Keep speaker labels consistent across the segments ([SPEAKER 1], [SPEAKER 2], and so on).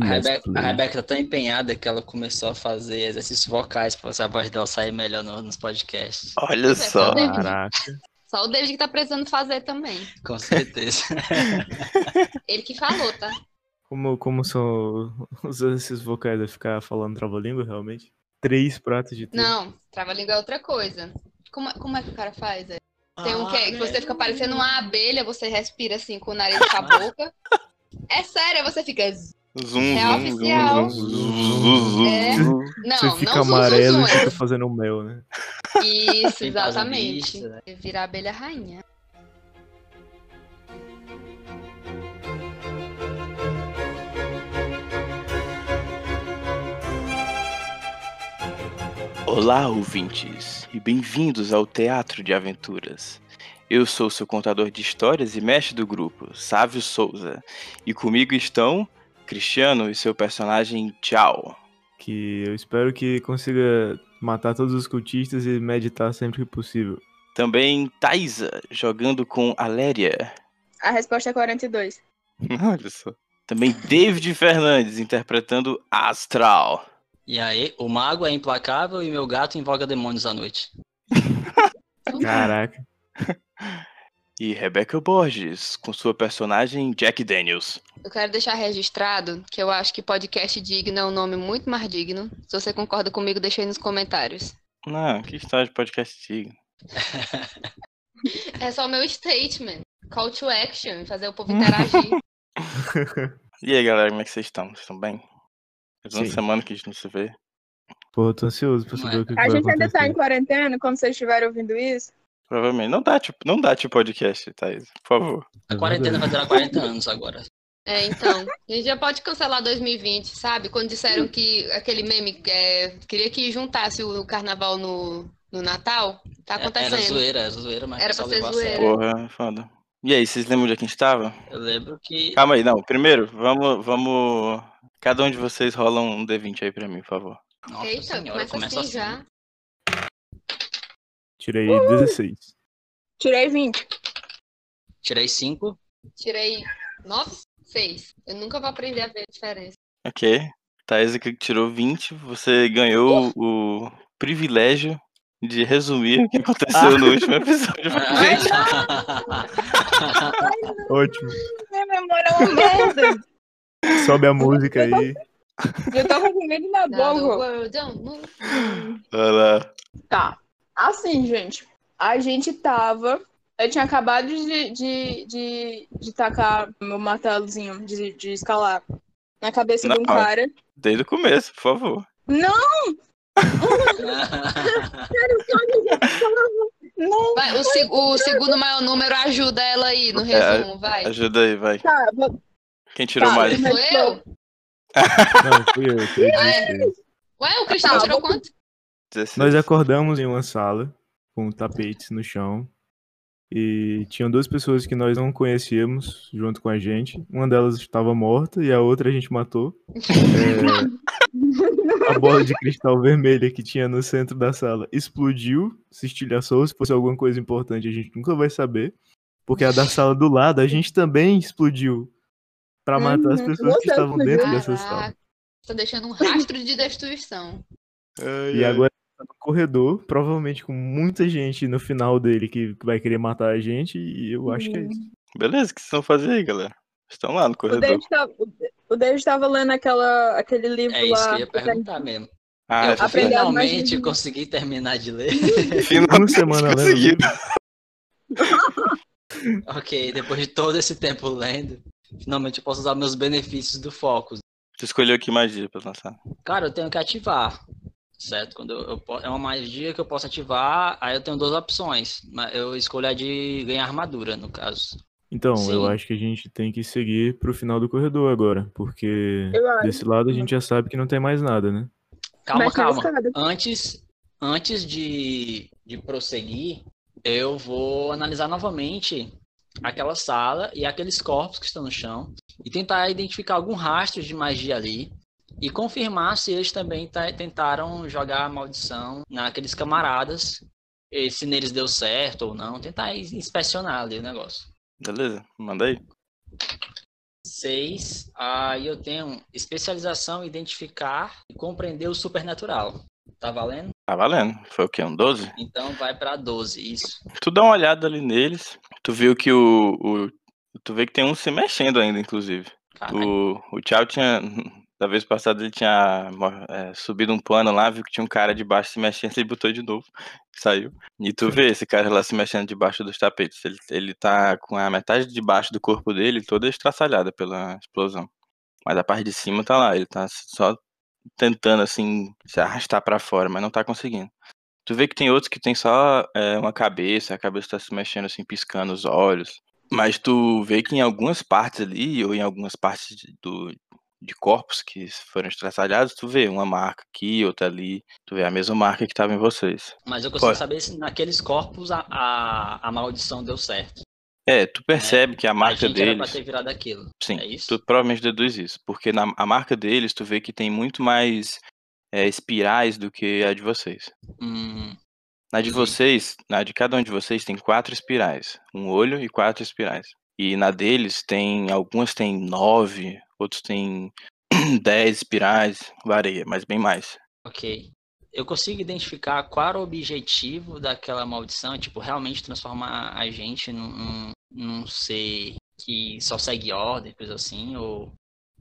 [SPEAKER 1] A Rebeca, a Rebeca tá tão empenhada que ela começou a fazer exercícios vocais pra fazer a voz dela sair melhor no- nos podcasts.
[SPEAKER 2] Olha só.
[SPEAKER 3] David.
[SPEAKER 4] Caraca.
[SPEAKER 3] Só o David que tá precisando fazer também.
[SPEAKER 1] Com certeza.
[SPEAKER 3] Ele que falou, tá?
[SPEAKER 4] Como, como são os esses vocais a ficar falando trava-língua, realmente? Três pratos de trigo.
[SPEAKER 3] Não, trava-língua é outra coisa. Como, como é que o cara faz? é? Tem um que, é- que você fica parecendo uma abelha, você respira assim com o nariz e com a boca. É sério, você fica. z-
[SPEAKER 2] Zoom,
[SPEAKER 3] É
[SPEAKER 2] zoom,
[SPEAKER 3] oficial.
[SPEAKER 2] zoom, zoom, zoom,
[SPEAKER 3] É.
[SPEAKER 2] zoom, zoom.
[SPEAKER 3] Não,
[SPEAKER 4] Você fica
[SPEAKER 3] não zum, zum,
[SPEAKER 4] amarelo
[SPEAKER 3] zum,
[SPEAKER 4] e
[SPEAKER 3] é.
[SPEAKER 4] fica fazendo mel, né?
[SPEAKER 3] Isso,
[SPEAKER 1] Tem quase
[SPEAKER 3] exatamente.
[SPEAKER 1] isso, né?
[SPEAKER 3] Virar abelha rainha.
[SPEAKER 2] Olá, ouvintes, e bem-vindos ao Teatro de Aventuras. Eu sou seu contador de histórias e mestre do grupo, Sávio Souza. E comigo estão Cristiano e seu personagem Tchau.
[SPEAKER 4] Que eu espero que consiga matar todos os cultistas e meditar sempre que possível.
[SPEAKER 2] Também Taisa, jogando com Aléria.
[SPEAKER 5] A resposta é 42.
[SPEAKER 2] Olha só. Também David Fernandes, interpretando Astral.
[SPEAKER 1] E aí, o mago é implacável e meu gato invoca demônios à noite.
[SPEAKER 4] Caraca.
[SPEAKER 2] E Rebecca Borges, com sua personagem Jack Daniels.
[SPEAKER 3] Eu quero deixar registrado que eu acho que podcast digno é um nome muito mais digno. Se você concorda comigo, deixa aí nos comentários.
[SPEAKER 2] Ah, que história de podcast digno.
[SPEAKER 3] É só o meu statement. Call to action, fazer o povo interagir.
[SPEAKER 2] E aí, galera, como é que vocês estão? Vocês estão bem? Faz uma
[SPEAKER 4] Sim.
[SPEAKER 2] semana que a gente não se vê.
[SPEAKER 4] Pô, eu tô ansioso pra saber
[SPEAKER 1] Não é?
[SPEAKER 4] o que, que
[SPEAKER 5] A
[SPEAKER 4] Tipo, vai
[SPEAKER 5] gente ainda
[SPEAKER 4] acontecer.
[SPEAKER 5] tá em quarentena, como vocês estiverem ouvindo isso.
[SPEAKER 2] Provavelmente. Não dá, tipo, não dá tipo podcast, Thaís. Por favor.
[SPEAKER 1] A quarentena vai durar 40 anos agora.
[SPEAKER 3] É, então. A gente já pode cancelar 2020, sabe? Quando disseram que aquele meme é, queria que juntasse o carnaval no, no Natal. Tá
[SPEAKER 1] É, Era
[SPEAKER 3] acontecendo.
[SPEAKER 1] zoeira, era zoeira, mas
[SPEAKER 3] Era
[SPEAKER 1] só
[SPEAKER 3] pra ser
[SPEAKER 1] levou a
[SPEAKER 3] zoeira.
[SPEAKER 1] sério.
[SPEAKER 2] Porra, é foda. E aí, vocês lembram de onde a gente tava?
[SPEAKER 1] Eu lembro que
[SPEAKER 2] Calma aí, não. Primeiro, vamos. vamos... Cada um de vocês rola um D20 aí pra mim, por favor.
[SPEAKER 1] Nossa
[SPEAKER 3] Eita,
[SPEAKER 1] senhora,
[SPEAKER 3] começa, assim, já.
[SPEAKER 4] Tirei 16.
[SPEAKER 5] Tirei 20.
[SPEAKER 1] Tirei 5.
[SPEAKER 3] Tirei 9, 6. Eu nunca vou aprender a ver a diferença.
[SPEAKER 2] Ok. Thaís que tirou 20. Você ganhou o privilégio de resumir o que aconteceu no último episódio.
[SPEAKER 4] Ótimo.
[SPEAKER 5] Minha memória é uma merda.
[SPEAKER 4] Sobe a música aí.
[SPEAKER 5] Eu tô resumindo na
[SPEAKER 3] Now the Tá.
[SPEAKER 5] boca.
[SPEAKER 3] world don't move.
[SPEAKER 2] Olha lá.
[SPEAKER 5] Tá. Assim, gente. A gente tava. Eu tinha acabado de, de, de, de tacar meu martelozinho de, de escalar na cabeça de um
[SPEAKER 2] Não.
[SPEAKER 5] cara.
[SPEAKER 2] Desde o começo, por favor.
[SPEAKER 5] Não, não.
[SPEAKER 3] Vai, o, seg- o segundo maior número ajuda ela aí no resumo, vai.
[SPEAKER 2] Ajuda aí, vai.
[SPEAKER 5] Tá, vou-
[SPEAKER 2] Quem tirou
[SPEAKER 5] Tá,
[SPEAKER 2] mais?
[SPEAKER 3] Sou eu?
[SPEAKER 4] Não, fui eu. Tirei 16.
[SPEAKER 3] Ué, o Cristiano
[SPEAKER 5] Tá,
[SPEAKER 3] tirou
[SPEAKER 5] vou-
[SPEAKER 3] quanto?
[SPEAKER 2] 16.
[SPEAKER 4] Nós é acordamos em uma sala com tapetes no chão e tinham duas pessoas que nós não conhecíamos junto com a gente. Uma delas estava morta e a outra a gente matou. É, a bola de cristal vermelha que tinha no centro da sala explodiu, se estilhaçou. Se fosse alguma coisa importante, a gente nunca vai saber, porque a da sala do lado a gente também explodiu para matar as
[SPEAKER 5] Uhum.
[SPEAKER 4] pessoas que
[SPEAKER 5] Nossa,
[SPEAKER 4] estavam dentro dessa sala.
[SPEAKER 3] Caraca, tá deixando um rastro de destruição.
[SPEAKER 2] Ai,
[SPEAKER 4] E
[SPEAKER 2] ai.
[SPEAKER 4] agora tá no corredor, provavelmente com muita gente no final dele que que vai querer matar a gente, e eu acho que é isso.
[SPEAKER 2] Beleza, o que vocês vão fazer aí, galera? Estão lá no
[SPEAKER 5] o
[SPEAKER 2] corredor.
[SPEAKER 5] David tava, o David tava lendo aquela, aquele livro
[SPEAKER 1] É isso que
[SPEAKER 5] lá.
[SPEAKER 1] eu ia perguntar mesmo.
[SPEAKER 2] Ah,
[SPEAKER 1] eu
[SPEAKER 2] já
[SPEAKER 5] aprendi a
[SPEAKER 1] finalmente
[SPEAKER 5] imaginar.
[SPEAKER 1] consegui terminar de ler.
[SPEAKER 2] Finalmente
[SPEAKER 4] Uma semana né, lendo
[SPEAKER 2] conseguiu.
[SPEAKER 4] livro.
[SPEAKER 1] ok, depois de todo esse tempo lendo, finalmente eu posso usar meus benefícios do Focus.
[SPEAKER 2] Tu escolheu que magia pra lançar?
[SPEAKER 1] Cara, eu tenho que ativar. Certo? Quando eu, eu po- é uma magia que eu posso ativar, aí eu tenho duas opções. Mas eu escolho a de ganhar armadura, no caso.
[SPEAKER 4] Então, eu
[SPEAKER 1] Sim.
[SPEAKER 4] acho que a gente tem que seguir pro final do corredor agora, porque
[SPEAKER 5] Eu acho.
[SPEAKER 4] desse lado a gente já sabe que não tem mais nada, né?
[SPEAKER 1] Calma,
[SPEAKER 5] Mas tem
[SPEAKER 1] calma.
[SPEAKER 5] escada.
[SPEAKER 1] Antes, antes de, de prosseguir, eu vou analisar novamente aquela sala e aqueles corpos que estão no chão e tentar identificar algum rastro de magia ali e confirmar se eles também ta- tentaram jogar a maldição naqueles camaradas e se neles deu certo ou não. Tentar ins- inspecionar ali o negócio.
[SPEAKER 2] Beleza, manda aí.
[SPEAKER 1] Seis, aí eu tenho especialização, identificar e compreender o supernatural. Tá valendo?
[SPEAKER 2] Tá valendo. Foi o quê? Um 12?
[SPEAKER 1] Então vai pra 12, isso.
[SPEAKER 2] Tu dá uma olhada ali neles. Tu viu que o. o- tu vê que tem um se mexendo ainda, inclusive.
[SPEAKER 1] Caralho.
[SPEAKER 2] O, o Tchau tinha. Da vez passada ele tinha mo- é, subido um plano lá, viu que tinha um cara debaixo se mexendo, ele botou de novo, saiu. E tu vê esse cara lá se mexendo debaixo dos tapetes. Ele, ele tá com a metade de baixo do corpo dele toda estraçalhada pela explosão. Mas a parte de cima tá lá, ele tá só tentando assim se arrastar pra fora, mas não tá conseguindo. Tu vê que tem outros que tem só é, uma cabeça, a cabeça tá se mexendo assim, piscando os olhos. Mas tu vê que em algumas partes ali, ou em algumas partes de- do, de corpos que foram estraçalhados, tu vê uma marca aqui, outra ali. Tu vê a mesma marca que tava em vocês.
[SPEAKER 1] Mas eu consigo
[SPEAKER 2] Pode.
[SPEAKER 1] saber se naqueles corpos a, a, a maldição deu certo.
[SPEAKER 2] É, tu percebe que a marca
[SPEAKER 1] a gente era pra
[SPEAKER 2] deles.
[SPEAKER 1] ter virado aquilo.
[SPEAKER 2] Sim,
[SPEAKER 1] é isso?
[SPEAKER 2] tu provavelmente deduz isso. Porque na a marca deles, tu vê que tem muito mais é, espirais do que a de vocês.
[SPEAKER 1] Hum,
[SPEAKER 2] Na de
[SPEAKER 1] Sim.
[SPEAKER 2] vocês, na de cada um de vocês tem quatro espirais. Um olho e quatro espirais. E na deles tem. Algumas tem nove, outros tem dez espirais. Varia, mas bem mais.
[SPEAKER 1] ok. Eu consigo identificar qual era o objetivo daquela maldição, tipo, realmente transformar a gente num, num, num ser que só segue ordem, coisa assim, ou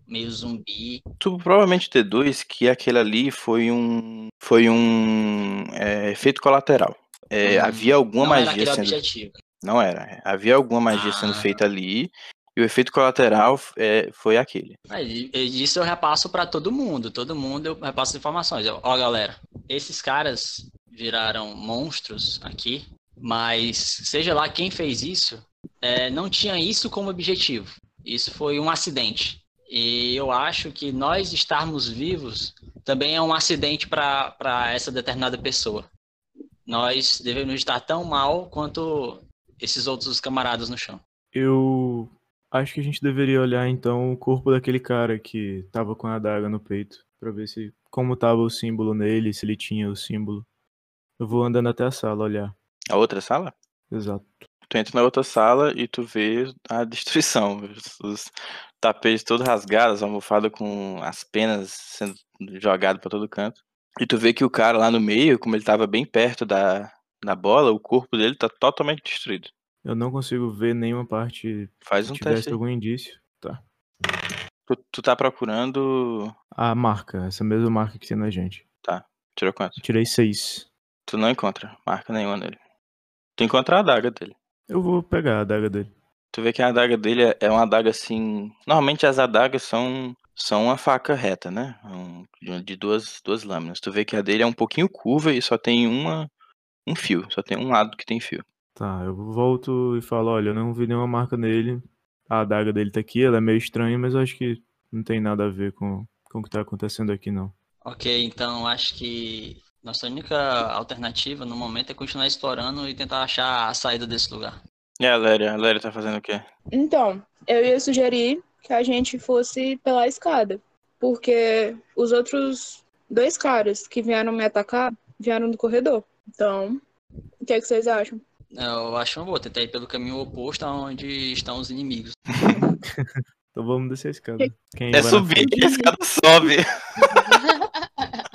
[SPEAKER 1] meio zumbi.
[SPEAKER 2] Tu provavelmente deduz que aquele ali foi um. Foi um. é, efeito colateral. É,
[SPEAKER 1] Hum,
[SPEAKER 2] havia alguma
[SPEAKER 1] Não era
[SPEAKER 2] magia
[SPEAKER 1] aquele
[SPEAKER 2] sendo.
[SPEAKER 1] objetivo.
[SPEAKER 2] Não era. é. Havia alguma magia sendo
[SPEAKER 1] Ah.
[SPEAKER 2] feita ali. E o efeito colateral é, foi aquele.
[SPEAKER 1] Aí, e Isso eu repasso pra todo mundo. Todo mundo eu repasso informações. Eu, Ó, galera, esses caras viraram monstros aqui, mas seja lá quem fez isso, é, não tinha isso como objetivo. Isso foi um acidente. E eu acho que nós estarmos vivos também é um acidente para essa determinada pessoa. Nós devemos estar tão mal quanto esses outros camaradas no chão.
[SPEAKER 4] Eu acho que a gente deveria olhar então o corpo daquele cara que tava com a adaga no peito, pra ver se como tava o símbolo nele, se ele tinha o símbolo. Eu vou andando até a sala olhar.
[SPEAKER 2] A outra sala?
[SPEAKER 4] Exato.
[SPEAKER 2] Tu entra na outra sala e tu vê a destruição. Os, os tapetes todos rasgados, a almofada com as penas sendo jogado pra todo canto. E tu vê que o cara lá no meio, como ele tava bem perto da, da bola, o corpo dele tá totalmente destruído.
[SPEAKER 4] Eu não consigo ver nenhuma parte
[SPEAKER 2] Faz
[SPEAKER 4] se
[SPEAKER 2] um
[SPEAKER 4] tivesse
[SPEAKER 2] teste. aí.
[SPEAKER 4] algum indício. Tá.
[SPEAKER 2] Tu, tu tá procurando.
[SPEAKER 4] A marca, essa mesma marca que tem na gente.
[SPEAKER 2] Tirou quanto?
[SPEAKER 4] Eu tirei seis.
[SPEAKER 2] Tu não encontra marca nenhuma nele. Tu encontra a adaga dele.
[SPEAKER 4] Eu vou pegar a adaga dele.
[SPEAKER 2] Tu vê que a adaga dele é- é uma adaga assim. Normalmente as adagas são, são uma faca reta, né? Um- de- de duas, duas lâminas. Tu vê que a dele é um pouquinho curva e só tem uma, um fio. Só tem um lado que tem fio.
[SPEAKER 4] Tá, eu volto e falo, olha, eu não vi nenhuma marca nele. A adaga dele tá aqui, ela é meio estranha, mas eu acho que não tem nada a ver com, com o que tá acontecendo aqui, não.
[SPEAKER 1] Ok, então acho que nossa única alternativa no momento é continuar explorando e tentar achar a saída desse lugar.
[SPEAKER 2] E a Léria? A Léria tá fazendo o quê?
[SPEAKER 5] Então, eu ia sugerir que a gente fosse pela escada, porque os outros dois caras que vieram me atacar vieram do corredor. Então, o que é que vocês acham?
[SPEAKER 1] Eu acho uma boa, tentar ir pelo caminho oposto aonde estão os inimigos.
[SPEAKER 4] Então vamos descer a escada. Quem
[SPEAKER 2] É
[SPEAKER 4] vai na
[SPEAKER 2] subir,
[SPEAKER 4] frente?
[SPEAKER 2] que esse cara sobe.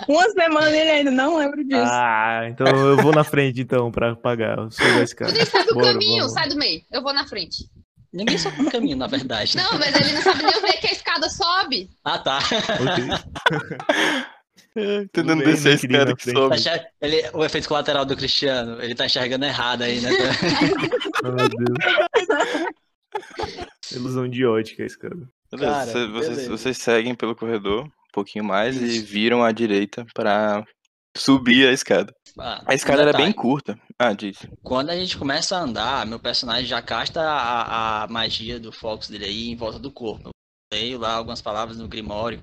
[SPEAKER 5] Uma semana ele ainda não lembra disso.
[SPEAKER 4] Ah, então eu vou na frente então pra pagar. Eu subo a escada.
[SPEAKER 3] Tu nem sabe o
[SPEAKER 4] Bora,
[SPEAKER 3] caminho,
[SPEAKER 4] vamos.
[SPEAKER 3] sai do meio. Eu vou na frente.
[SPEAKER 1] Ninguém sabe o caminho, na verdade. né?
[SPEAKER 3] Não, mas ele não sabe nem onde é que a escada sobe.
[SPEAKER 1] Ah, tá.
[SPEAKER 4] Ok.
[SPEAKER 2] Tentando
[SPEAKER 4] bem,
[SPEAKER 2] descer a
[SPEAKER 4] meu querido,
[SPEAKER 2] escada
[SPEAKER 4] na
[SPEAKER 2] que
[SPEAKER 4] frente.
[SPEAKER 1] Tá
[SPEAKER 2] sobe.
[SPEAKER 1] enxer- ele- o efeito colateral do Cristiano, ele tá enxergando errado aí, né?
[SPEAKER 4] Ah, meu Deus. Ilusão de ótica a escada.
[SPEAKER 2] Beleza,
[SPEAKER 1] Tá Cara,
[SPEAKER 2] cê- vocês,
[SPEAKER 1] beleza.
[SPEAKER 2] vocês seguem pelo corredor um pouquinho mais e
[SPEAKER 1] Isso.
[SPEAKER 2] viram à direita pra subir a escada.
[SPEAKER 1] Ah,
[SPEAKER 2] A escada era bem
[SPEAKER 1] detalhe,
[SPEAKER 2] curta. Ah, diz.
[SPEAKER 1] Quando a gente começa a andar, meu personagem já casta a, a magia do Fox dele aí em volta do corpo. Eu leio lá algumas palavras no Grimório.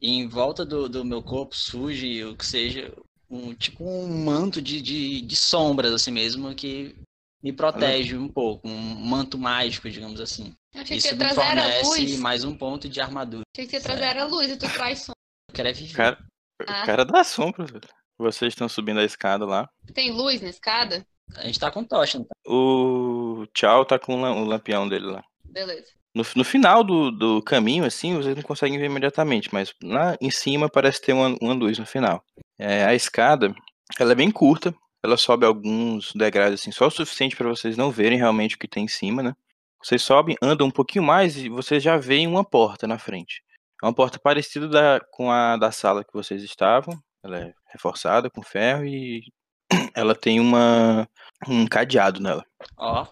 [SPEAKER 1] E em volta do, do meu corpo surge o que seja um tipo um manto de, de, de sombras assim mesmo que me protege um pouco, um manto mágico, digamos assim.
[SPEAKER 3] Eu achei que
[SPEAKER 1] Isso
[SPEAKER 3] você ia
[SPEAKER 1] me
[SPEAKER 3] trazer era
[SPEAKER 1] fornece
[SPEAKER 3] luz.
[SPEAKER 1] mais um ponto de armadura.
[SPEAKER 3] Achei que você ia trazer era luz e tu traz som.
[SPEAKER 1] Eu quero é viver.
[SPEAKER 2] Cara,
[SPEAKER 3] Ah.
[SPEAKER 2] cara da sombra, velho. Vocês estão subindo a escada lá.
[SPEAKER 3] Tem luz na escada?
[SPEAKER 1] A gente tá com tocha, não tá?
[SPEAKER 2] O Tchau tá com o lam- o lampião dele lá.
[SPEAKER 3] Beleza.
[SPEAKER 2] No, no final do, do caminho, assim, vocês não conseguem ver imediatamente, mas lá em cima parece ter uma, uma luz no final. É, a escada, ela é bem curta, ela sobe alguns degraus, assim, só o suficiente para vocês não verem realmente o que tem em cima, né? Vocês sobem, andam um pouquinho mais e vocês já veem uma porta na frente. É uma porta parecida da- com a da sala que vocês estavam. Ela é reforçada com ferro e ela tem uma um cadeado nela.
[SPEAKER 1] Ó.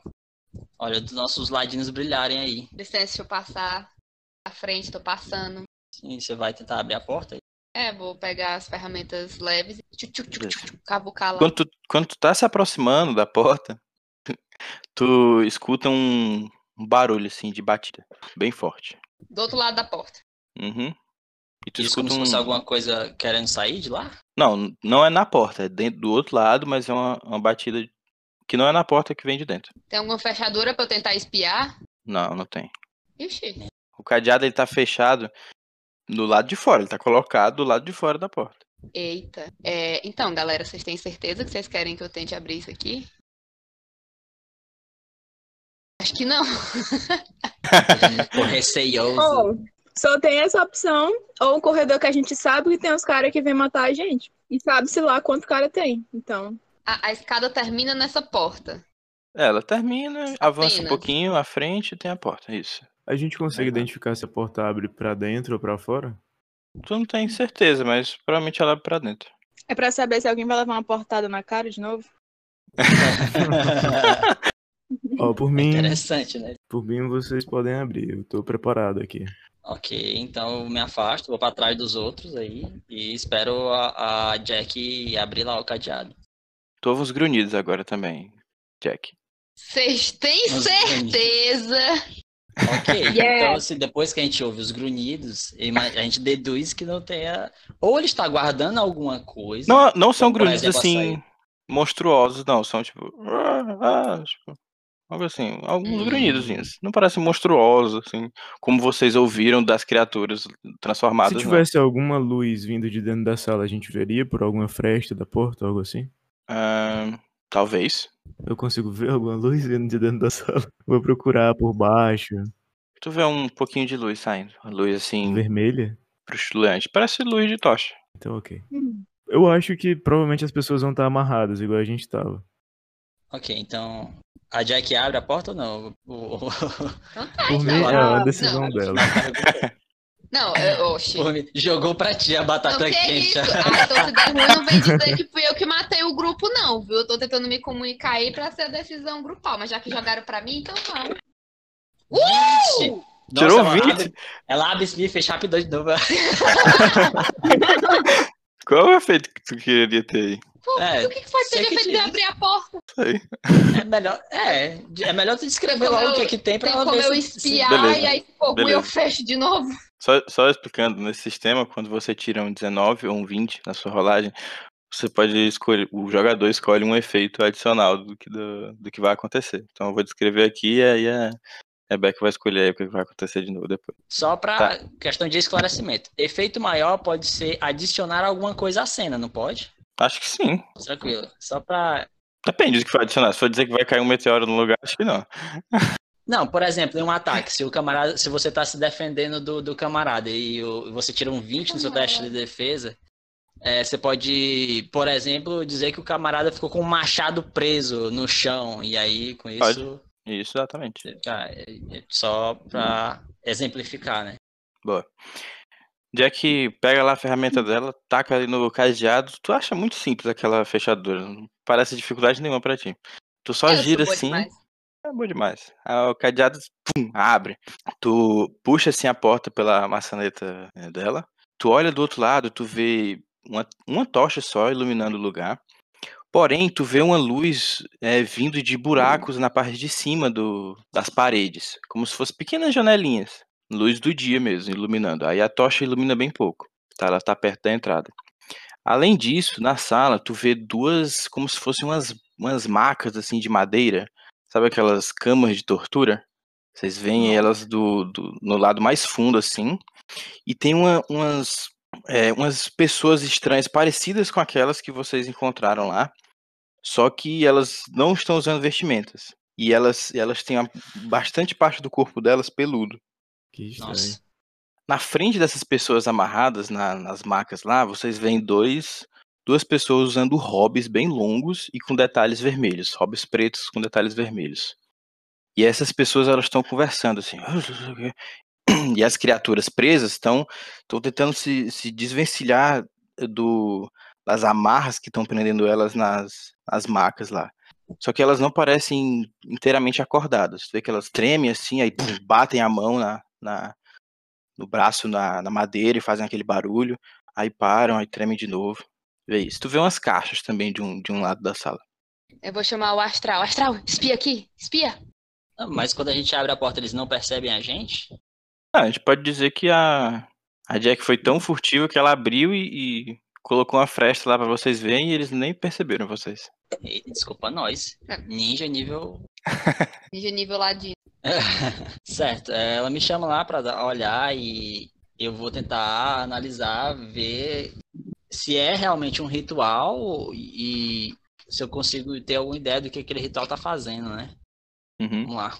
[SPEAKER 1] Olha dos nossos ladinhos brilharem aí.
[SPEAKER 3] Licença, deixa eu passar à frente, tô passando.
[SPEAKER 1] Sim, você vai tentar abrir a porta?
[SPEAKER 3] É, vou pegar as ferramentas leves e tchu, tchu, tchu, tchu, tchu, cavucar lá.
[SPEAKER 2] Quando tu, quando tu tá se aproximando da porta, tu escuta um um barulho assim de batida, bem forte.
[SPEAKER 3] Do outro lado da porta.
[SPEAKER 2] Uhum. E tu
[SPEAKER 1] Isso
[SPEAKER 2] escuta
[SPEAKER 1] é como se fosse
[SPEAKER 2] um-
[SPEAKER 1] alguma coisa querendo sair de lá?
[SPEAKER 2] Não, não é na porta, é dentro do outro lado, mas é uma, uma batida que não é na porta que vem de dentro.
[SPEAKER 3] Tem alguma fechadura pra eu tentar espiar?
[SPEAKER 2] Não, não tem.
[SPEAKER 3] Ixi,
[SPEAKER 2] O cadeado ele tá fechado do lado de fora, ele tá colocado do lado de fora da porta.
[SPEAKER 3] eita. É, então, galera, vocês têm certeza que vocês querem que eu tente abrir isso aqui? Acho que não.
[SPEAKER 1] Tô receioso.
[SPEAKER 5] Ou só tem essa opção, ou um corredor que a gente sabe que tem os caras que vêm matar a gente. E sabe-se lá quanto cara tem. Então,
[SPEAKER 3] A, a escada termina nessa porta.
[SPEAKER 2] É, Ela termina, avança um
[SPEAKER 3] Apenas.
[SPEAKER 2] pouquinho à frente e tem a porta, isso.
[SPEAKER 4] A gente consegue
[SPEAKER 2] Legal.
[SPEAKER 4] identificar se a porta abre pra dentro ou pra fora?
[SPEAKER 2] Tu não tem certeza, mas provavelmente ela é pra dentro.
[SPEAKER 5] é pra saber se alguém vai levar uma portada na cara de novo.
[SPEAKER 4] Ó, por mim,
[SPEAKER 1] Interessante, né?
[SPEAKER 4] por mim vocês podem abrir. Eu tô preparado aqui.
[SPEAKER 1] Ok, então eu me afasto, vou pra trás dos outros aí e espero a, a Jack abrir lá o cadeado.
[SPEAKER 2] Tu ouve uns grunhidos agora também, Jack.
[SPEAKER 3] Vocês têm
[SPEAKER 1] Mas,
[SPEAKER 3] certeza?
[SPEAKER 1] Ok,
[SPEAKER 5] Yeah.
[SPEAKER 1] então assim, depois que a gente ouve os grunhidos, ima- a gente deduz que não tenha. Ou ele está guardando alguma coisa.
[SPEAKER 2] Não, não são
[SPEAKER 1] Por
[SPEAKER 2] grunhidos
[SPEAKER 1] exemplo,
[SPEAKER 2] assim monstruosos, não. São tipo. "Ah, ah", tipo, algo assim. Alguns
[SPEAKER 3] Hum.
[SPEAKER 2] grunhidos. Não parecem monstruosos, assim. Como vocês ouviram das criaturas transformadas.
[SPEAKER 4] Se
[SPEAKER 2] não. é.
[SPEAKER 4] tivesse alguma luz vindo de dentro da sala, a gente veria por alguma fresta da porta, algo assim?
[SPEAKER 2] Ah, talvez.
[SPEAKER 4] Eu consigo ver alguma luz vindo de dentro da sala. Vou procurar por baixo.
[SPEAKER 2] Tu vê um pouquinho de luz saindo. Uma luz assim,
[SPEAKER 4] Vermelha?
[SPEAKER 2] bruxuleante. Parece luz de tocha.
[SPEAKER 4] Então, ok. Eu acho que provavelmente as pessoas vão estar amarradas, igual a gente tava.
[SPEAKER 1] Ok, então. A Jack abre a porta ou não? O- o-
[SPEAKER 3] Então tá,
[SPEAKER 4] Por mim,
[SPEAKER 3] então.
[SPEAKER 4] é uma
[SPEAKER 5] não,
[SPEAKER 4] decisão dela.
[SPEAKER 3] Não, eu, oxi.
[SPEAKER 1] o- o- Jogou pra ti a
[SPEAKER 3] Não,
[SPEAKER 1] batata
[SPEAKER 3] que é
[SPEAKER 1] quente.
[SPEAKER 3] isso? Ah, então se der ruim, não vem dizer que fui eu que matei o grupo, não, viu? Eu tô tentando me comunicar aí pra ser a decisão grupal, mas já que jogaram pra mim, então vamos.
[SPEAKER 1] Gente! Nossa,
[SPEAKER 2] Tirou
[SPEAKER 1] ela
[SPEAKER 2] 20?
[SPEAKER 1] abre- Ela abre e fecha rapidão de novo.
[SPEAKER 2] Qual é o efeito que tu queria ter aí?
[SPEAKER 1] É,
[SPEAKER 3] o que, que foi que
[SPEAKER 1] sei
[SPEAKER 3] você já
[SPEAKER 1] que
[SPEAKER 3] fez de
[SPEAKER 1] diz.
[SPEAKER 3] abrir a porta?
[SPEAKER 1] é melhor. É, é melhor tu descrever
[SPEAKER 3] Como
[SPEAKER 1] lá o
[SPEAKER 3] eu-
[SPEAKER 1] que é que tem pra
[SPEAKER 3] Tem
[SPEAKER 1] ela
[SPEAKER 3] como
[SPEAKER 1] ver.
[SPEAKER 3] eu
[SPEAKER 1] se- se-
[SPEAKER 3] espiar
[SPEAKER 2] Beleza.
[SPEAKER 3] e aí se for ruim
[SPEAKER 2] Beleza.
[SPEAKER 3] eu fecho de novo?
[SPEAKER 2] Só, só explicando, nesse sistema, quando você tira um 19 ou um 20 na sua rolagem, você pode escolher, o jogador escolhe um efeito adicional do que, do, do que vai acontecer. Então eu vou descrever aqui e aí a Rebeca vai escolher aí o que vai acontecer de novo depois.
[SPEAKER 1] Só pra questão de esclarecimento. Efeito maior pode ser adicionar alguma coisa à cena, não pode?
[SPEAKER 2] Acho que sim.
[SPEAKER 1] Tranquilo. Só pra.
[SPEAKER 2] Depende do que vai adicionar. Se for dizer que vai cair um meteoro no lugar, acho que não.
[SPEAKER 1] Não, por exemplo, em um ataque, se o camarada, se você tá se defendendo do, do camarada e o- você tira um 20 no seu teste de defesa, é, você pode, por exemplo, dizer que o camarada ficou com um machado preso no chão e aí com isso,
[SPEAKER 2] Isso, exatamente.
[SPEAKER 1] tá, é- é só pra exemplificar, né?
[SPEAKER 2] Jack pega lá a ferramenta
[SPEAKER 3] Hum.
[SPEAKER 2] dela, taca ali no cadeado. Tu acha muito simples aquela fechadura. Não parece dificuldade nenhuma pra ti. Tu só
[SPEAKER 3] Eu sou
[SPEAKER 2] gira
[SPEAKER 3] boa
[SPEAKER 2] assim.
[SPEAKER 3] demais.
[SPEAKER 2] É bom demais. Aí o cadeado pum, abre. Tu puxa assim a porta pela maçaneta eh, dela. Tu olha do outro lado, tu vê uma, uma tocha só iluminando o lugar. Porém, tu vê uma luz eh, vindo de buracos na parte de cima do, das paredes, como se fossem pequenas janelinhas. Luz do dia mesmo, iluminando. Aí a tocha ilumina bem pouco. Tá? Ela tá perto da entrada. Além disso, na sala, tu vê duas, como se fossem umas, umas macas assim de madeira. Sabe aquelas camas de tortura? Vocês veem elas do, do- no lado mais fundo, assim. E tem uma- umas, é, umas pessoas estranhas, parecidas com aquelas que vocês encontraram lá. Só que elas não estão usando vestimentas. E elas, elas têm a- bastante parte do corpo delas peludo.
[SPEAKER 4] Que estranho.
[SPEAKER 1] Nossa.
[SPEAKER 2] Na frente dessas pessoas amarradas na- nas macas lá, vocês veem dois, duas pessoas usando hobbies bem longos e com detalhes vermelhos, hobbies pretos com detalhes vermelhos. E essas pessoas elas estão conversando assim. E as criaturas presas estão estão tentando se, se desvencilhar do, das amarras que estão prendendo elas nas, nas macas lá. Só que elas não parecem inteiramente acordadas. Você vê que elas tremem assim, aí pum, batem a mão na, na, no braço na, na madeira e fazem aquele barulho, aí param, aí tremem de novo. Vê isso. Tu vê umas caixas também de um, de um lado da sala.
[SPEAKER 3] Eu vou chamar o Astral. Astral, espia aqui, espia.
[SPEAKER 1] Ah, Mas quando a gente abre a porta, eles não percebem a gente?
[SPEAKER 2] Ah, a gente pode dizer que a, a Jack foi tão furtiva que ela abriu e, e colocou uma fresta lá pra vocês verem e eles nem perceberam vocês.
[SPEAKER 1] Eita, desculpa nós. Ninja nível
[SPEAKER 3] Ninja nível ladino.
[SPEAKER 1] Certo, é, ela me chama lá pra dar- olhar e eu vou tentar analisar, ver se é realmente um ritual e se eu consigo ter alguma ideia do que aquele ritual tá fazendo, né?
[SPEAKER 2] Uhum.
[SPEAKER 1] Vamos lá.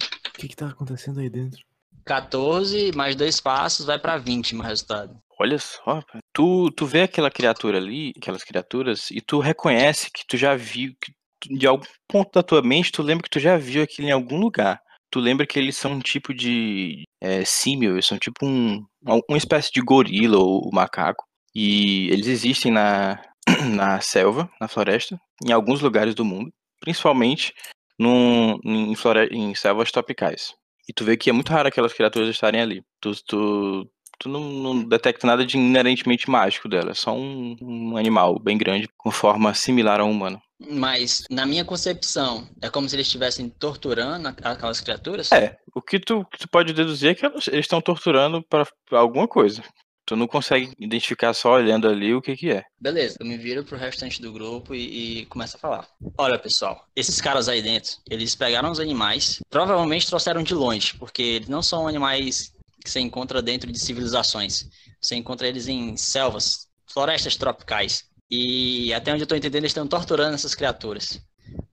[SPEAKER 4] O que que tá acontecendo aí dentro?
[SPEAKER 1] 14 mais dois passos vai pra 20 meu resultado.
[SPEAKER 2] Olha só, pá. tu, tu vê aquela criatura ali, aquelas criaturas, e tu reconhece que tu já viu, que tu- de algum ponto da tua mente, tu lembra que tu já viu aquilo em algum lugar. Tu lembra que eles são um tipo de é, símil, eles são tipo um, uma, uma espécie de gorila ou macaco. E eles existem na, na selva, na floresta, em alguns lugares do mundo, principalmente num, em, flore- em selvas tropicais. E tu vê que é muito raro aquelas criaturas estarem ali. Tu, tu, tu não, não detecta nada de inerentemente mágico dela. É só um, um animal bem grande, com forma similar a um humano.
[SPEAKER 1] Mas, na minha concepção, é como se eles estivessem torturando a- aquelas criaturas?
[SPEAKER 2] É. O que tu, o que tu pode deduzir é que elas- eles estão torturando para alguma coisa. Tu não consegue identificar só olhando ali o que que é.
[SPEAKER 1] Beleza, eu me viro pro restante do grupo e, e começo a falar. Olha, pessoal, esses caras aí dentro, eles pegaram os animais, provavelmente trouxeram de longe, porque eles não são animais que você encontra dentro de civilizações. Você encontra eles em selvas, florestas tropicais. E até onde eu tô entendendo, eles estão torturando essas criaturas.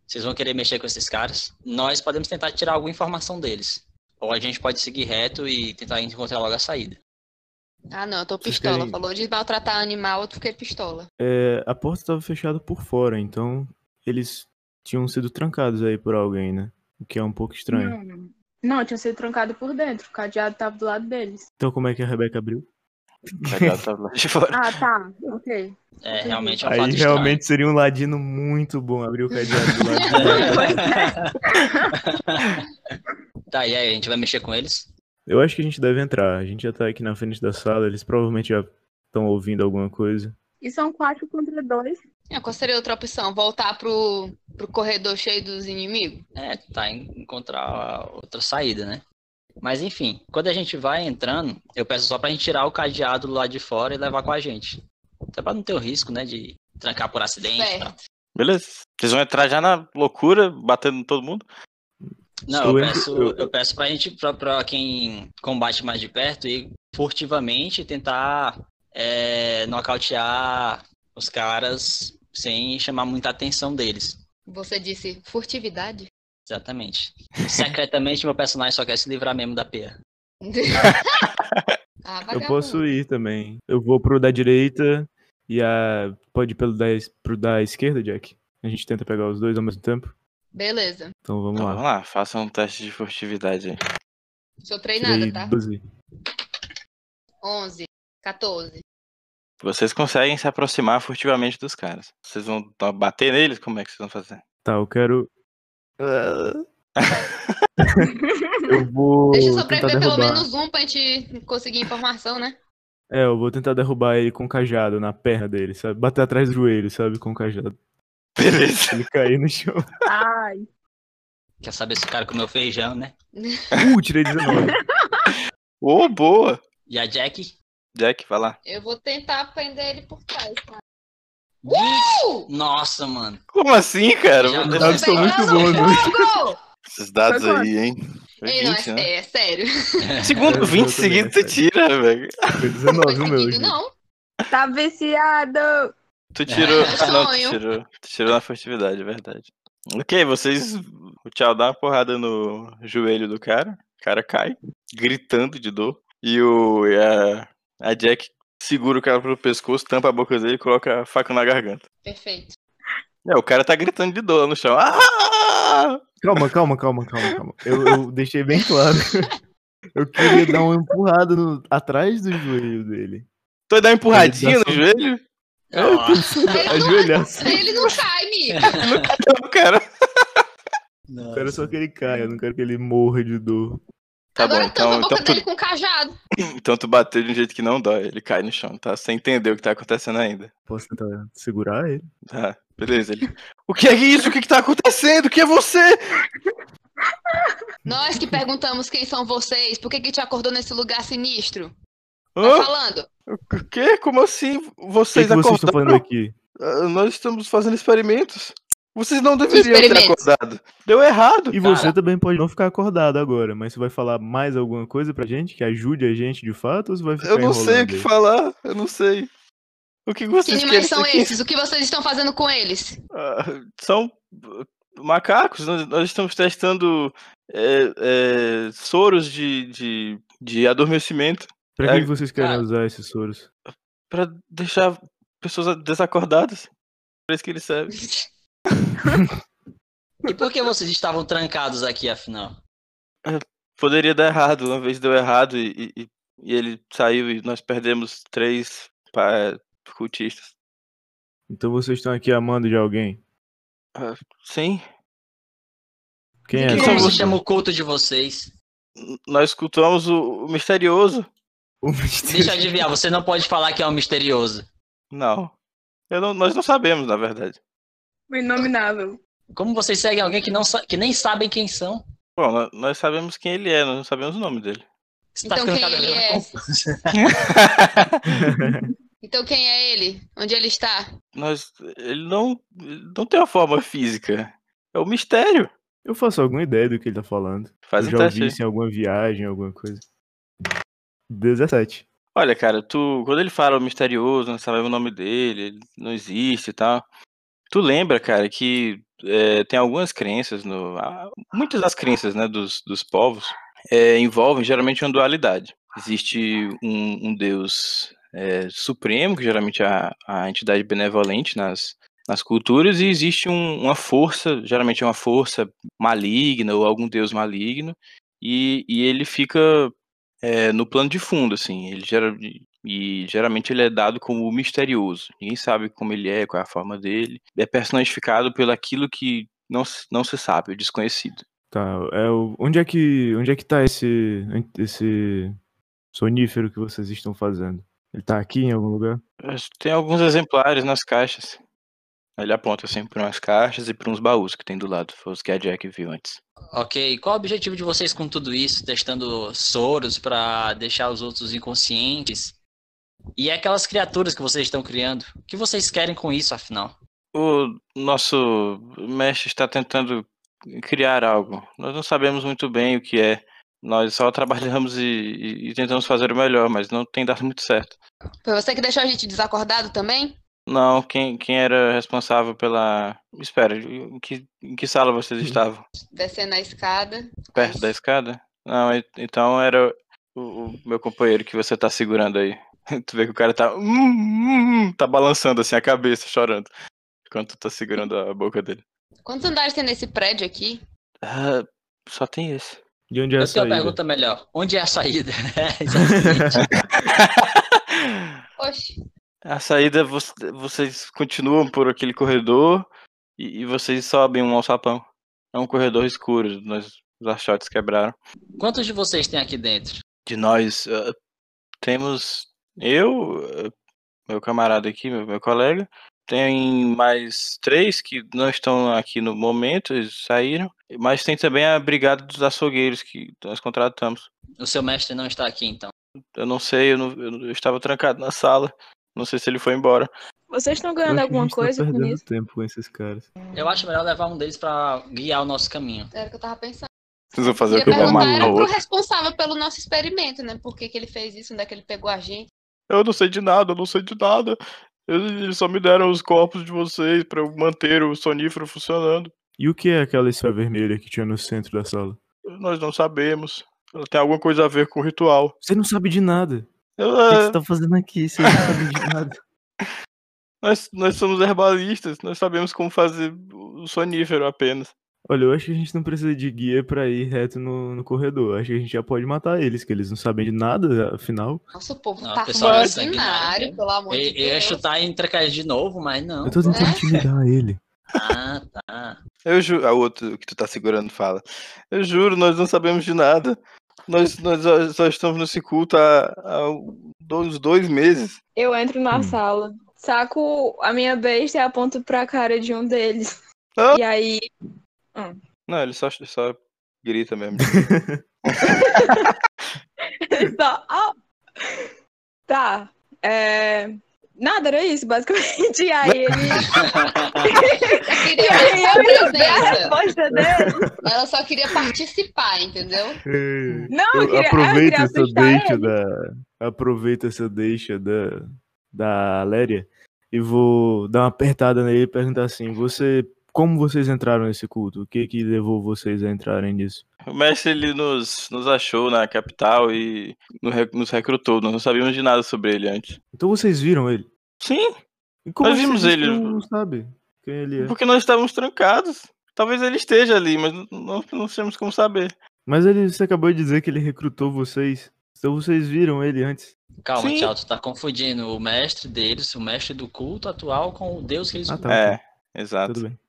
[SPEAKER 1] Vocês vão querer mexer com esses caras? Nós podemos tentar tirar alguma informação deles. Ou a gente pode seguir reto e tentar encontrar logo a saída.
[SPEAKER 3] Ah, não, eu tô
[SPEAKER 4] Vocês
[SPEAKER 3] pistola.
[SPEAKER 4] querem-
[SPEAKER 3] Falou de maltratar animal, eu fiquei pistola.
[SPEAKER 4] É, a porta tava fechada por fora, então eles tinham sido trancados aí por alguém, né? O que é um pouco estranho.
[SPEAKER 5] Não, não, tinha sido trancado por dentro. O cadeado tava do lado deles.
[SPEAKER 4] Então como é que a Rebeca abriu?
[SPEAKER 2] Tá ligado? Tá lá de fora.
[SPEAKER 5] Ah, tá. Ok.
[SPEAKER 1] É, realmente é um
[SPEAKER 4] Aí
[SPEAKER 1] fato estranho.
[SPEAKER 4] realmente seria um ladino muito bom abrir o cadeado do lado. dela.
[SPEAKER 1] Tá, e aí, a gente vai mexer com eles?
[SPEAKER 4] Eu acho que a gente deve entrar. A gente já tá aqui na frente da sala, eles provavelmente já estão ouvindo alguma coisa.
[SPEAKER 5] E são quatro contra dois.
[SPEAKER 3] É, qual seria a outra opção? Voltar pro, pro corredor cheio dos inimigos?
[SPEAKER 1] É, tá, en- encontrar a outra saída, né? Mas enfim, quando a gente vai entrando, eu peço só pra gente tirar o cadeado lá de fora e levar com a gente. Até pra não ter o risco, né, de trancar por acidente. tá? e tal.
[SPEAKER 3] Certo.
[SPEAKER 2] Beleza. Vocês vão entrar já na loucura, batendo em todo mundo?
[SPEAKER 1] Não, eu
[SPEAKER 4] Eu entro-
[SPEAKER 1] peço,
[SPEAKER 4] eu-
[SPEAKER 1] eu peço pra gente, pra, pra quem combate mais de perto, e furtivamente tentar é, nocautear os caras sem chamar muita atenção deles.
[SPEAKER 3] Você disse furtividade?
[SPEAKER 1] Exatamente. Secretamente, meu personagem só quer se livrar mesmo da peia.
[SPEAKER 3] ah,
[SPEAKER 4] Eu
[SPEAKER 3] vagabundo.
[SPEAKER 4] posso ir também. Eu vou pro da direita e a. Pode ir pelo da, es- pro da esquerda, Jack? A gente tenta pegar os dois ao mesmo tempo.
[SPEAKER 3] Beleza.
[SPEAKER 4] Então vamos
[SPEAKER 2] Então,
[SPEAKER 4] lá.
[SPEAKER 2] vamos lá, faça um teste de furtividade aí.
[SPEAKER 3] Sou
[SPEAKER 4] Tirei
[SPEAKER 3] treinada, tá?
[SPEAKER 4] 12.
[SPEAKER 3] 11, 14.
[SPEAKER 2] Vocês conseguem se aproximar furtivamente dos caras. Vocês vão dar- bater neles? Como é que vocês vão fazer?
[SPEAKER 4] Tá, eu quero. eu vou.
[SPEAKER 3] Deixa eu só
[SPEAKER 4] tentar
[SPEAKER 3] prever pelo
[SPEAKER 4] derrubar.
[SPEAKER 3] menos um pra gente conseguir informação, né?
[SPEAKER 4] É, eu vou tentar derrubar ele com o cajado na perna dele, sabe? Bater atrás do joelho, sabe? Com o cajado.
[SPEAKER 2] Beleza.
[SPEAKER 4] Ele cair no chão.
[SPEAKER 5] Ai.
[SPEAKER 1] Quer saber se o cara comeu feijão, né?
[SPEAKER 4] Uh, tirei 19.
[SPEAKER 2] Ô, boa!
[SPEAKER 1] E a Jack?
[SPEAKER 2] Jack, vai lá.
[SPEAKER 3] Eu vou tentar prender ele por trás, tá?
[SPEAKER 1] Nossa, mano.
[SPEAKER 2] Como assim, cara?
[SPEAKER 1] Já
[SPEAKER 2] Vou
[SPEAKER 1] não
[SPEAKER 2] ter-
[SPEAKER 4] dados são muito bons,
[SPEAKER 3] Pegando
[SPEAKER 4] né?
[SPEAKER 3] fogo!
[SPEAKER 2] Esses dados
[SPEAKER 5] Foi quanto?
[SPEAKER 2] aí, hein? Foi
[SPEAKER 3] Ei, não,
[SPEAKER 2] 20,
[SPEAKER 3] é,
[SPEAKER 2] né?
[SPEAKER 3] é sério.
[SPEAKER 2] Segundo
[SPEAKER 4] Eu
[SPEAKER 2] 20
[SPEAKER 4] também,
[SPEAKER 2] seguido tu
[SPEAKER 4] sério.
[SPEAKER 2] tira, velho.
[SPEAKER 4] Foi 19 o
[SPEAKER 3] Não,
[SPEAKER 4] meu.
[SPEAKER 3] seguido,
[SPEAKER 4] é gente.
[SPEAKER 3] não.
[SPEAKER 5] Tá viciado.
[SPEAKER 2] Tu tirou.
[SPEAKER 1] É
[SPEAKER 2] Ah, não, tu
[SPEAKER 3] sonho.
[SPEAKER 2] tirou. Tu tirou na furtividade, é verdade. Ok, vocês. O Tchau dá uma porrada no joelho do cara. O cara cai, gritando de dor. E, o, e a, a Jack segura o cara pelo pescoço, tampa a boca dele e coloca a faca na garganta.
[SPEAKER 3] Perfeito.
[SPEAKER 2] É, o cara tá gritando de dor lá no chão. Ah!
[SPEAKER 4] Calma, calma, calma, calma, calma. Eu, eu deixei bem claro. Eu queria dar uma empurrada no- atrás do joelho dele.
[SPEAKER 2] Tu vai dar uma empurradinha no
[SPEAKER 4] Ele um
[SPEAKER 2] joelho?
[SPEAKER 4] É,
[SPEAKER 1] Ó,
[SPEAKER 4] Ajoelhar. assim.
[SPEAKER 3] Ele não cai, amigo.
[SPEAKER 2] Não, cara.
[SPEAKER 4] Eu quero só que ele caia, eu não quero que ele morra de dor.
[SPEAKER 2] Tá
[SPEAKER 3] Agora
[SPEAKER 2] bom, então,
[SPEAKER 3] tampa a boca
[SPEAKER 2] então, tu,
[SPEAKER 3] dele com cajado.
[SPEAKER 2] então tu bateu de um jeito que não dói. Ele cai no chão, tá? Sem entender o que tá acontecendo ainda.
[SPEAKER 4] Posso tentar segurar ele?
[SPEAKER 2] Tá, beleza. Ele... O que é isso? O que, que tá acontecendo? O que é você?
[SPEAKER 3] Nós que perguntamos quem são vocês, por que que te acordou nesse lugar sinistro? Tá
[SPEAKER 2] Hã?
[SPEAKER 3] falando?
[SPEAKER 2] O quê? Como assim?
[SPEAKER 4] O que,
[SPEAKER 2] Vocês
[SPEAKER 4] que vocês estão
[SPEAKER 2] acordaram?
[SPEAKER 4] fazendo aqui?
[SPEAKER 2] Ah, Nós estamos fazendo experimentos. Vocês não deveriam ter
[SPEAKER 3] Experimentos.
[SPEAKER 2] acordado. Deu errado.
[SPEAKER 4] E
[SPEAKER 1] Cara.
[SPEAKER 4] você também pode não ficar acordado agora, mas você vai falar mais alguma coisa pra gente que ajude a gente de fato ou você vai ficar
[SPEAKER 2] Eu não sei o
[SPEAKER 4] tá enrolando
[SPEAKER 2] que
[SPEAKER 4] aí?
[SPEAKER 2] falar. Eu não sei. O que
[SPEAKER 3] Que
[SPEAKER 2] vocês
[SPEAKER 3] animais
[SPEAKER 2] querem
[SPEAKER 3] são
[SPEAKER 2] aqui?
[SPEAKER 3] esses? O que vocês estão fazendo com
[SPEAKER 1] Tá
[SPEAKER 3] eles?
[SPEAKER 2] Ah, são uh, macacos. Nós, nós estamos testando é, é, soros de, de, de adormecimento
[SPEAKER 4] Pra
[SPEAKER 2] É,
[SPEAKER 4] que que vocês querem
[SPEAKER 1] cara.
[SPEAKER 4] usar esses soros?
[SPEAKER 2] para deixar pessoas a- desacordadas. Para isso que eles servem.
[SPEAKER 1] E por que vocês estavam trancados aqui, afinal?
[SPEAKER 2] Poderia dar errado. Uma vez deu errado e, e- e- e ele saiu e nós perdemos três pa- é, cultistas.
[SPEAKER 4] Então vocês estão aqui amando de alguém?
[SPEAKER 2] Sim,
[SPEAKER 4] Quem é
[SPEAKER 2] Quem
[SPEAKER 1] Por
[SPEAKER 4] essa
[SPEAKER 1] que
[SPEAKER 2] são
[SPEAKER 1] você
[SPEAKER 4] pessoa?
[SPEAKER 1] chama o culto de vocês?
[SPEAKER 2] n- nós cultuamos o, o misterioso.
[SPEAKER 4] O mistério.
[SPEAKER 1] Deixa eu adivinhar, você não pode falar que é um misterioso.
[SPEAKER 2] Não. Eu não- nós não sabemos, na verdade.
[SPEAKER 5] O inominável.
[SPEAKER 1] Como vocês seguem alguém que, não sa- que nem sabem quem são?
[SPEAKER 2] Bom, nó- nós sabemos quem ele é, nós não sabemos o nome dele.
[SPEAKER 1] Você tá
[SPEAKER 3] Então
[SPEAKER 1] ficando
[SPEAKER 3] quem
[SPEAKER 1] cada vez
[SPEAKER 3] ele
[SPEAKER 1] mais
[SPEAKER 3] é?
[SPEAKER 1] confuso.
[SPEAKER 3] Então quem é ele? Onde ele está?
[SPEAKER 2] Nós, ele não, ele não tem uma forma física. É um mistério.
[SPEAKER 4] Eu faço alguma ideia do que ele tá falando.
[SPEAKER 2] Faz
[SPEAKER 4] eu
[SPEAKER 2] um
[SPEAKER 4] já
[SPEAKER 2] teste.
[SPEAKER 4] ouvi
[SPEAKER 2] aí.
[SPEAKER 4] isso em alguma viagem, alguma coisa. 17.
[SPEAKER 2] Olha, cara, tu, quando ele fala o misterioso, não sabe o nome dele, ele não existe e tal. Tu lembra, cara, que eh, tem algumas crenças no, ah, muitas das crenças, né, dos, dos povos eh, envolvem geralmente uma dualidade. Existe um, um Deus eh, supremo, que geralmente é a, a entidade benevolente nas nas culturas e existe um- uma força, geralmente é uma força maligna ou algum deus maligno e, e ele fica é, no plano de fundo, assim. Ele gera, e geralmente ele é dado como misterioso. Ninguém sabe como ele é, qual é a forma dele. É personificado pelo aquilo que não, se- não se sabe, o desconhecido.
[SPEAKER 4] Tá, é o... onde é que onde é que tá esse esse sonífero que vocês estão fazendo? Ele tá aqui em algum lugar?
[SPEAKER 2] Mas Tem alguns exemplares nas caixas. Ele aponta assim para umas caixas e para uns baús que tem do lado. Foi os que a Jack viu antes.
[SPEAKER 1] Ok, qual o objetivo de vocês com tudo isso? Testando soros pra deixar os outros inconscientes? E aquelas criaturas que vocês estão criando? O que vocês querem com isso, afinal?
[SPEAKER 2] O nosso mestre está tentando criar algo. Nós não sabemos muito bem o que é. Nós só trabalhamos e, e- e tentamos fazer o melhor, mas não tem dado muito certo.
[SPEAKER 3] Foi você que deixou a gente desacordado também?
[SPEAKER 2] Não, quem, quem era responsável pela. Espera, em que, em que sala vocês estavam?
[SPEAKER 3] Descendo a escada.
[SPEAKER 2] Perto da escada? Não, e- então era o, o meu companheiro que você tá segurando aí. Tu vê que o cara tá. "Hum, hum, hum", tá balançando assim a cabeça, chorando. Enquanto tu tá segurando a boca dele.
[SPEAKER 3] Quantos andares tem nesse prédio aqui?
[SPEAKER 2] Ah, só tem esse.
[SPEAKER 4] De onde é
[SPEAKER 1] Eu
[SPEAKER 4] a
[SPEAKER 1] tenho uma
[SPEAKER 4] saída?
[SPEAKER 1] pergunta melhor. Onde é a saída?
[SPEAKER 3] Oxe,
[SPEAKER 2] A saída, voc- vocês continuam por aquele corredor e, e vocês sobem um alçapão. É um corredor escuro, nós, os achotes quebraram.
[SPEAKER 1] Quantos de vocês tem aqui dentro?
[SPEAKER 2] De nós, ah, temos eu, ah, meu camarada aqui, meu, meu colega, tem mais três que não estão aqui no momento, eles saíram, mas tem também a brigada dos açougueiros que nós contratamos.
[SPEAKER 1] O seu mestre não está aqui, então.
[SPEAKER 2] Eu não sei, eu, não- eu não- eu estava trancado na sala, não sei se ele foi embora.
[SPEAKER 5] Vocês estão
[SPEAKER 4] Eu acho
[SPEAKER 5] ganhando
[SPEAKER 4] que a
[SPEAKER 5] alguma
[SPEAKER 4] gente tá
[SPEAKER 5] coisa com
[SPEAKER 4] perdendo
[SPEAKER 5] isso?
[SPEAKER 4] tempo com esses caras.
[SPEAKER 1] Eu acho melhor levar um deles pra guiar o nosso caminho.
[SPEAKER 3] era o que eu tava pensando.
[SPEAKER 2] Vocês vão fazer
[SPEAKER 3] Eu
[SPEAKER 2] o
[SPEAKER 3] ia
[SPEAKER 2] que eu vou
[SPEAKER 3] perguntar
[SPEAKER 2] matar
[SPEAKER 3] era
[SPEAKER 2] o
[SPEAKER 3] pro
[SPEAKER 2] outro.
[SPEAKER 3] responsável pelo nosso experimento, né? Por que, que ele fez isso, onde é que ele pegou a gente.
[SPEAKER 2] Eu não sei de nada, eu não sei de nada. Eles eles só me deram os corpos de vocês pra eu manter o sonífero funcionando.
[SPEAKER 4] E o que é aquela esfera vermelha que tinha no centro da sala?
[SPEAKER 2] Nós não sabemos. Ela tem alguma coisa a ver com o ritual.
[SPEAKER 4] Você não sabe de nada.
[SPEAKER 2] é,
[SPEAKER 4] O que que
[SPEAKER 2] Ela-
[SPEAKER 4] você tá fazendo aqui? Você não sabe de nada.
[SPEAKER 2] nós, nós somos herbalistas, nós sabemos como fazer o sonífero apenas.
[SPEAKER 4] Olha, eu acho que a gente não precisa de guia pra ir reto no, no corredor. Eu Acho que a gente já pode matar eles, que eles não sabem de nada, afinal.
[SPEAKER 3] Nosso povo
[SPEAKER 1] Não,
[SPEAKER 3] tá
[SPEAKER 1] o pessoal é sanguinário,
[SPEAKER 3] ordinário,
[SPEAKER 1] né?
[SPEAKER 3] pelo amor de
[SPEAKER 1] E- Eu ia
[SPEAKER 3] Deus.
[SPEAKER 1] chutar e entregar de novo, mas não.
[SPEAKER 4] Eu tô tentando intimidar ele.
[SPEAKER 1] Ah, tá.
[SPEAKER 2] Eu juro. A outra que tu tá segurando fala. Eu juro, nós não sabemos de nada. Nós, nós só- só estamos nesse culto há, há uns dois meses.
[SPEAKER 5] Eu entro na
[SPEAKER 4] Hum.
[SPEAKER 5] sala, saco a minha besta e aponto pra cara de um deles.
[SPEAKER 2] Ah!
[SPEAKER 5] E aí,
[SPEAKER 2] Não, ele só, só grita mesmo.
[SPEAKER 5] ele só. "Ah!" Tá. é, Nada, era isso, basicamente. E aí ele.
[SPEAKER 3] Ela queria ver a presença.
[SPEAKER 5] resposta dele.
[SPEAKER 3] Ela só queria participar, entendeu?
[SPEAKER 5] Não, eu
[SPEAKER 4] Eu
[SPEAKER 5] queria, eu
[SPEAKER 4] aproveito né?
[SPEAKER 5] queria
[SPEAKER 4] essa
[SPEAKER 5] assustar
[SPEAKER 4] deixa
[SPEAKER 5] ele.
[SPEAKER 4] da. Aproveito essa deixa da, da Aléria e vou dar uma apertada nele e perguntar assim: você. Como vocês entraram nesse culto? O que que levou vocês a entrarem nisso?
[SPEAKER 2] O mestre ele nos, nos achou na capital e no re- nos recrutou. Nós não sabíamos de nada sobre ele antes.
[SPEAKER 4] Então vocês viram ele?
[SPEAKER 2] Sim,
[SPEAKER 4] E como
[SPEAKER 2] Nós vimos
[SPEAKER 4] vocês
[SPEAKER 2] ele.
[SPEAKER 4] Não sabe quem ele é.
[SPEAKER 2] porque nós estávamos trancados. Talvez ele esteja ali, mas não, não, não temos como saber.
[SPEAKER 4] Mas ele, você acabou de dizer que ele recrutou vocês. Então vocês viram ele antes.
[SPEAKER 1] Calma,
[SPEAKER 2] Sim.
[SPEAKER 1] Tchau, tu tá confundindo o mestre deles, o mestre do culto atual, com o deus que eles
[SPEAKER 4] Ah,
[SPEAKER 1] cultuam.
[SPEAKER 4] tá. ok.
[SPEAKER 2] É, exato.
[SPEAKER 4] Tudo bem.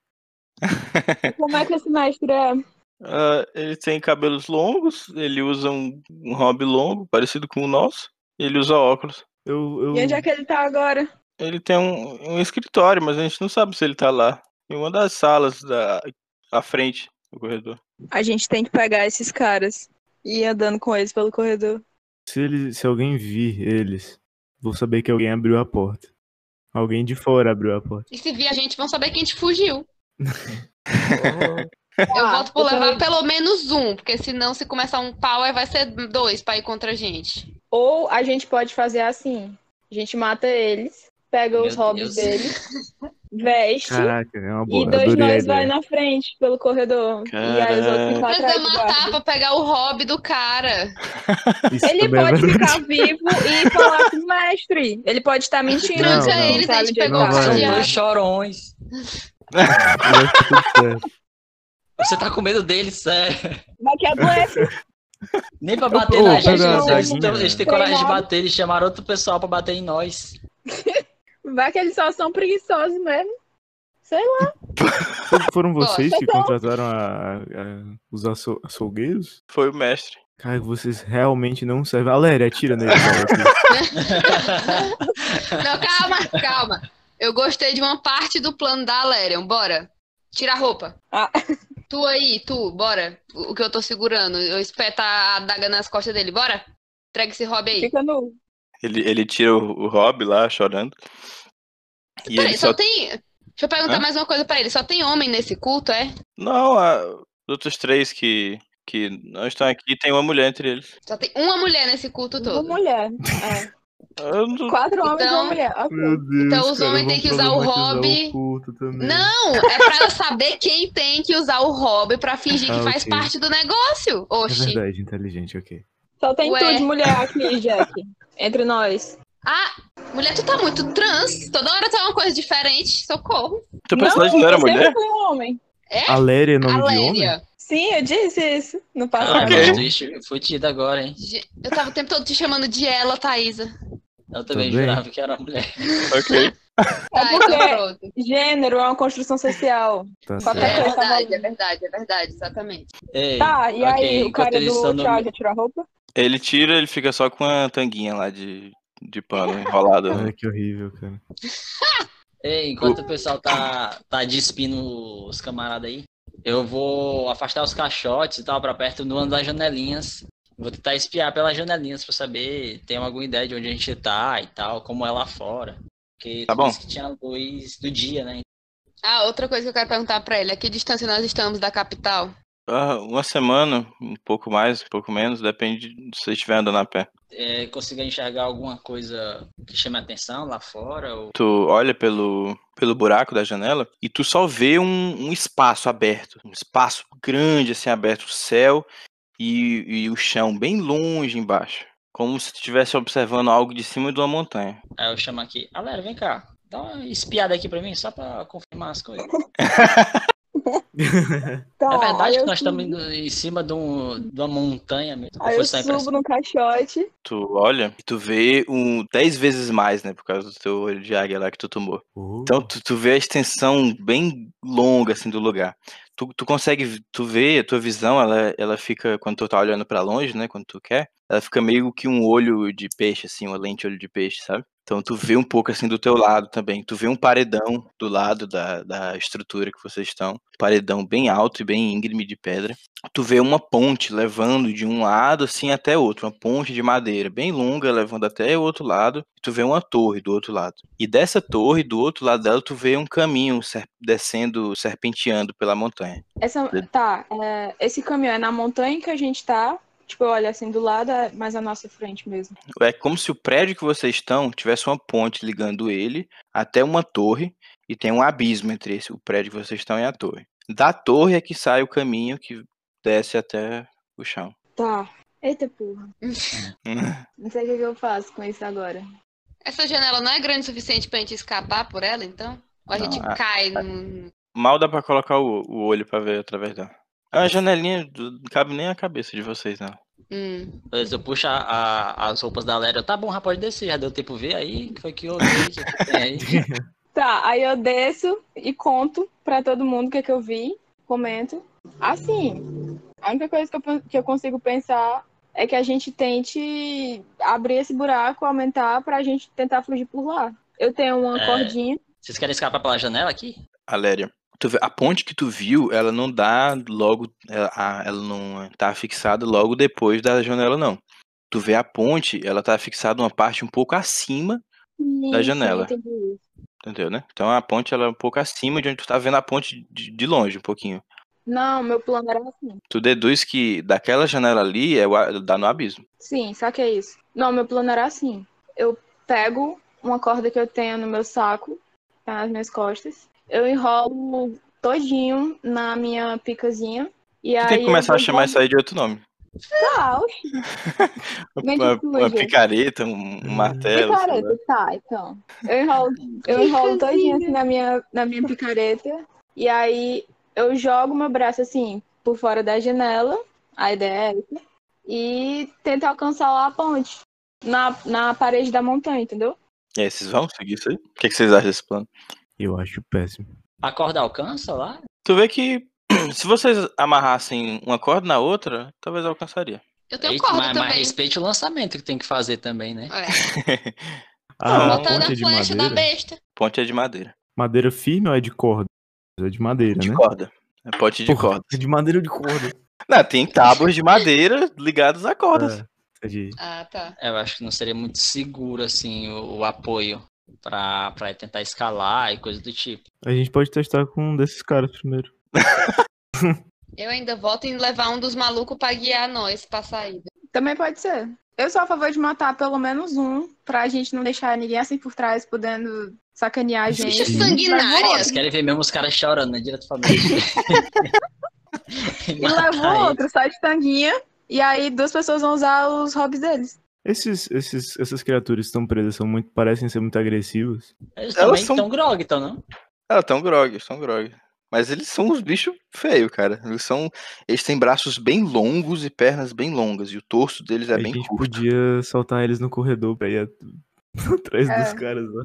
[SPEAKER 5] Como é que esse mestre é?
[SPEAKER 2] Ah, ele tem cabelos longos, ele usa um, um hobby longo, parecido com o nosso. Ele usa óculos.
[SPEAKER 4] Eu, eu...
[SPEAKER 5] E onde é que ele tá agora?
[SPEAKER 2] Ele tem um, um escritório, mas a gente não sabe se ele tá lá. Em uma das salas da à frente do corredor.
[SPEAKER 5] A gente tem que pegar esses caras e ir andando com eles pelo corredor.
[SPEAKER 4] Se, ele, se alguém vir eles, vou saber que alguém abriu a porta. Alguém de fora abriu a porta.
[SPEAKER 3] E se vir a gente, vão saber que a gente fugiu. Eu
[SPEAKER 5] Ah,
[SPEAKER 3] voto por
[SPEAKER 5] eu também-
[SPEAKER 3] levar pelo menos um, porque senão se começar um pau, aí vai ser dois pra ir contra a gente.
[SPEAKER 5] Ou a gente pode fazer assim: a gente mata eles, pega
[SPEAKER 1] Meu
[SPEAKER 5] os hobbies
[SPEAKER 1] Deus.
[SPEAKER 5] deles, veste.
[SPEAKER 4] Caraca, é uma boa.
[SPEAKER 5] e dois
[SPEAKER 4] adorei a
[SPEAKER 5] nós vai
[SPEAKER 4] ideia.
[SPEAKER 5] na frente pelo corredor. E aí os outros ficam
[SPEAKER 3] Precisa
[SPEAKER 5] atrás do
[SPEAKER 3] matar
[SPEAKER 5] guarda.
[SPEAKER 3] pra pegar o hobby do cara.
[SPEAKER 4] Isso
[SPEAKER 5] Ele
[SPEAKER 4] também é
[SPEAKER 5] pode
[SPEAKER 4] verdade.
[SPEAKER 5] ficar vivo e falar com o mestre. Ele pode estar mentindo.
[SPEAKER 4] Não,
[SPEAKER 5] a gente
[SPEAKER 4] não.
[SPEAKER 5] sabe
[SPEAKER 3] Eles, a gente
[SPEAKER 5] onde ele
[SPEAKER 3] pegou
[SPEAKER 5] tá.
[SPEAKER 4] Não vai.
[SPEAKER 1] São
[SPEAKER 3] Ai.
[SPEAKER 1] dois chorões.
[SPEAKER 4] Eu acho que tudo certo.
[SPEAKER 1] Você tá com medo deles, sério.
[SPEAKER 5] Vai que é blefe.
[SPEAKER 1] Nem pra
[SPEAKER 4] Eu-
[SPEAKER 1] bater
[SPEAKER 4] Ô,
[SPEAKER 1] na
[SPEAKER 5] pega
[SPEAKER 1] gente,
[SPEAKER 5] a
[SPEAKER 1] eles, eles,
[SPEAKER 4] daguinha.
[SPEAKER 1] tão- eles têm coragem de
[SPEAKER 5] Treinado.
[SPEAKER 1] bater, eles chamaram outro pessoal pra bater em nós.
[SPEAKER 5] Vai que eles só são preguiçosos mesmo.
[SPEAKER 4] Então Foram vocês que
[SPEAKER 5] então-
[SPEAKER 4] contrataram a, a- os aço- açougueiros?
[SPEAKER 2] Foi o mestre.
[SPEAKER 4] Cara, vocês realmente não servem. Valéria, atira nele. cara.
[SPEAKER 3] Não, calma, calma. Eu gostei de uma parte do plano da Alerion. Bora. Tira a roupa.
[SPEAKER 5] Ah.
[SPEAKER 3] Tu aí, tu, bora. O o que eu tô segurando. Eu espeto a adaga nas costas dele. Bora. Entrega esse hobby aí.
[SPEAKER 5] Fica nu.
[SPEAKER 2] Ele, ele tira o, o hobby lá, chorando. E
[SPEAKER 3] Peraí,
[SPEAKER 2] ele
[SPEAKER 3] só
[SPEAKER 2] só.
[SPEAKER 3] tem. Deixa eu perguntar
[SPEAKER 2] Hã?
[SPEAKER 3] mais uma coisa pra ele. Só tem homem nesse culto, é?
[SPEAKER 2] Não, a- os outros três que, que não estão aqui, tem uma mulher entre eles.
[SPEAKER 3] Só tem uma mulher nesse culto
[SPEAKER 5] Uma
[SPEAKER 3] todo.
[SPEAKER 5] mulher.
[SPEAKER 2] Eu não-
[SPEAKER 5] Quatro homens e
[SPEAKER 3] Então-
[SPEAKER 5] uma mulher. ok.
[SPEAKER 4] Meu Deus,
[SPEAKER 3] Então os
[SPEAKER 4] cara,
[SPEAKER 3] homens
[SPEAKER 4] vamos
[SPEAKER 3] têm que usar o
[SPEAKER 4] problematizar
[SPEAKER 3] hobby.
[SPEAKER 4] culto também.
[SPEAKER 3] Não, é pra eu saber quem tem que usar o hobby pra fingir que
[SPEAKER 4] Ah,
[SPEAKER 3] faz
[SPEAKER 4] ok.
[SPEAKER 3] parte do negócio.
[SPEAKER 4] É
[SPEAKER 3] Oxi.
[SPEAKER 4] verdade, inteligente, ok.
[SPEAKER 5] Só tem
[SPEAKER 3] Ué.
[SPEAKER 5] tu de mulher aqui, Jack. Entre nós.
[SPEAKER 3] Ah, mulher, tu tá muito trans. Toda hora tá uma coisa diferente. Socorro.
[SPEAKER 2] Teu personagem não era
[SPEAKER 5] eu sempre
[SPEAKER 2] mulher?
[SPEAKER 5] fui um homem.
[SPEAKER 4] Aléria é nome de homem?
[SPEAKER 3] Aléria.
[SPEAKER 5] Sim, eu disse isso no
[SPEAKER 1] Ah,
[SPEAKER 5] passado.
[SPEAKER 2] Ok.
[SPEAKER 1] meu Deus, fudida agora, hein?
[SPEAKER 3] Ge- Eu tava o tempo todo te chamando de ela, Thaísa.
[SPEAKER 1] Eu também
[SPEAKER 4] Também.
[SPEAKER 1] jurava que era mulher.
[SPEAKER 2] Ok.
[SPEAKER 3] Tá,
[SPEAKER 5] É porque-
[SPEAKER 3] então pronto.
[SPEAKER 5] Gênero é uma construção social.
[SPEAKER 4] Tá
[SPEAKER 5] Qualquer
[SPEAKER 4] certo.
[SPEAKER 3] É
[SPEAKER 5] coisa tá
[SPEAKER 3] verdade,
[SPEAKER 5] valendo.
[SPEAKER 3] é verdade, é verdade, exatamente.
[SPEAKER 1] Ei,
[SPEAKER 5] Tá, e
[SPEAKER 1] ok,
[SPEAKER 5] aí o
[SPEAKER 1] enquanto
[SPEAKER 5] cara
[SPEAKER 1] eles
[SPEAKER 5] do
[SPEAKER 1] estão no-
[SPEAKER 5] Thiago já tirou a roupa?
[SPEAKER 2] Ele tira, ele fica só com a tanguinha lá de, de pano enrolada. né?
[SPEAKER 4] Cara, que horrível, cara.
[SPEAKER 1] Ei, enquanto o pessoal tá, tá despindo os camaradas aí, eu vou afastar os caixotes e tal pra perto de uma das janelinhas. Vou tentar espiar pelas janelinhas pra saber tem alguma ideia de onde a gente tá e tal, como é lá fora. Porque
[SPEAKER 2] Tá
[SPEAKER 1] tu
[SPEAKER 2] bom.
[SPEAKER 1] disse que tinha luz do dia, né?
[SPEAKER 3] Ah, outra coisa que eu quero perguntar pra ele: a que distância nós estamos da capital?
[SPEAKER 2] Ah, uma semana, um pouco mais, um pouco menos, depende de se você estiver andando a pé.
[SPEAKER 1] É, conseguiu enxergar alguma coisa que chame a atenção lá fora? Ou...
[SPEAKER 2] Tu olha pelo, pelo buraco da janela e tu só vê um, um espaço aberto, um espaço grande assim aberto, o céu e, e o chão bem longe embaixo, como se tu estivesse observando algo de cima de uma montanha.
[SPEAKER 1] Aí eu chamo aqui, galera, vem cá, dá uma espiada aqui pra mim, só pra confirmar as coisas.
[SPEAKER 5] Tá,
[SPEAKER 1] é
[SPEAKER 5] aí
[SPEAKER 1] verdade que
[SPEAKER 5] eu
[SPEAKER 1] nós
[SPEAKER 5] subo-
[SPEAKER 1] estamos indo em cima de, um, de uma montanha mesmo. Foi
[SPEAKER 5] Aí Ah, eu
[SPEAKER 1] só a
[SPEAKER 5] subo
[SPEAKER 1] impressão.
[SPEAKER 5] no caixote.
[SPEAKER 2] Tu olha e tu vê um 10 vezes mais, né, por causa do teu olho de águia lá que tu tomou. Então tu, tu vê a extensão bem longa assim do lugar. Tu, tu consegue, tu vê a tua visão, ela, ela fica quando tu tá olhando pra longe, né, quando tu quer, ela fica meio que um olho de peixe assim, uma lente olho de peixe, sabe? Então tu vê um pouco assim do teu lado também. Tu vê um paredão do lado da, da estrutura que vocês estão, paredão bem alto e bem íngreme de pedra. Tu vê uma ponte levando de um lado assim até outro, uma ponte de madeira bem longa levando até o outro lado. Tu vê uma torre do outro lado. E dessa torre, do outro lado dela, tu vê um caminho ser- descendo, serpenteando pela montanha.
[SPEAKER 5] Essa, tá, é, esse caminho é na montanha que a gente tá. Tipo, olha assim do lado, é mais à nossa frente mesmo.
[SPEAKER 2] É como se o prédio que vocês estão tivesse uma ponte ligando ele até uma torre e tem um abismo entre esse, o prédio que vocês estão e a torre. Da torre é que sai o caminho que desce até o chão.
[SPEAKER 5] Tá. Eita porra. Não sei o que que eu faço com isso agora.
[SPEAKER 3] Essa janela não é grande o suficiente pra gente escapar por ela, então? Ou a
[SPEAKER 2] Não,
[SPEAKER 3] gente
[SPEAKER 2] a-
[SPEAKER 3] cai num.
[SPEAKER 2] Mal dá pra colocar o, o olho pra ver através dela. É uma janelinha, do- não cabe nem a cabeça de vocês, não.
[SPEAKER 3] Hum.
[SPEAKER 1] Beleza, eu puxo a- a- as roupas da Léria. Tá bom, rapaz, desci. Já deu tempo ver aí. que Foi que eu vi. que tem aí.
[SPEAKER 5] Tá, aí eu desço e conto pra todo mundo o que, é que eu vi, comento. Assim, a única coisa que eu, pen- que eu consigo pensar é que a gente tente abrir esse buraco, aumentar pra gente tentar fugir por lá. Eu tenho uma
[SPEAKER 1] É.
[SPEAKER 5] cordinha.
[SPEAKER 1] Vocês querem escapar pela janela aqui?
[SPEAKER 2] Aléria, tu vê- a ponte que tu viu, ela não dá logo, ela, a- ela não tá fixada logo depois da janela, não. Tu vê a ponte, ela tá fixada uma parte um pouco acima,
[SPEAKER 5] Sim,
[SPEAKER 2] janela.
[SPEAKER 5] sim, entendi.
[SPEAKER 2] entendeu, né? Então a ponte, ela é um pouco acima de onde tu tá vendo a ponte de, de longe, um pouquinho.
[SPEAKER 5] Não, meu plano era assim.
[SPEAKER 2] Tu deduz que daquela janela ali, é o, a- dá no abismo.
[SPEAKER 5] Sim, só que é isso. Não, meu plano era assim. Eu pego uma corda que eu tenho no meu saco, tá nas minhas costas. Eu enrolo todinho na minha picazinha. E
[SPEAKER 2] Tu
[SPEAKER 5] aí
[SPEAKER 2] tem que
[SPEAKER 5] eu
[SPEAKER 2] começar a
[SPEAKER 5] vou-
[SPEAKER 2] chamar isso aí de outro nome.
[SPEAKER 5] Tá, oxe, Mente
[SPEAKER 2] Uma, uma
[SPEAKER 5] suja.
[SPEAKER 2] picareta, um, um martelo. sei lá.
[SPEAKER 5] picareta, tá, então. Eu enrolo, eu enrolo todinho assim na minha, na minha picareta. E aí eu jogo meu braço assim por fora da janela. A ideia é essa. E tento alcançar lá a ponte. Na, na parede da montanha, entendeu?
[SPEAKER 2] E aí, vocês vão seguir isso aí? O que, que vocês acham desse plano?
[SPEAKER 4] Eu acho péssimo.
[SPEAKER 1] A corda alcança lá?
[SPEAKER 2] Tu vê que se vocês amarrassem uma corda na outra, talvez alcançaria.
[SPEAKER 3] Eu tenho
[SPEAKER 1] Eita,
[SPEAKER 3] corda
[SPEAKER 1] mas, mas
[SPEAKER 3] também.
[SPEAKER 1] respeite o lançamento que tem que fazer também, né?
[SPEAKER 3] É,
[SPEAKER 4] Ah, a
[SPEAKER 3] Tá botando a
[SPEAKER 4] ponte é de
[SPEAKER 3] flecha da
[SPEAKER 4] madeira.
[SPEAKER 3] besta.
[SPEAKER 2] Ponte é de madeira.
[SPEAKER 4] Madeira firme ou é de corda? É de madeira,
[SPEAKER 2] De
[SPEAKER 4] né?
[SPEAKER 2] corda. É ponte de
[SPEAKER 4] Porra,
[SPEAKER 2] corda.
[SPEAKER 4] é de madeira ou de corda?
[SPEAKER 2] Não, tem tábuas de madeira ligadas a cordas.
[SPEAKER 5] É.
[SPEAKER 4] Ah, entendi.
[SPEAKER 3] Ah, tá.
[SPEAKER 1] Eu acho que não seria muito seguro, assim, o, o apoio pra, pra tentar escalar e coisa do tipo.
[SPEAKER 4] A gente pode testar com um desses caras primeiro.
[SPEAKER 3] Eu ainda volto em levar um dos malucos pra guiar nós pra saída.
[SPEAKER 5] Também pode ser. Eu sou a favor de matar pelo menos um, pra gente não deixar ninguém assim por trás, podendo sacanear a
[SPEAKER 3] Bicho
[SPEAKER 5] gente.
[SPEAKER 4] Sim.
[SPEAKER 1] Vocês
[SPEAKER 3] sanguinária.
[SPEAKER 1] querem ver mesmo os caras chorando, né? Direto pra mim.
[SPEAKER 5] E leva o outro, sai de tanguinha. E aí duas pessoas vão usar os hobbies deles.
[SPEAKER 4] Esses, esses, essas criaturas que estão presas são muito, parecem ser muito agressivas.
[SPEAKER 1] Eles
[SPEAKER 2] Elas
[SPEAKER 1] também
[SPEAKER 2] são-
[SPEAKER 1] estão grog, então, não?
[SPEAKER 2] Ah, tão grog, tão grog. Mas eles são uns bichos feios, cara. Eles são. Eles têm braços bem longos e pernas bem longas. E o torso deles é
[SPEAKER 4] a
[SPEAKER 2] bem
[SPEAKER 4] gente
[SPEAKER 2] curto.
[SPEAKER 4] podia soltar eles no corredor pra ir at- atrás
[SPEAKER 5] É.
[SPEAKER 4] dos caras lá.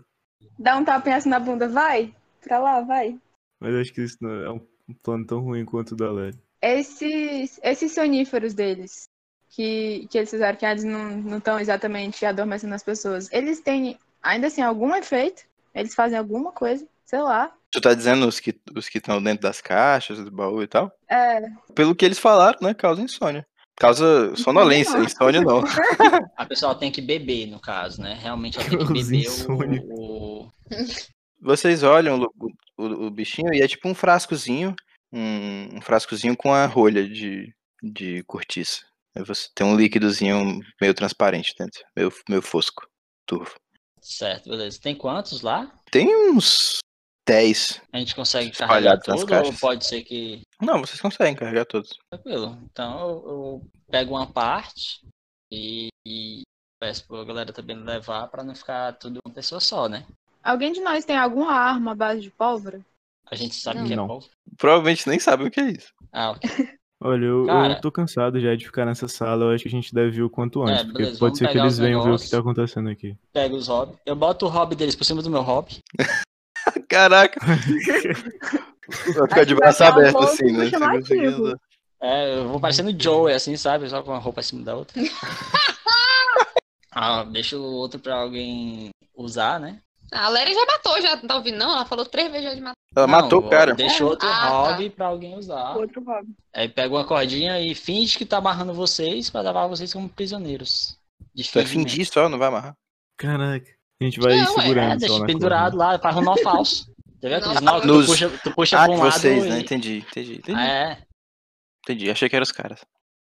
[SPEAKER 5] Dá um tapinha assim na bunda, vai? Pra lá, vai.
[SPEAKER 4] Mas acho que isso não é um um plano tão ruim quanto o da Lely.
[SPEAKER 5] Esses, esses soníferos deles, que, que eles fizeram, que eles não estão exatamente adormecendo as pessoas, eles têm, ainda assim, algum efeito? Eles fazem alguma coisa? Sei lá.
[SPEAKER 2] Tu tá dizendo os que os que estão dentro das caixas, do baú e tal?
[SPEAKER 5] É,
[SPEAKER 2] Pelo que eles falaram, né? Causa insônia. Causa sonolência,
[SPEAKER 5] não.
[SPEAKER 2] insônia não.
[SPEAKER 1] A pessoa tem que beber, no caso, né? Realmente ela tem que
[SPEAKER 4] Os
[SPEAKER 1] beber
[SPEAKER 4] insônios.
[SPEAKER 1] o, o-
[SPEAKER 2] Vocês olham o, o- o bichinho e é tipo um frascozinho um, um frascozinho com a rolha de, de cortiça. Aí você tem um líquidozinho meio transparente dentro, meio, meio fosco, turvo.
[SPEAKER 1] Certo, beleza. Tem quantos lá?
[SPEAKER 2] Tem uns 10.
[SPEAKER 1] A gente consegue carregar
[SPEAKER 2] Espalhado
[SPEAKER 1] tudo
[SPEAKER 2] nas
[SPEAKER 1] ou
[SPEAKER 2] caixas.
[SPEAKER 1] pode ser que.
[SPEAKER 2] Não, vocês conseguem carregar todos.
[SPEAKER 1] Tranquilo. Então eu, eu pego uma parte e, e peço pra galera também levar pra não ficar tudo uma pessoa só, né?
[SPEAKER 5] Alguém de nós tem alguma arma à base de pólvora?
[SPEAKER 1] A gente sabe
[SPEAKER 3] Não.
[SPEAKER 1] que é
[SPEAKER 4] Não.
[SPEAKER 1] povo.
[SPEAKER 2] Provavelmente nem sabem o que é isso.
[SPEAKER 1] Ah, ok.
[SPEAKER 4] Olha, eu, eu
[SPEAKER 1] Cara.
[SPEAKER 4] tô cansado já de ficar nessa sala. Eu acho que a gente deve ir o quanto antes,
[SPEAKER 1] É,
[SPEAKER 4] porque
[SPEAKER 1] beleza, vamos
[SPEAKER 4] pode ser que
[SPEAKER 1] pegar
[SPEAKER 4] eles
[SPEAKER 1] os
[SPEAKER 4] venham ver o
[SPEAKER 1] negócios.
[SPEAKER 4] que tá acontecendo aqui.
[SPEAKER 1] Pego os hobbies. Eu boto o hobby deles por cima do meu hobby.
[SPEAKER 2] Caraca! Vai ficar de
[SPEAKER 5] Acho que
[SPEAKER 2] braço
[SPEAKER 5] vai dar um
[SPEAKER 2] aberto
[SPEAKER 5] pouco
[SPEAKER 2] assim, né?
[SPEAKER 5] chamativo.
[SPEAKER 2] Você consegue usar.
[SPEAKER 1] É, eu vou parecendo o Joey, assim, sabe? Só com uma roupa acima da outra. ah, deixa o outro pra alguém usar, né?
[SPEAKER 3] A Lery já matou, já não tá ouvindo, não? Ela falou três vezes já de matar.
[SPEAKER 2] Ela
[SPEAKER 1] Não,
[SPEAKER 2] matou o
[SPEAKER 1] vou-
[SPEAKER 2] cara.
[SPEAKER 1] Deixa outro
[SPEAKER 3] Ah, tá.
[SPEAKER 1] hobby pra alguém usar.
[SPEAKER 5] Outro hobby.
[SPEAKER 1] Aí pega uma cordinha e finge que tá amarrando vocês pra levar vocês como prisioneiros. De
[SPEAKER 2] Tu é vai
[SPEAKER 1] fingimento.
[SPEAKER 2] fingir só, não vai amarrar.
[SPEAKER 4] Caraca. A gente vai
[SPEAKER 3] Não, é,
[SPEAKER 4] segurando.
[SPEAKER 1] É,
[SPEAKER 4] só
[SPEAKER 1] deixa
[SPEAKER 4] na
[SPEAKER 1] pendurado lá, faz um nó falso. Tá vendo aqueles nó que tu
[SPEAKER 2] né? Nos-
[SPEAKER 1] puxa, tu puxa
[SPEAKER 2] Ah,
[SPEAKER 1] pra
[SPEAKER 2] de
[SPEAKER 1] um lado
[SPEAKER 2] vocês,
[SPEAKER 1] e...
[SPEAKER 2] né? Entendi, entendi, entendi.
[SPEAKER 1] É,
[SPEAKER 2] Entendi. Achei que eram os caras.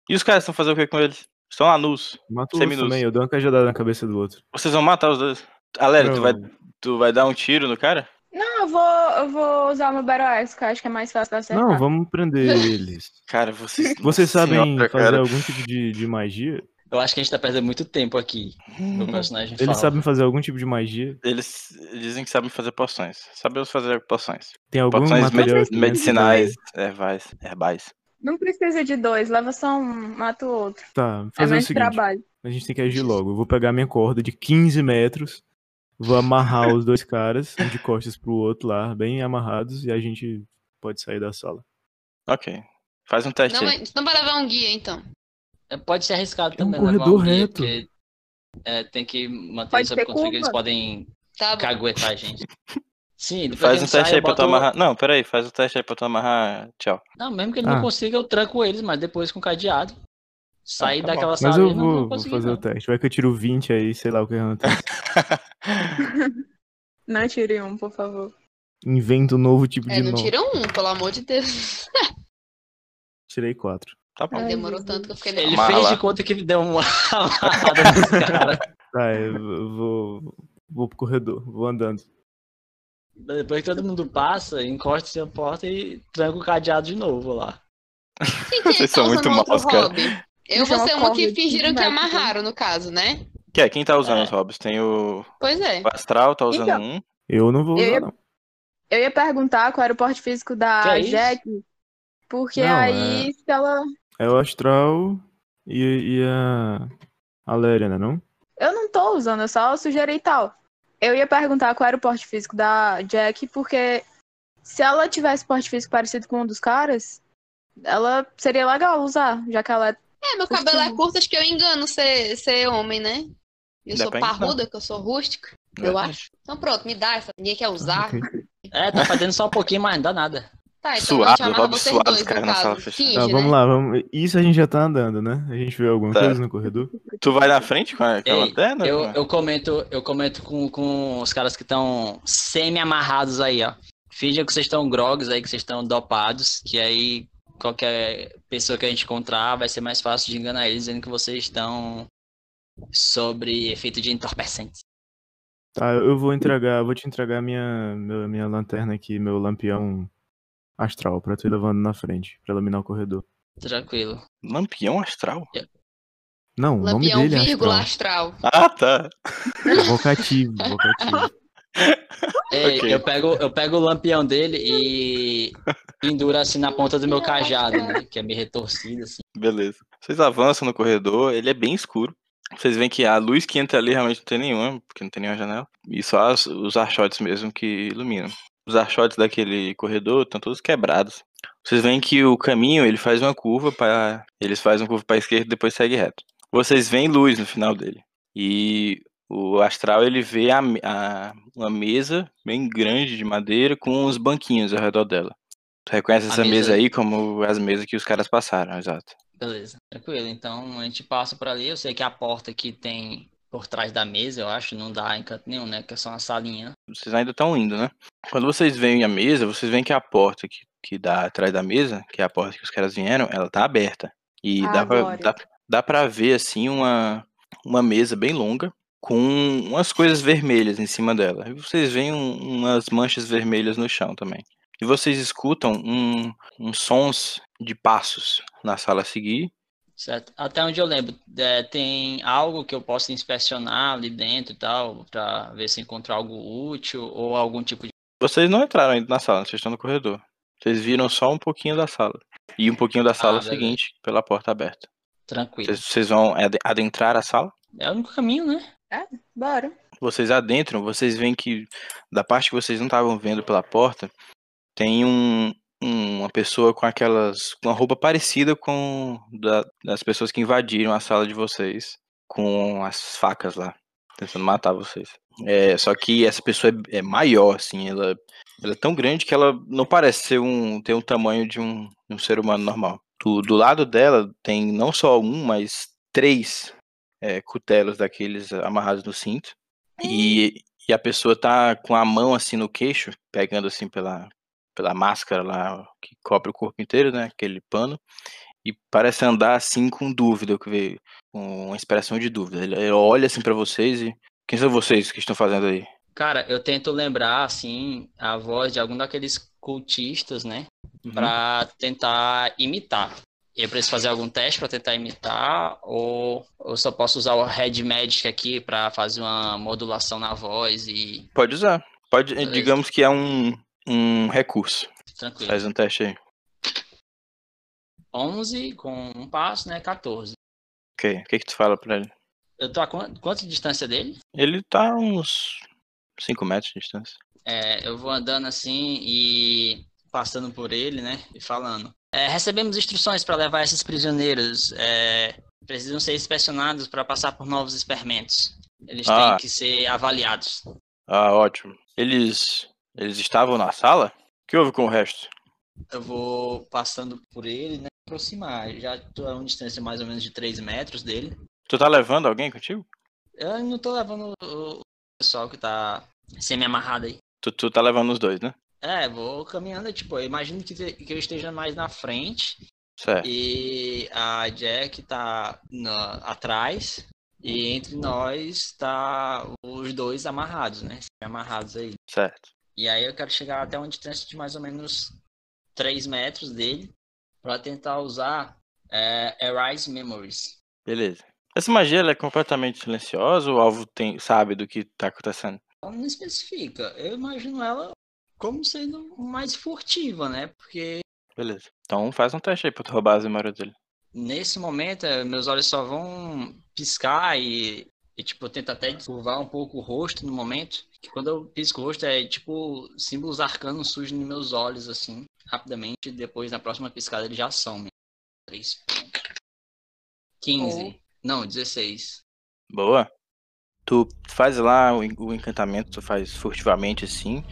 [SPEAKER 2] E os caras estão fazendo o que com eles? Estão lá nus.
[SPEAKER 4] Correndo. Mata o
[SPEAKER 2] Sem
[SPEAKER 4] outro
[SPEAKER 2] minutos.
[SPEAKER 4] também, eu dou uma cajadada na cabeça do outro.
[SPEAKER 2] Vocês vão matar os dois. Alério, tu
[SPEAKER 4] Não.
[SPEAKER 2] vai, tu vai dar um tiro no cara?
[SPEAKER 5] Não, Ah, eu vou, eu vou usar o meu Battle Axe, que eu acho que é mais fácil pra acertar.
[SPEAKER 4] Não, vamos prender eles.
[SPEAKER 2] Cara, vocês.
[SPEAKER 4] Vocês
[SPEAKER 2] Nossa
[SPEAKER 4] sabem
[SPEAKER 2] senhora,
[SPEAKER 4] fazer
[SPEAKER 2] cara.
[SPEAKER 4] algum tipo de, de magia?
[SPEAKER 1] eu acho que a gente tá perdendo muito tempo aqui.
[SPEAKER 2] Hum.
[SPEAKER 1] Meu personagem
[SPEAKER 4] Eles
[SPEAKER 1] fala.
[SPEAKER 4] sabem fazer algum tipo de magia?
[SPEAKER 2] Eles dizem que sabem fazer poções. Sabemos fazer poções.
[SPEAKER 4] Tem algum
[SPEAKER 2] Poções medi-
[SPEAKER 4] material? aqui
[SPEAKER 2] medicinais, É, herbais, herbais.
[SPEAKER 5] Não precisa de dois, leva só um, mata o outro.
[SPEAKER 4] dentro? Tá,
[SPEAKER 5] É
[SPEAKER 4] fazer o
[SPEAKER 5] mais
[SPEAKER 4] seguinte.
[SPEAKER 5] trabalho.
[SPEAKER 4] A gente tem que agir logo. Eu vou pegar minha corda de 15 metros, vou amarrar os dois caras, um de costas pro outro lá, bem amarrados, e a gente pode sair da sala.
[SPEAKER 2] Ok. Faz um teste
[SPEAKER 3] Não,
[SPEAKER 2] aí.
[SPEAKER 3] mas- não vai levar um guia, então.
[SPEAKER 1] É, Pode ser arriscado
[SPEAKER 4] É um
[SPEAKER 1] também. levar
[SPEAKER 4] corredor
[SPEAKER 1] guia,
[SPEAKER 4] reto.
[SPEAKER 1] porque, é, tem que manter
[SPEAKER 5] Pode
[SPEAKER 1] isso sob
[SPEAKER 5] ter
[SPEAKER 1] controle, que eles
[SPEAKER 5] curva.
[SPEAKER 1] podem
[SPEAKER 3] Tá bom.
[SPEAKER 1] caguetar a gente. Sim, depois
[SPEAKER 2] Faz
[SPEAKER 1] que
[SPEAKER 2] um
[SPEAKER 1] ele sai,
[SPEAKER 2] teste aí
[SPEAKER 1] eu
[SPEAKER 2] pra tu
[SPEAKER 1] boto-
[SPEAKER 2] amarrar. Não, peraí, faz um teste aí pra tu amarrar. Tchau.
[SPEAKER 1] Não, mesmo que ele
[SPEAKER 4] Ah.
[SPEAKER 1] não consiga, eu tranco eles, mas depois com cadeado. Sair
[SPEAKER 2] tá bom.
[SPEAKER 1] daquela sala
[SPEAKER 4] Mas eu
[SPEAKER 1] ali, não- não
[SPEAKER 4] vou, vou
[SPEAKER 1] consegui,
[SPEAKER 4] fazer
[SPEAKER 1] não.
[SPEAKER 4] o teste. Vai que eu tiro 20 aí, sei lá o que acontece.
[SPEAKER 5] Não tire um, por favor.
[SPEAKER 4] Invento um novo tipo
[SPEAKER 3] É,
[SPEAKER 4] de
[SPEAKER 3] não
[SPEAKER 4] nó.
[SPEAKER 3] tira um, pelo amor de Deus.
[SPEAKER 4] Tirei 4.
[SPEAKER 2] Tá bom.
[SPEAKER 5] Ai,
[SPEAKER 3] Demorou
[SPEAKER 5] Jesus.
[SPEAKER 3] tanto que eu fiquei
[SPEAKER 1] Ele
[SPEAKER 3] nervosa.
[SPEAKER 2] Amarra
[SPEAKER 1] fez
[SPEAKER 2] lá.
[SPEAKER 1] de conta que deu uma amarrada nos caras.
[SPEAKER 4] Tá, eu vou, vou pro corredor, vou andando.
[SPEAKER 1] Depois que todo mundo passa, encosta sua porta e tranca o cadeado de novo lá.
[SPEAKER 3] Quem, quem
[SPEAKER 2] Vocês
[SPEAKER 3] tá
[SPEAKER 2] são muito
[SPEAKER 3] usando outro
[SPEAKER 2] maus, cara.
[SPEAKER 3] hobby? Eu
[SPEAKER 5] Isso é
[SPEAKER 3] vou
[SPEAKER 5] uma
[SPEAKER 3] ser uma
[SPEAKER 5] corda
[SPEAKER 3] que
[SPEAKER 5] de
[SPEAKER 3] fingiram que
[SPEAKER 5] mágica.
[SPEAKER 3] amarraram, no caso, né?
[SPEAKER 2] Que é, quem tá usando
[SPEAKER 1] É.
[SPEAKER 2] os hobbies? Tem o
[SPEAKER 3] Pois é.
[SPEAKER 2] o Astral, tá usando
[SPEAKER 5] Então.
[SPEAKER 2] um.
[SPEAKER 4] Eu não vou
[SPEAKER 5] Eu
[SPEAKER 4] usar,
[SPEAKER 5] ia-
[SPEAKER 4] não.
[SPEAKER 5] Eu ia perguntar qual era o porte físico
[SPEAKER 1] Que
[SPEAKER 5] da
[SPEAKER 1] é isso?
[SPEAKER 5] Jack, porque
[SPEAKER 4] Não,
[SPEAKER 5] aí se ela.
[SPEAKER 4] É o Astral e, e a Aléria, né não?
[SPEAKER 5] Eu não tô usando, eu só sugeri tal. Eu ia perguntar qual era o porte físico da Jack, porque se ela tivesse porte físico parecido com um dos caras, ela seria legal usar, já que ela é.
[SPEAKER 3] É, meu cabelo é curto, acho que eu engano ser, ser homem, né? Eu
[SPEAKER 2] Dá
[SPEAKER 3] sou
[SPEAKER 2] pra
[SPEAKER 3] parruda, que eu sou rústica, eu
[SPEAKER 2] Verdade.
[SPEAKER 3] acho. Então pronto, me dá essa. Ninguém quer usar.
[SPEAKER 4] Ok.
[SPEAKER 1] É, tá fazendo só um pouquinho, mas não dá nada.
[SPEAKER 3] Tá, então
[SPEAKER 2] Suado,
[SPEAKER 3] eu chamava
[SPEAKER 2] Bob
[SPEAKER 3] vocês
[SPEAKER 2] suado,
[SPEAKER 3] dois,
[SPEAKER 2] cara,
[SPEAKER 3] no
[SPEAKER 2] na sala
[SPEAKER 3] caso.
[SPEAKER 2] fechada.
[SPEAKER 3] Finge,
[SPEAKER 4] Tá, vamos
[SPEAKER 3] né?
[SPEAKER 4] lá, vamos. Isso a gente já tá andando, né? A gente vê alguma
[SPEAKER 2] Tá.
[SPEAKER 4] coisa no corredor?
[SPEAKER 2] Tu vai na frente com a, com a
[SPEAKER 1] Ei,
[SPEAKER 2] lanterna?
[SPEAKER 1] Eu,
[SPEAKER 2] cara?
[SPEAKER 1] eu comento, eu comento com, com os caras que estão semi-amarrados aí, ó. Fingem que vocês estão grogues aí, que vocês estão dopados, que aí qualquer pessoa que a gente encontrar vai ser mais fácil de enganar eles, dizendo que vocês estão sobre efeito de entorpecente.
[SPEAKER 4] Tá, eu vou entregar, vou te entregar minha, meu- minha lanterna aqui, meu lampião astral, pra tu ir levando na frente, pra iluminar o corredor.
[SPEAKER 1] Tranquilo.
[SPEAKER 2] Lampião Astral?
[SPEAKER 4] Não, o nome
[SPEAKER 3] Lampião,
[SPEAKER 4] dele é
[SPEAKER 3] vírgula,
[SPEAKER 4] astral.
[SPEAKER 3] astral.
[SPEAKER 2] Ah, tá.
[SPEAKER 4] Vocativo, vocativo.
[SPEAKER 1] Ei,
[SPEAKER 2] Ok.
[SPEAKER 1] eu, pego, eu pego o lampião dele e penduro assim na ponta do meu cajado, né? Que é meio retorcido, assim.
[SPEAKER 2] Beleza. Vocês avançam no corredor, ele é bem escuro. Vocês veem que a luz que entra ali realmente não tem nenhuma, porque não tem nenhuma janela. E só as- os archotes mesmo que iluminam. Os archotes daquele corredor estão todos quebrados. Vocês veem que o caminho, ele faz uma curva para Eles fazem uma curva para esquerda e depois segue reto. Vocês veem luz no final dele. E o astral, ele vê a me- a- uma mesa bem grande de madeira com uns banquinhos ao redor dela. Tu reconhece
[SPEAKER 1] A
[SPEAKER 2] essa
[SPEAKER 1] mesa-
[SPEAKER 2] mesa aí como as mesas que os caras passaram, exato.
[SPEAKER 1] Beleza, tranquilo. Então a gente passa por ali. Eu sei que a porta que tem por trás da mesa, eu acho, não dá em canto nenhum, né? Que é só uma salinha.
[SPEAKER 2] vocês ainda estão indo, né? Quando vocês veem a mesa, vocês veem que a porta que que dá atrás da mesa, que é a porta que os caras vieram, ela tá aberta. E
[SPEAKER 6] Ah,
[SPEAKER 2] dá, pra,
[SPEAKER 6] glória.
[SPEAKER 2] dá, dá pra ver, assim, uma, uma mesa bem longa com umas coisas vermelhas em cima dela. E vocês veem um- umas manchas vermelhas no chão também. E vocês escutam um, uns sons de passos na sala a seguir.
[SPEAKER 1] Certo. Até onde eu lembro, é, tem algo que eu possa inspecionar ali dentro e tal, pra ver se encontro algo útil ou algum tipo de.
[SPEAKER 2] Vocês não entraram ainda na sala, vocês estão no corredor. Vocês viram só um pouquinho da sala. E um pouquinho da sala
[SPEAKER 1] beleza.
[SPEAKER 2] seguinte, pela porta aberta.
[SPEAKER 1] Tranquilo.
[SPEAKER 2] Vocês, vocês vão ade- adentrar a sala?
[SPEAKER 1] É o único caminho, né?
[SPEAKER 6] Bora.
[SPEAKER 2] vocês adentram, vocês veem que da parte que vocês não estavam vendo pela porta, tem um, um- uma pessoa com aquelas com uma roupa parecida com da- das pessoas que invadiram a sala de vocês com as facas lá, tentando matar vocês. É, só que essa pessoa é, é maior, assim, ela, ela é tão grande que ela não parece ser um, ter um tamanho de um, de um ser humano normal. Do, do lado dela tem não só um, mas três é, cutelos daqueles amarrados no cinto. E, e a pessoa tá com a mão assim no queixo, pegando assim pela, pela máscara lá que cobre o corpo inteiro, né? Aquele pano. E parece andar assim com dúvida, que veio, com uma expressão de dúvida. Ele, ele olha assim pra vocês e. Quem são vocês que estão fazendo aí?
[SPEAKER 1] Cara, eu tento lembrar, assim, a voz de algum daqueles cultistas, né?
[SPEAKER 2] Uhum.
[SPEAKER 1] Pra tentar imitar. E eu preciso fazer algum teste pra tentar imitar, ou eu só posso usar o Red Magic aqui pra fazer uma modulação na voz e
[SPEAKER 2] Pode usar. Pode,
[SPEAKER 1] Beleza.
[SPEAKER 2] digamos que é um, um recurso.
[SPEAKER 1] tranquilo.
[SPEAKER 2] Faz um teste aí.
[SPEAKER 1] 11 com um passo, né? 14.
[SPEAKER 2] Ok. O que, que tu fala pra ele?
[SPEAKER 1] Eu tô a quan- quanto de distância dele?
[SPEAKER 2] Ele tá a uns 5 metros de distância.
[SPEAKER 1] É, eu vou andando assim e passando por ele, né? E falando. É, recebemos instruções para levar esses prisioneiros. é, precisam ser inspecionados para passar por novos experimentos. Eles
[SPEAKER 2] Ah.
[SPEAKER 1] têm que ser avaliados.
[SPEAKER 2] Ah, ótimo. Eles. Eles estavam na sala? O que houve com o resto?
[SPEAKER 1] Eu vou passando por ele, né? Aproximar. Já tô a uma distância mais ou menos de 3 metros dele.
[SPEAKER 2] Tu tá levando alguém contigo?
[SPEAKER 1] Eu não tô levando o o pessoal que tá semi-amarrado aí.
[SPEAKER 2] Tu, tu tá levando os dois, né?
[SPEAKER 1] É, vou caminhando, tipo, eu imagino que, te- que eu esteja mais na frente.
[SPEAKER 2] Certo.
[SPEAKER 1] E a Jack tá na- atrás. E entre nós tá os dois amarrados, né? Amarrados aí.
[SPEAKER 2] Certo.
[SPEAKER 1] E aí eu quero chegar até uma distância de mais ou menos 3 metros dele para tentar usar é, Arise Memories.
[SPEAKER 2] Beleza. Essa magia ela é completamente silenciosa, o alvo tem, sabe do que tá acontecendo.
[SPEAKER 1] Ela Então, não especifica. Eu imagino ela como sendo mais furtiva, né? Porque
[SPEAKER 2] Beleza. Então faz um teste aí pra tu roubar as memórias dele.
[SPEAKER 1] Nesse momento, eh, meus olhos só vão piscar e, e, tipo, eu tento até curvar um pouco o rosto no momento. Que quando eu pisco o rosto, é tipo, símbolos arcanos surgem nos meus olhos, assim, rapidamente. e Depois, na próxima piscada, eles já são. 3, 15. Não, 16.
[SPEAKER 2] Boa. Tu faz lá o, en- o encantamento, tu faz furtivamente assim,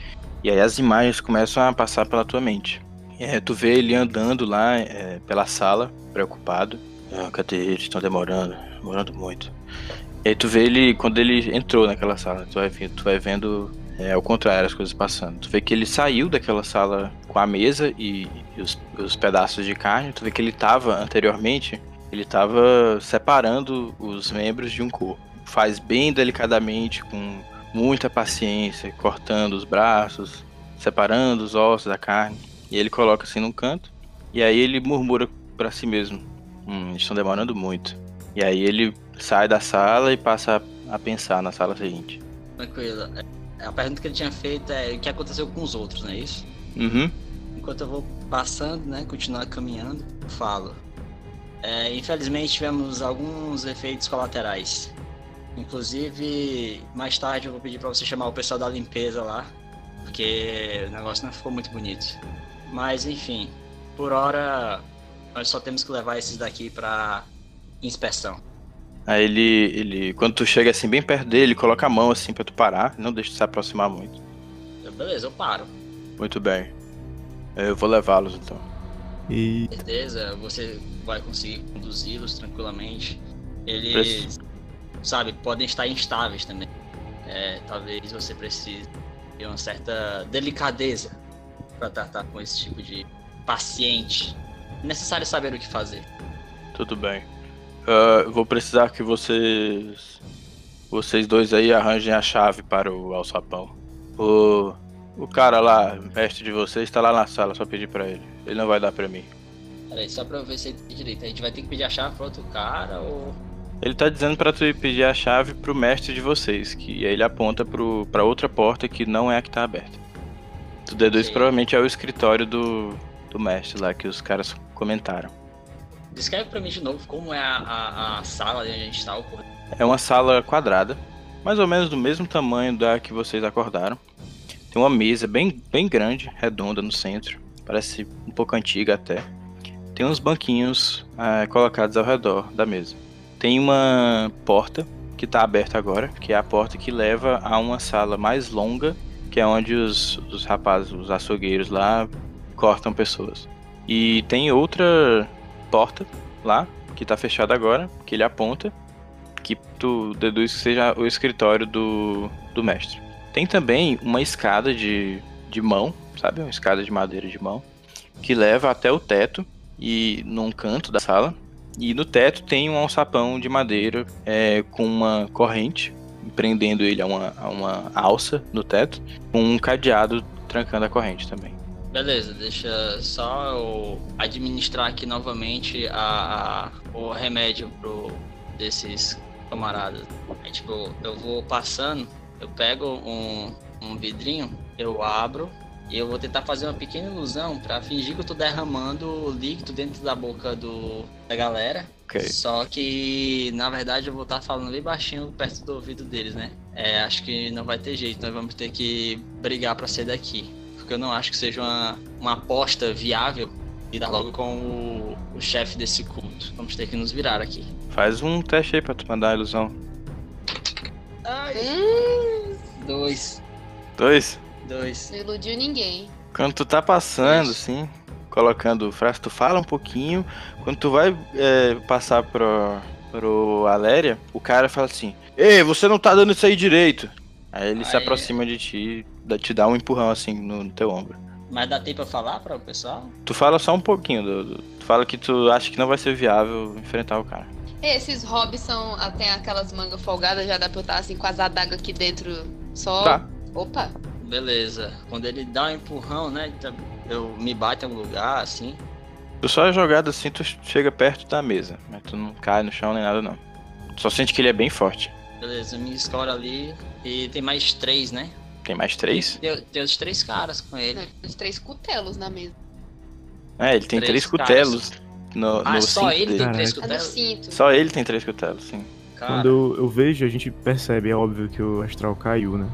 [SPEAKER 2] e aí as imagens começam a passar pela tua mente. É, tu vê ele andando lá é, pela sala, preocupado. Ah, cadê eles? Estão demorando, demorando muito. E aí tu vê ele quando ele entrou naquela sala, tu vai, vi- tu vai vendo é, ao contrário as coisas passando. Tu vê que ele saiu daquela sala com a mesa e, e os, os pedaços de carne, tu vê que ele tava anteriormente ele estava separando os membros de um corpo. Faz bem delicadamente, com muita paciência, cortando os braços, separando os ossos da carne. E ele coloca assim num canto. E aí ele murmura para si mesmo: Hum, eles estão demorando muito. E aí ele sai da sala e passa a pensar na sala seguinte.
[SPEAKER 1] Tranquilo. Eh, A pergunta que ele tinha feito é o que aconteceu com os outros, não é isso?
[SPEAKER 2] Uhum.
[SPEAKER 1] Enquanto eu vou passando, né, continuar caminhando, eu falo. É, infelizmente tivemos alguns efeitos colaterais. Inclusive, mais tarde eu vou pedir pra você chamar o pessoal da limpeza lá, porque o negócio não ficou muito bonito. Mas enfim, por hora nós só temos que levar esses daqui pra inspeção.
[SPEAKER 2] Aí ele, ele, quando tu chega assim bem perto dele, ele coloca a mão assim para tu parar, não deixa tu se aproximar muito.
[SPEAKER 1] Eu, beleza, eu paro.
[SPEAKER 2] Muito bem. Eu vou levá-los então.
[SPEAKER 4] E
[SPEAKER 1] Certeza, você vai conseguir conduzi-los tranquilamente. Eles,
[SPEAKER 2] Preci-
[SPEAKER 1] sabe, podem estar instáveis também. É, talvez você precise de uma certa delicadeza para tratar com esse tipo de paciente. É necessário saber o que fazer.
[SPEAKER 2] Tudo bem. Ah, vou precisar que vocês. Vocês dois aí arranjem a chave para o alçapão. O, o cara lá, mestre de vocês, tá lá na sala, só pedir pra ele. Ele não vai dar pra mim.
[SPEAKER 1] Peraí, só pra eu ver se ele tem direito. A gente vai ter que pedir a chave pro outro cara ou.
[SPEAKER 2] Ele tá dizendo pra tu ir pedir a chave pro mestre de vocês, que aí ele aponta pro, pra outra porta que não é a que tá aberta. Tu deduz
[SPEAKER 1] Ok.
[SPEAKER 2] que provavelmente é o escritório do, do mestre lá que os caras comentaram.
[SPEAKER 1] Descreve pra mim de novo como é a, a, a sala onde a gente tá, o corredor.
[SPEAKER 2] É uma sala quadrada, mais ou menos do mesmo tamanho da que vocês acordaram. Tem uma mesa bem, bem grande, redonda no centro. Parece um pouco antiga até. Tem uns banquinhos ah, colocados ao redor da mesa. Tem uma porta que está aberta agora, que é a porta que leva a uma sala mais longa, que é onde os, os rapazes, os açougueiros lá, cortam pessoas. E tem outra porta lá, que está fechada agora, que ele aponta, que tu deduz que seja o escritório do, do mestre. Tem também uma escada de, de mão, sabe? Uma escada de madeira de mão, que leva até o teto e num canto da sala. E no teto tem um alçapão de madeira é, com uma corrente, prendendo ele a uma, a uma alça no teto, com um cadeado trancando a corrente também.
[SPEAKER 1] Beleza, deixa só eu administrar aqui novamente a, a- o remédio pro, desses camaradas. É tipo, eu vou passando, eu pego um, um vidrinho, eu abro e eu vou tentar fazer uma pequena ilusão pra fingir que eu tô derramando líquido dentro da boca do, da galera.
[SPEAKER 2] Ok.
[SPEAKER 1] Só que, na verdade, eu vou estar falando bem baixinho perto do ouvido deles, né? É, acho que não vai ter jeito, nós vamos ter que brigar pra sair daqui. Porque eu não acho que seja uma, uma aposta viável lidar logo com o, o chefe desse culto. Vamos ter que nos virar aqui.
[SPEAKER 2] Faz um teste aí pra tu mandar a ilusão.
[SPEAKER 1] Ai.
[SPEAKER 3] Hum,
[SPEAKER 1] Dois.
[SPEAKER 2] Dois.
[SPEAKER 1] Dois.
[SPEAKER 3] não iludiu ninguém.
[SPEAKER 2] Quando tu tá passando,
[SPEAKER 1] Isso.
[SPEAKER 2] assim, colocando frase, tu fala um pouquinho. Quando tu vai é, passar pro, pro Aléria, o cara fala assim: Ei, você não tá dando isso aí direito. Aí ele se
[SPEAKER 1] Aí-
[SPEAKER 2] aproxima de ti, dá- te dá um empurrão assim no, no teu ombro.
[SPEAKER 1] Mas dá tempo pra falar pra o pessoal?
[SPEAKER 2] Tu fala só um pouquinho, do, do- tu fala que tu acha que não vai ser viável enfrentar o cara.
[SPEAKER 3] Ei, Esses hobbies são. ah, Tem aquelas mangas folgadas, já dá pra eu estar assim com as adagas aqui dentro só.
[SPEAKER 2] Tá.
[SPEAKER 3] Opa!
[SPEAKER 1] Beleza. Quando ele dá um empurrão, né? tá- Eu me bato em algum lugar, assim.
[SPEAKER 2] Tu só é jogado assim, tu chega perto da mesa, mas tu não cai no chão nem nada não. Tu só sente que ele é bem forte.
[SPEAKER 1] Beleza, eu me escoro ali. E tem mais três, né?
[SPEAKER 2] Tem mais três?
[SPEAKER 1] Tem, tem os três caras com ele.
[SPEAKER 3] Não, né? Os três cutelos na mesa.
[SPEAKER 2] É, ele tem
[SPEAKER 1] Três
[SPEAKER 2] três, cutelos no,
[SPEAKER 1] Ah,
[SPEAKER 2] no
[SPEAKER 1] só
[SPEAKER 2] cinto
[SPEAKER 1] ele
[SPEAKER 2] dele.
[SPEAKER 1] tem três
[SPEAKER 3] Tá no
[SPEAKER 1] cutelos?
[SPEAKER 3] cinto.
[SPEAKER 2] Só ele tem três cutelos, sim.
[SPEAKER 1] Cara,
[SPEAKER 4] Quando eu, eu vejo, a gente percebe, é óbvio que o astral caiu, né?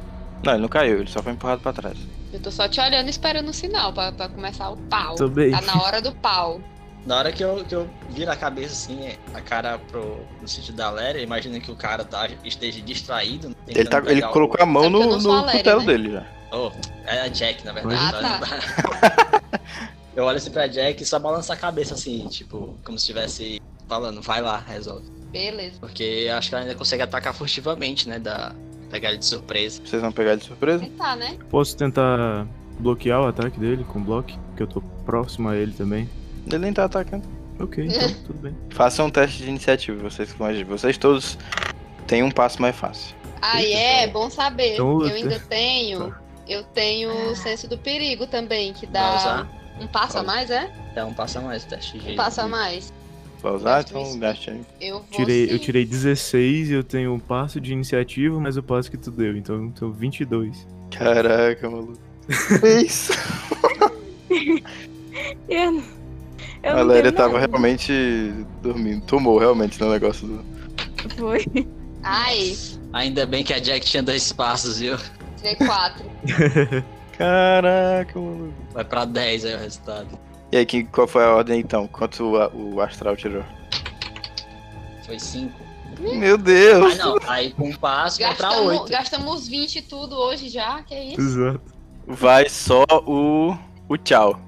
[SPEAKER 2] Não, ele não caiu, ele só foi empurrado pra trás.
[SPEAKER 3] Eu tô só te olhando e esperando o sinal pra, pra começar o pau.
[SPEAKER 4] Também.
[SPEAKER 3] Tá na hora do pau.
[SPEAKER 1] na hora que eu, que eu viro a cabeça, assim, a cara pro, no sentido da Léria, imagina que o cara tá, esteja distraído. né,
[SPEAKER 2] Ele, tá,
[SPEAKER 1] tentando
[SPEAKER 2] ele
[SPEAKER 1] pegar o-
[SPEAKER 2] colocou a mão
[SPEAKER 3] Sabe que eu
[SPEAKER 2] no,
[SPEAKER 3] não sou
[SPEAKER 2] no
[SPEAKER 3] Valéria,
[SPEAKER 2] cutelo
[SPEAKER 3] né?
[SPEAKER 2] dele já.
[SPEAKER 1] Oh, é a Jack, na verdade. tá?
[SPEAKER 3] Ah,
[SPEAKER 1] Eu olho assim pra Jack e só balança a cabeça, assim, tipo, como se estivesse falando, vai lá, resolve.
[SPEAKER 3] Beleza.
[SPEAKER 1] Porque acho que ela ainda consegue atacar furtivamente, né? Da, pegar ele de surpresa.
[SPEAKER 2] Vocês vão pegar de surpresa?
[SPEAKER 3] Tentar, né?
[SPEAKER 4] Posso tentar bloquear o ataque dele com bloco, que eu tô próximo a ele também.
[SPEAKER 2] Ele nem tá atacando.
[SPEAKER 4] Ok, então, tudo bem.
[SPEAKER 2] Façam um teste de iniciativa, vocês que vão agir. Vocês todos têm um passo mais fácil.
[SPEAKER 3] Aí é, bom saber.
[SPEAKER 4] Então,
[SPEAKER 3] eu
[SPEAKER 4] eu- Tá. Ah.
[SPEAKER 3] ainda tenho. Eu tenho o senso do perigo também, que
[SPEAKER 1] Vai
[SPEAKER 3] dá
[SPEAKER 1] usar?
[SPEAKER 3] um passo a mais, é?
[SPEAKER 1] Então passa mais o teste de.
[SPEAKER 3] Um passo a mais.
[SPEAKER 2] Vai usar?
[SPEAKER 3] Gasto
[SPEAKER 2] Então
[SPEAKER 3] isso.
[SPEAKER 2] gaste aí.
[SPEAKER 3] Eu vou.
[SPEAKER 4] Tirei,
[SPEAKER 3] sim.
[SPEAKER 4] eu tirei 16 e eu tenho um passo de iniciativa, mas o passo que tu deu, então eu tenho 22.
[SPEAKER 2] Caraca, maluco. Que isso?
[SPEAKER 5] Eu, não- eu
[SPEAKER 2] A
[SPEAKER 5] não
[SPEAKER 2] Valéria
[SPEAKER 5] tenho
[SPEAKER 2] tava
[SPEAKER 5] nada.
[SPEAKER 2] realmente dormindo. Tomou realmente no negócio do.
[SPEAKER 5] Foi.
[SPEAKER 3] Ai,
[SPEAKER 1] Ainda bem que a Jack tinha dois passos, viu?
[SPEAKER 3] tirei quatro.
[SPEAKER 2] Caraca, maluco.
[SPEAKER 1] Vai pra 10 aí o resultado.
[SPEAKER 2] E aí, que- qual foi a ordem então? Quanto o, a- o astral tirou?
[SPEAKER 1] Foi 5.
[SPEAKER 2] Meu Deus!
[SPEAKER 1] Ah, não. Aí com um passo vai pra
[SPEAKER 3] Gastamos,
[SPEAKER 1] 8.
[SPEAKER 3] gastamos 20 e tudo hoje já, que é
[SPEAKER 4] Uhum.
[SPEAKER 3] isso?
[SPEAKER 4] Exato.
[SPEAKER 2] Vai só o, o tchau.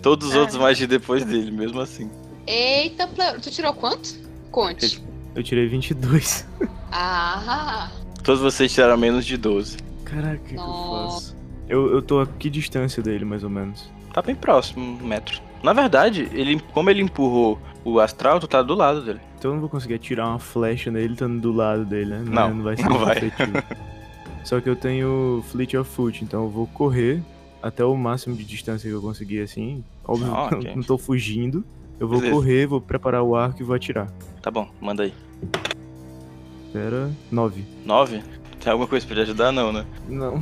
[SPEAKER 2] Todos os
[SPEAKER 5] Ah.
[SPEAKER 2] outros vão agir depois dele, mesmo assim.
[SPEAKER 3] Eita, ple- tu tirou quanto? Conte.
[SPEAKER 4] Eu tirei 22.
[SPEAKER 3] Ah,
[SPEAKER 2] Todos vocês tiraram menos de 12.
[SPEAKER 4] Caraca, o que eu
[SPEAKER 3] Nossa.
[SPEAKER 4] faço? Eu, eu tô a que distância dele, mais ou menos?
[SPEAKER 2] Tá bem próximo, um metro. Na verdade, ele, como ele empurrou o astral, tu tá do lado dele.
[SPEAKER 4] Então eu não vou conseguir atirar uma flecha nele estando do lado dele, né?
[SPEAKER 2] Não,
[SPEAKER 4] vai ser
[SPEAKER 2] não vai.
[SPEAKER 4] efetivo. Só que eu tenho Fleet of Foot, então eu vou correr até o máximo de distância que eu conseguir, assim. Óbvio,
[SPEAKER 2] Ah,
[SPEAKER 4] que eu
[SPEAKER 2] ok.
[SPEAKER 4] não tô fugindo. Eu vou
[SPEAKER 2] Beleza.
[SPEAKER 4] correr, vou preparar o arco e vou atirar.
[SPEAKER 2] Tá bom, manda aí.
[SPEAKER 4] Era nove.
[SPEAKER 2] Nove? Tem alguma coisa pra te ajudar? Não, né?
[SPEAKER 4] Não.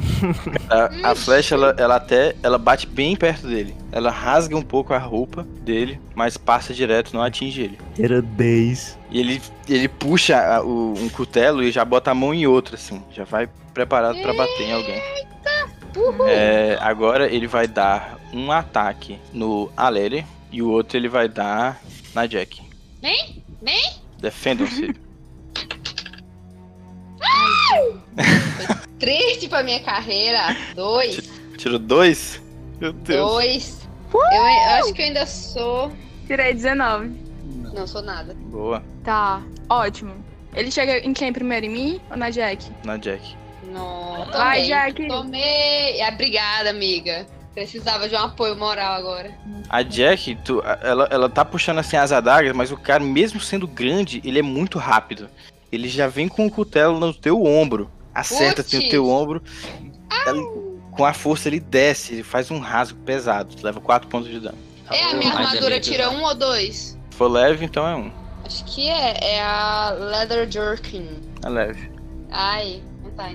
[SPEAKER 2] A, a flecha, ela, ela até ela bate bem perto dele. Ela rasga um pouco a roupa dele, mas passa direto, não atinge ele.
[SPEAKER 4] Era dez.
[SPEAKER 2] E ele, ele puxa a- o- um cutelo e já bota a mão em outro, assim. Já vai preparado pra bater em alguém.
[SPEAKER 3] Uhul.
[SPEAKER 2] É, agora ele vai dar um ataque no Alele e o outro ele vai dar na Jack.
[SPEAKER 3] Vem, vem.
[SPEAKER 2] Defendam-se.
[SPEAKER 3] Triste pra minha carreira. Dois.
[SPEAKER 2] Tiro dois? Meu Deus.
[SPEAKER 3] Dois. Eu, eu acho que eu ainda sou.
[SPEAKER 5] Tirei 19.
[SPEAKER 3] Não sou nada.
[SPEAKER 2] Boa,
[SPEAKER 5] Tá, ótimo. Ele chega em quem primeiro? Em mim ou na Jack?
[SPEAKER 2] na Jack.
[SPEAKER 3] Não. Tomei.
[SPEAKER 5] Ai, Jack.
[SPEAKER 3] Tomei. Ah, obrigada, amiga. Precisava de um apoio moral agora.
[SPEAKER 2] A Jack, tu- ela, ela tá puxando assim as adagas, mas o cara, mesmo sendo grande, ele é muito rápido. Ele já vem com o cutelo no teu ombro. Acerta assim, o
[SPEAKER 3] Putz.
[SPEAKER 2] teu ombro. Ela- com a força ele desce, ele faz um rasgo pesado. Tu leva 4 pontos de dano.
[SPEAKER 3] É, a minha
[SPEAKER 1] Mas é
[SPEAKER 3] armadura
[SPEAKER 1] meio
[SPEAKER 3] tira um ou dois?
[SPEAKER 2] Se for leve, então é um.
[SPEAKER 3] Acho que é. É a Leather Jerkin.
[SPEAKER 2] É leve.
[SPEAKER 3] Ai, não tá.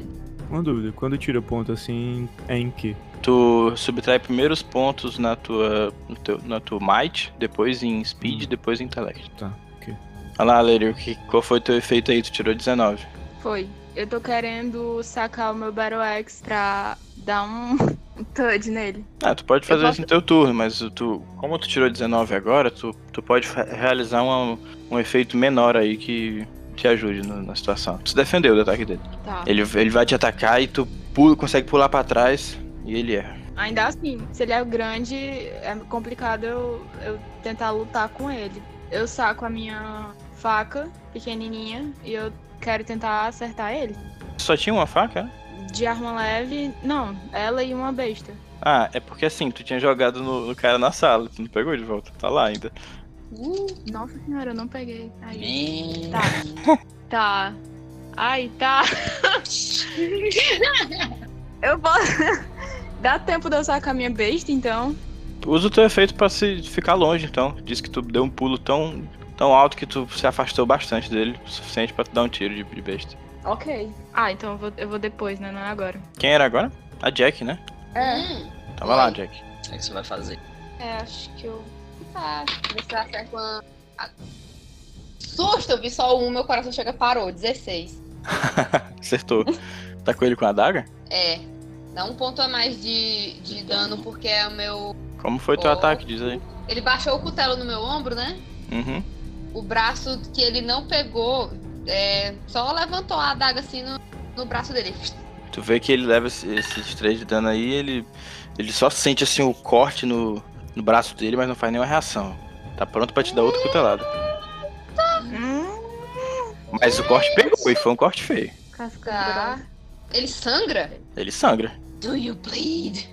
[SPEAKER 4] Uma dúvida, quando tira ponto assim, é em que?
[SPEAKER 2] Tu subtrai primeiro os pontos na tua, no teu, na tua might, depois em speed,
[SPEAKER 4] Hum.
[SPEAKER 2] depois em intellect.
[SPEAKER 4] Tá, ok.
[SPEAKER 2] Olha lá, Alério, que qual foi teu efeito aí? Tu tirou 19.
[SPEAKER 5] Foi. Eu tô querendo sacar o meu Battle Axe pra dar um um touch nele.
[SPEAKER 2] Ah, tu pode fazer
[SPEAKER 3] posso-
[SPEAKER 2] isso no teu turno, mas tu, como tu tirou 19 agora, tu, tu pode fa- realizar uma- um efeito menor aí que te ajude no- na situação. Tu se defendeu do ataque dele.
[SPEAKER 5] Tá.
[SPEAKER 2] Ele, ele vai te atacar e tu pula, consegue pular pra trás e ele erra.
[SPEAKER 5] Ainda assim, se ele é grande, é complicado eu, eu tentar lutar com ele. Eu saco a minha faca pequenininha e eu quero tentar acertar ele.
[SPEAKER 2] Só tinha uma faca? né?
[SPEAKER 5] De arma leve, não, ela e uma besta.
[SPEAKER 2] Ah, é porque assim, tu tinha jogado no, no cara na sala, tu não pegou de volta, tá lá ainda.
[SPEAKER 5] Nossa senhora, eu não peguei. Aí.
[SPEAKER 1] Bem...
[SPEAKER 5] Tá. Tá. Ai, tá. eu posso. Dá tempo de eu sacar a minha besta, então?
[SPEAKER 2] Usa o teu efeito pra se ficar longe, então. Diz que tu deu um pulo tão, tão alto que tu se afastou bastante dele, o suficiente pra tu dar um tiro de, de besta.
[SPEAKER 5] Ok. Ah, então eu vou, eu vou depois, né? Não é agora.
[SPEAKER 2] Quem era agora? A Jack, né?
[SPEAKER 5] É.
[SPEAKER 3] Hum,
[SPEAKER 2] Então vai lá,
[SPEAKER 3] Oi.
[SPEAKER 2] Jack.
[SPEAKER 1] O que é que você vai fazer?
[SPEAKER 3] é, acho que eu. Tá, ver se eu acerto uma. Ah. Susto, eu vi só um, meu coração chega parou. 16.
[SPEAKER 2] Acertou. tá com ele com a adaga?
[SPEAKER 3] É. Dá um ponto a mais de, de dano, porque é o meu.
[SPEAKER 2] Como foi teu
[SPEAKER 3] Oh.
[SPEAKER 2] ataque, diz aí?
[SPEAKER 3] Ele baixou o cutelo no meu ombro, né?
[SPEAKER 2] Uhum.
[SPEAKER 3] O braço que ele não pegou, é, só levantou a adaga assim no, no braço dele.
[SPEAKER 2] Tu vê que ele leva esse- esses três de dano aí, ele, ele só sente assim o corte no, no braço dele, mas não faz nenhuma reação. Tá pronto pra te dar outro cutelado.
[SPEAKER 5] Hum,
[SPEAKER 2] Mas o corte pegou e foi um corte feio.
[SPEAKER 3] Tá. Ele sangra?
[SPEAKER 2] Ele sangra.
[SPEAKER 3] Do you bleed?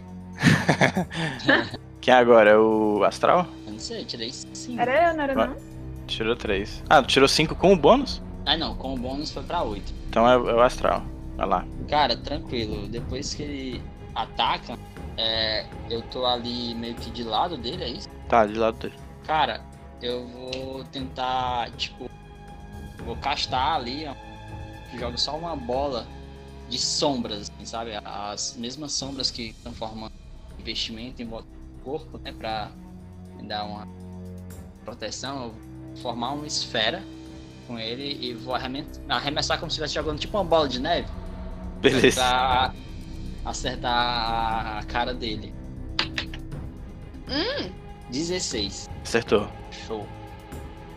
[SPEAKER 2] Quem agora? É o Astral?
[SPEAKER 1] Eu não sei, eu tirei 5.
[SPEAKER 5] Era eu, não era
[SPEAKER 2] Vai.
[SPEAKER 5] não?
[SPEAKER 2] Tirou 3. Ah, tu tirou 5 com o bônus?
[SPEAKER 1] Ah, não, com o bônus foi pra 8.
[SPEAKER 2] Então é, é o Astral. Vai lá.
[SPEAKER 1] Cara, tranquilo. Depois que ele ataca, é, eu tô ali meio que de lado dele, é isso?
[SPEAKER 2] Tá, de lado dele.
[SPEAKER 1] Cara, eu vou tentar, tipo, vou castar ali, ó. Jogo só uma bola de sombras, assim, sabe? As mesmas sombras que estão formando investimento em volta do corpo, né? Pra me dar uma proteção. Eu vou formar uma esfera com ele e vou arremen- arremessar como se estivesse jogando tipo uma bola de neve
[SPEAKER 2] Beleza.
[SPEAKER 1] pra acertar a cara dele.
[SPEAKER 3] Hum.
[SPEAKER 1] 16.
[SPEAKER 2] Acertou.
[SPEAKER 1] Show.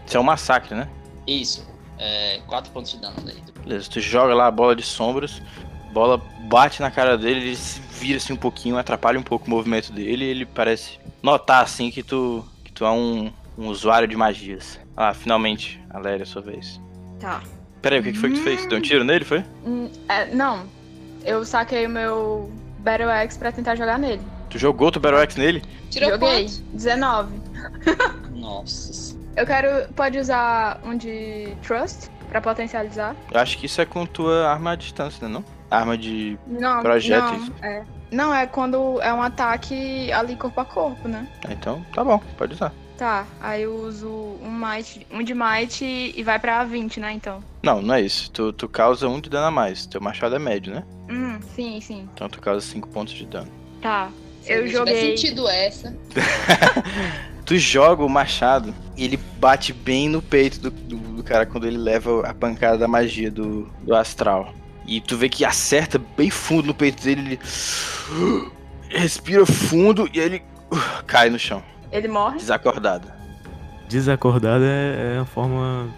[SPEAKER 2] Isso é um massacre, né?
[SPEAKER 1] Isso. É, 4 pontos de dano daí.
[SPEAKER 2] Beleza. Tu joga lá a bola de sombras. Bola bate na cara dele, ele se vira assim um pouquinho, atrapalha um pouco o movimento dele. e Ele parece notar assim que tu, que tu é um, um usuário de magias. Ah, finalmente, Aléria, sua vez.
[SPEAKER 5] Tá.
[SPEAKER 2] Pera aí, o que, que foi que tu fez? Tu Deu um tiro nele, foi?
[SPEAKER 5] Hum, é, não, eu saquei o meu Battle Axe pra tentar jogar nele.
[SPEAKER 2] Tu jogou Tuberox nele?
[SPEAKER 3] Tirou
[SPEAKER 5] Joguei.
[SPEAKER 3] quanto?
[SPEAKER 5] 19.
[SPEAKER 1] Nossa. senhora.
[SPEAKER 5] Eu quero. Pode usar um de Trust pra potencializar?
[SPEAKER 2] Eu acho que isso é com tua arma à distância, né? Não? Arma de.
[SPEAKER 5] Não,
[SPEAKER 2] Projéteis.
[SPEAKER 5] não. É. Não, é quando é um ataque ali corpo a corpo, né?
[SPEAKER 2] Ah, Então, tá bom, pode usar.
[SPEAKER 5] Tá, aí eu uso um, might, um de might e vai pra 20, né, então?
[SPEAKER 2] Não, não é isso. Tu, tu causa um de dano a mais. Teu machado é médio, né?
[SPEAKER 5] Hum, sim, sim.
[SPEAKER 2] Então tu causa 5 pontos de dano.
[SPEAKER 5] Tá.
[SPEAKER 3] Se
[SPEAKER 5] Eu
[SPEAKER 3] não
[SPEAKER 5] joguei.
[SPEAKER 3] Tiver sentido essa.
[SPEAKER 2] Tu joga o machado e ele bate bem no peito do, do, do cara quando ele leva a pancada da magia do, do astral. E tu vê que acerta bem fundo no peito dele, ele respira fundo e aí ele uh, cai no chão,
[SPEAKER 5] Ele morre?
[SPEAKER 2] desacordado.
[SPEAKER 4] Desacordado é, é uma forma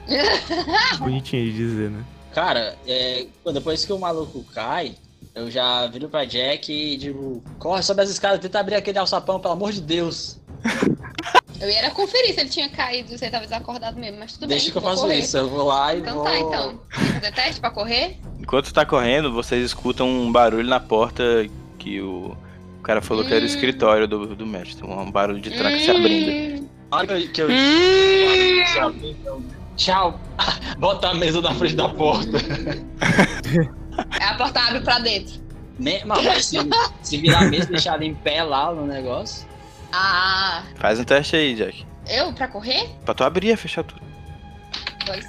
[SPEAKER 4] bonitinha de dizer, né?
[SPEAKER 1] Cara, é, pô, depois que o maluco cai, eu já viro pra Jack e digo: corre, sobe as escadas, tenta abrir aquele alçapão, pelo amor de Deus.
[SPEAKER 3] Eu ia era conferir se ele tinha caído, se ele tava desacordado mesmo, mas tudo
[SPEAKER 1] Deixa
[SPEAKER 3] bem.
[SPEAKER 1] que eu
[SPEAKER 3] vou
[SPEAKER 1] faço
[SPEAKER 3] correr.
[SPEAKER 1] isso. Eu vou lá e
[SPEAKER 3] Então
[SPEAKER 1] vou.
[SPEAKER 3] tá, então. Quer fazer teste pra correr?
[SPEAKER 2] Enquanto tu tá correndo, vocês escutam um barulho na porta que o, o cara falou que era o
[SPEAKER 3] Hum.
[SPEAKER 2] escritório do, do mestre. Um barulho de tranca se abrindo.
[SPEAKER 3] Hum,
[SPEAKER 1] Na hora que eu- que eu- Tchau. Bota a mesa na frente da porta.
[SPEAKER 3] Aí É a porta abre pra dentro.
[SPEAKER 1] Nem, mas mas se, se virar a mesa, deixar ela em pé lá no negócio.
[SPEAKER 3] Ah,
[SPEAKER 2] Faz um teste aí, Jack.
[SPEAKER 3] eu pra correr?
[SPEAKER 2] Pra tu abrir e fechar tudo.
[SPEAKER 3] Dois.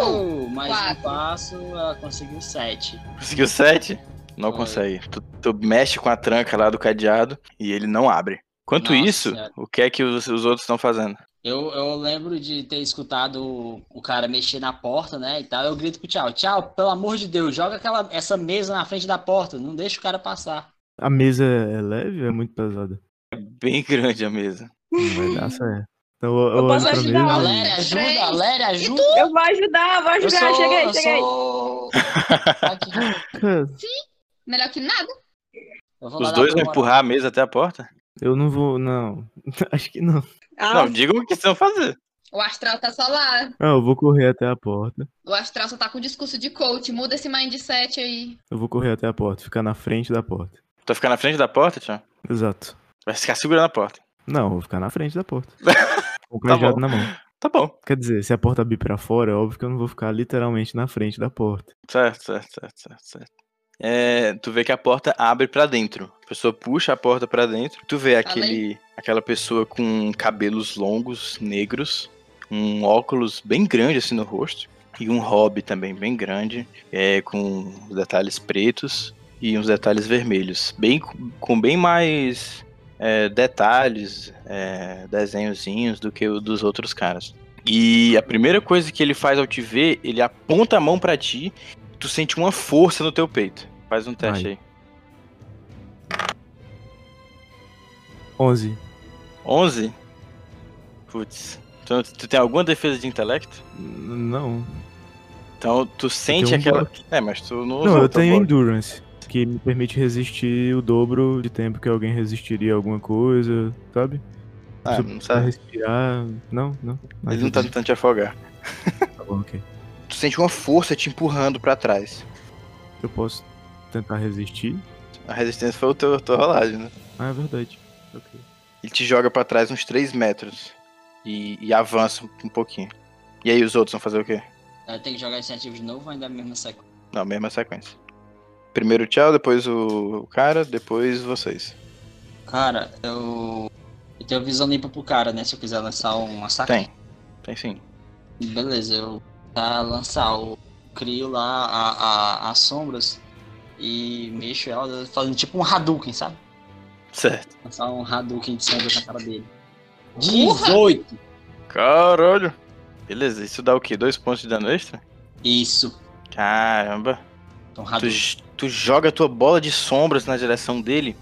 [SPEAKER 1] Oh, mais
[SPEAKER 3] Quatro.
[SPEAKER 1] um passo, ela conseguiu sete.
[SPEAKER 2] Conseguiu 7? Não
[SPEAKER 1] Foi.
[SPEAKER 2] consegue. Tu, tu mexe com a tranca lá do cadeado e ele não abre. Quanto
[SPEAKER 1] Nossa
[SPEAKER 2] isso,
[SPEAKER 1] Senhora.
[SPEAKER 2] o que é que os, os outros estão fazendo?
[SPEAKER 1] Eu, eu lembro de ter escutado o- o cara mexer na porta, né, e tal. Eu grito pro tchau, tchau, pelo amor de Deus, joga aquela, essa mesa na frente da porta, não deixa o cara passar.
[SPEAKER 4] A mesa é leve ou é muito pesada?
[SPEAKER 2] Bem grande a mesa.
[SPEAKER 4] Não vai dar certo. Então eu, eu,
[SPEAKER 5] Eu
[SPEAKER 4] olho
[SPEAKER 5] posso
[SPEAKER 4] pra
[SPEAKER 5] ajudar?
[SPEAKER 4] mesa. e-
[SPEAKER 1] Valéria,
[SPEAKER 3] Três.
[SPEAKER 1] ajuda, Valéria, ajuda.
[SPEAKER 5] Eu vou ajudar, vou
[SPEAKER 1] Eu
[SPEAKER 5] ajudar.
[SPEAKER 1] sou-
[SPEAKER 5] cheguei,
[SPEAKER 1] eu
[SPEAKER 5] cheguei.
[SPEAKER 1] sou- Aqui.
[SPEAKER 4] Cara,
[SPEAKER 3] Melhor que nada.
[SPEAKER 1] Eu vou lá
[SPEAKER 2] Os
[SPEAKER 1] dar
[SPEAKER 2] dois
[SPEAKER 1] uma
[SPEAKER 2] vão empurrar a mesa até a porta?
[SPEAKER 4] eu não vou, não. Acho que não.
[SPEAKER 5] Ah,
[SPEAKER 2] Não, digam o que estão fazendo.
[SPEAKER 3] O astral tá só lá.
[SPEAKER 4] Não, eu vou correr até a porta.
[SPEAKER 3] O astral só tá com discurso de coach. Muda esse mindset aí.
[SPEAKER 4] Eu vou correr até a porta, ficar na frente da porta.
[SPEAKER 2] Tu vai ficar na frente da porta, Tchau?
[SPEAKER 4] Exato.
[SPEAKER 2] Vai ficar segurando a porta.
[SPEAKER 4] Não, eu vou ficar na frente da porta. Com o cajado
[SPEAKER 2] bom.
[SPEAKER 4] na mão.
[SPEAKER 2] Tá bom.
[SPEAKER 4] Quer dizer, se a porta abrir pra fora, é óbvio que eu não vou ficar literalmente na frente da porta.
[SPEAKER 2] Certo, certo, certo, certo, certo. É, tu vê que a porta abre pra dentro. A pessoa puxa a porta pra dentro. Tu vê aquele, aquela pessoa com cabelos longos, negros, um óculos bem grande assim no rosto e um hobby também bem grande, é, com uns detalhes pretos e uns detalhes vermelhos, bem com- com bem mais é, detalhes, é, desenhozinhos do que o dos outros caras. E a primeira coisa que ele faz ao te ver, ele aponta a mão pra ti, tu sente uma força no teu peito. Faz um teste
[SPEAKER 4] Ai.
[SPEAKER 2] aí.
[SPEAKER 4] 11.
[SPEAKER 2] 11? Putz. Então, tu tem alguma defesa de intelecto?
[SPEAKER 4] N- Não.
[SPEAKER 2] Então tu sente
[SPEAKER 4] um
[SPEAKER 2] aquela. É, mas tu não
[SPEAKER 4] Não,
[SPEAKER 2] usou
[SPEAKER 4] eu
[SPEAKER 2] teu
[SPEAKER 4] tenho
[SPEAKER 2] bônus.
[SPEAKER 4] Endurance, que me permite resistir o dobro de tempo que alguém resistiria a alguma coisa, sabe?
[SPEAKER 2] Ah,
[SPEAKER 4] Você
[SPEAKER 2] não
[SPEAKER 4] Pra
[SPEAKER 2] sabe.
[SPEAKER 4] respirar. Não, não.
[SPEAKER 2] Ele não tá tentando te afogar.
[SPEAKER 4] Tá bom, ok.
[SPEAKER 2] Tu sente uma força te empurrando pra trás.
[SPEAKER 4] Eu posso tentar resistir.
[SPEAKER 2] A resistência foi o teu, tua rolagem, né?
[SPEAKER 4] Ah, é verdade. Ok.
[SPEAKER 2] Ele te joga pra trás uns 3 metros. E, e avança um pouquinho. E aí os outros vão fazer o quê?
[SPEAKER 1] Eu tenho que jogar esse ativo de novo, ainda é mesmo nessa
[SPEAKER 2] Não, mesma sequência. Primeiro o tchau, depois o o cara, depois vocês.
[SPEAKER 1] Cara, eu. Eu tenho visão limpa pro cara, né? Se eu quiser lançar uma sacada.
[SPEAKER 2] Tem. Tem sim.
[SPEAKER 1] Beleza, eu tá lançar o crio lá a, a- as sombras e mexo elas fazendo tipo um Hadouken, sabe?
[SPEAKER 2] Certo.
[SPEAKER 1] Lançar um Hadouken de sombras na cara dele. 18!
[SPEAKER 2] Caralho. Beleza, isso dá o quê? Dois pontos de dano extra?
[SPEAKER 1] Isso.
[SPEAKER 2] Caramba.
[SPEAKER 1] Então,
[SPEAKER 2] Tu,
[SPEAKER 1] Hadouken.
[SPEAKER 2] j- tu joga a tua bola de sombras na direção dele.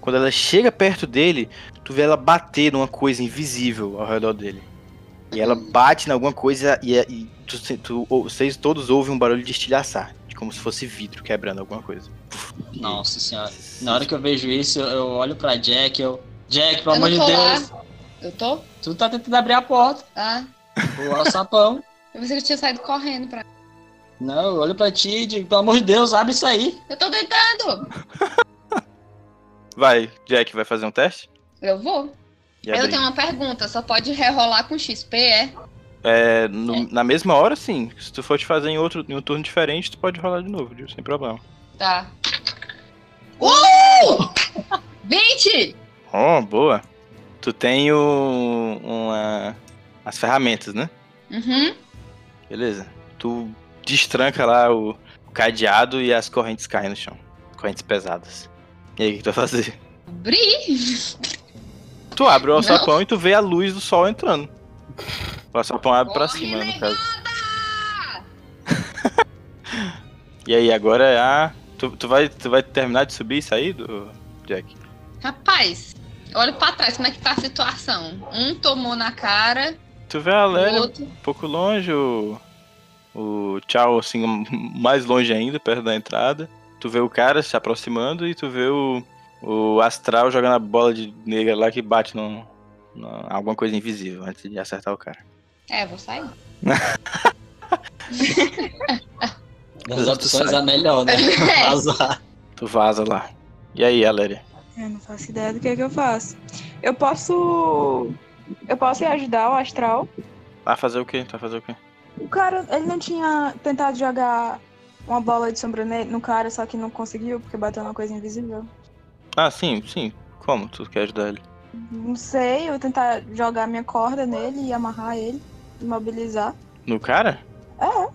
[SPEAKER 2] Quando ela chega perto dele, tu vê ela bater numa coisa invisível ao redor dele. E ela bate em alguma coisa e, é, e tu, se- tu- ou- vocês todos ouvem um barulho de estilhaçar. de Como se fosse vidro quebrando alguma coisa.
[SPEAKER 1] Nossa senhora. Na hora que eu vejo isso, eu olho pra Jack, eu. Jack, pelo
[SPEAKER 3] Eu não
[SPEAKER 1] amor de
[SPEAKER 3] tô
[SPEAKER 1] Deus,
[SPEAKER 3] Eu tô?
[SPEAKER 1] tu tá tentando abrir a porta,
[SPEAKER 3] Ah.
[SPEAKER 1] o alçapão.
[SPEAKER 3] Eu pensei que eu tinha saído correndo pra.
[SPEAKER 1] Não, eu olho pra ti e digo, pelo amor de Deus, abre isso aí.
[SPEAKER 3] Eu tô tentando!
[SPEAKER 2] Vai, Jack, vai fazer um teste?
[SPEAKER 3] Eu vou.
[SPEAKER 2] E
[SPEAKER 3] Aí eu
[SPEAKER 2] abrir.
[SPEAKER 3] tenho uma pergunta, só pode rerolar com XP, é?
[SPEAKER 2] É, no- na mesma hora, sim. Se tu for te fazer em, outro, em um turno diferente, tu pode rolar de novo, Gil, sem problema.
[SPEAKER 3] Tá. Uh! 20!
[SPEAKER 2] Oh, boa. Tu tem o, uma, as ferramentas, né?
[SPEAKER 3] Uhum.
[SPEAKER 2] Beleza. Tu destranca lá o, o cadeado e as correntes caem no chão. Correntes pesadas. E aí, o que tu vai fazer?
[SPEAKER 3] Bri!
[SPEAKER 2] Tu abre o
[SPEAKER 3] Não.
[SPEAKER 2] alçapão e tu vê a luz do sol entrando. O alçapão abre pra
[SPEAKER 3] Corre,
[SPEAKER 2] cima, no caso. E aí, agora é a... Tu, tu, vai, tu vai terminar de subir e sair, do Jack?
[SPEAKER 3] Rapaz, olha pra trás como é que tá a situação. Um tomou na cara,
[SPEAKER 2] Tu vê a
[SPEAKER 3] o
[SPEAKER 2] Lélia
[SPEAKER 3] outro.
[SPEAKER 2] um pouco longe, o, o tchau assim, mais longe ainda, perto da entrada. Tu vê o cara se aproximando e tu vê o, o astral jogando a bola de negra lá que bate num, num- alguma coisa invisível antes de acertar o cara.
[SPEAKER 3] É, vou sair.
[SPEAKER 1] Das opções a melhor, né?
[SPEAKER 3] É.
[SPEAKER 1] Azar.
[SPEAKER 2] Tu vaza lá. E aí, Aléria?
[SPEAKER 5] Eu não faço ideia do que é que eu faço. Eu posso. Eu posso ir ajudar o Astral.
[SPEAKER 2] Vai fazer o quê? Tu vai fazer o quê?
[SPEAKER 5] O cara, ele não tinha tentado jogar uma bola de sombra ne- no cara, só que não conseguiu, porque bateu numa coisa invisível.
[SPEAKER 2] Ah, sim, sim. Como? Tu quer ajudar ele?
[SPEAKER 5] Não sei, eu vou tentar jogar minha corda nele e amarrar ele, imobilizar.
[SPEAKER 2] No cara?
[SPEAKER 5] É,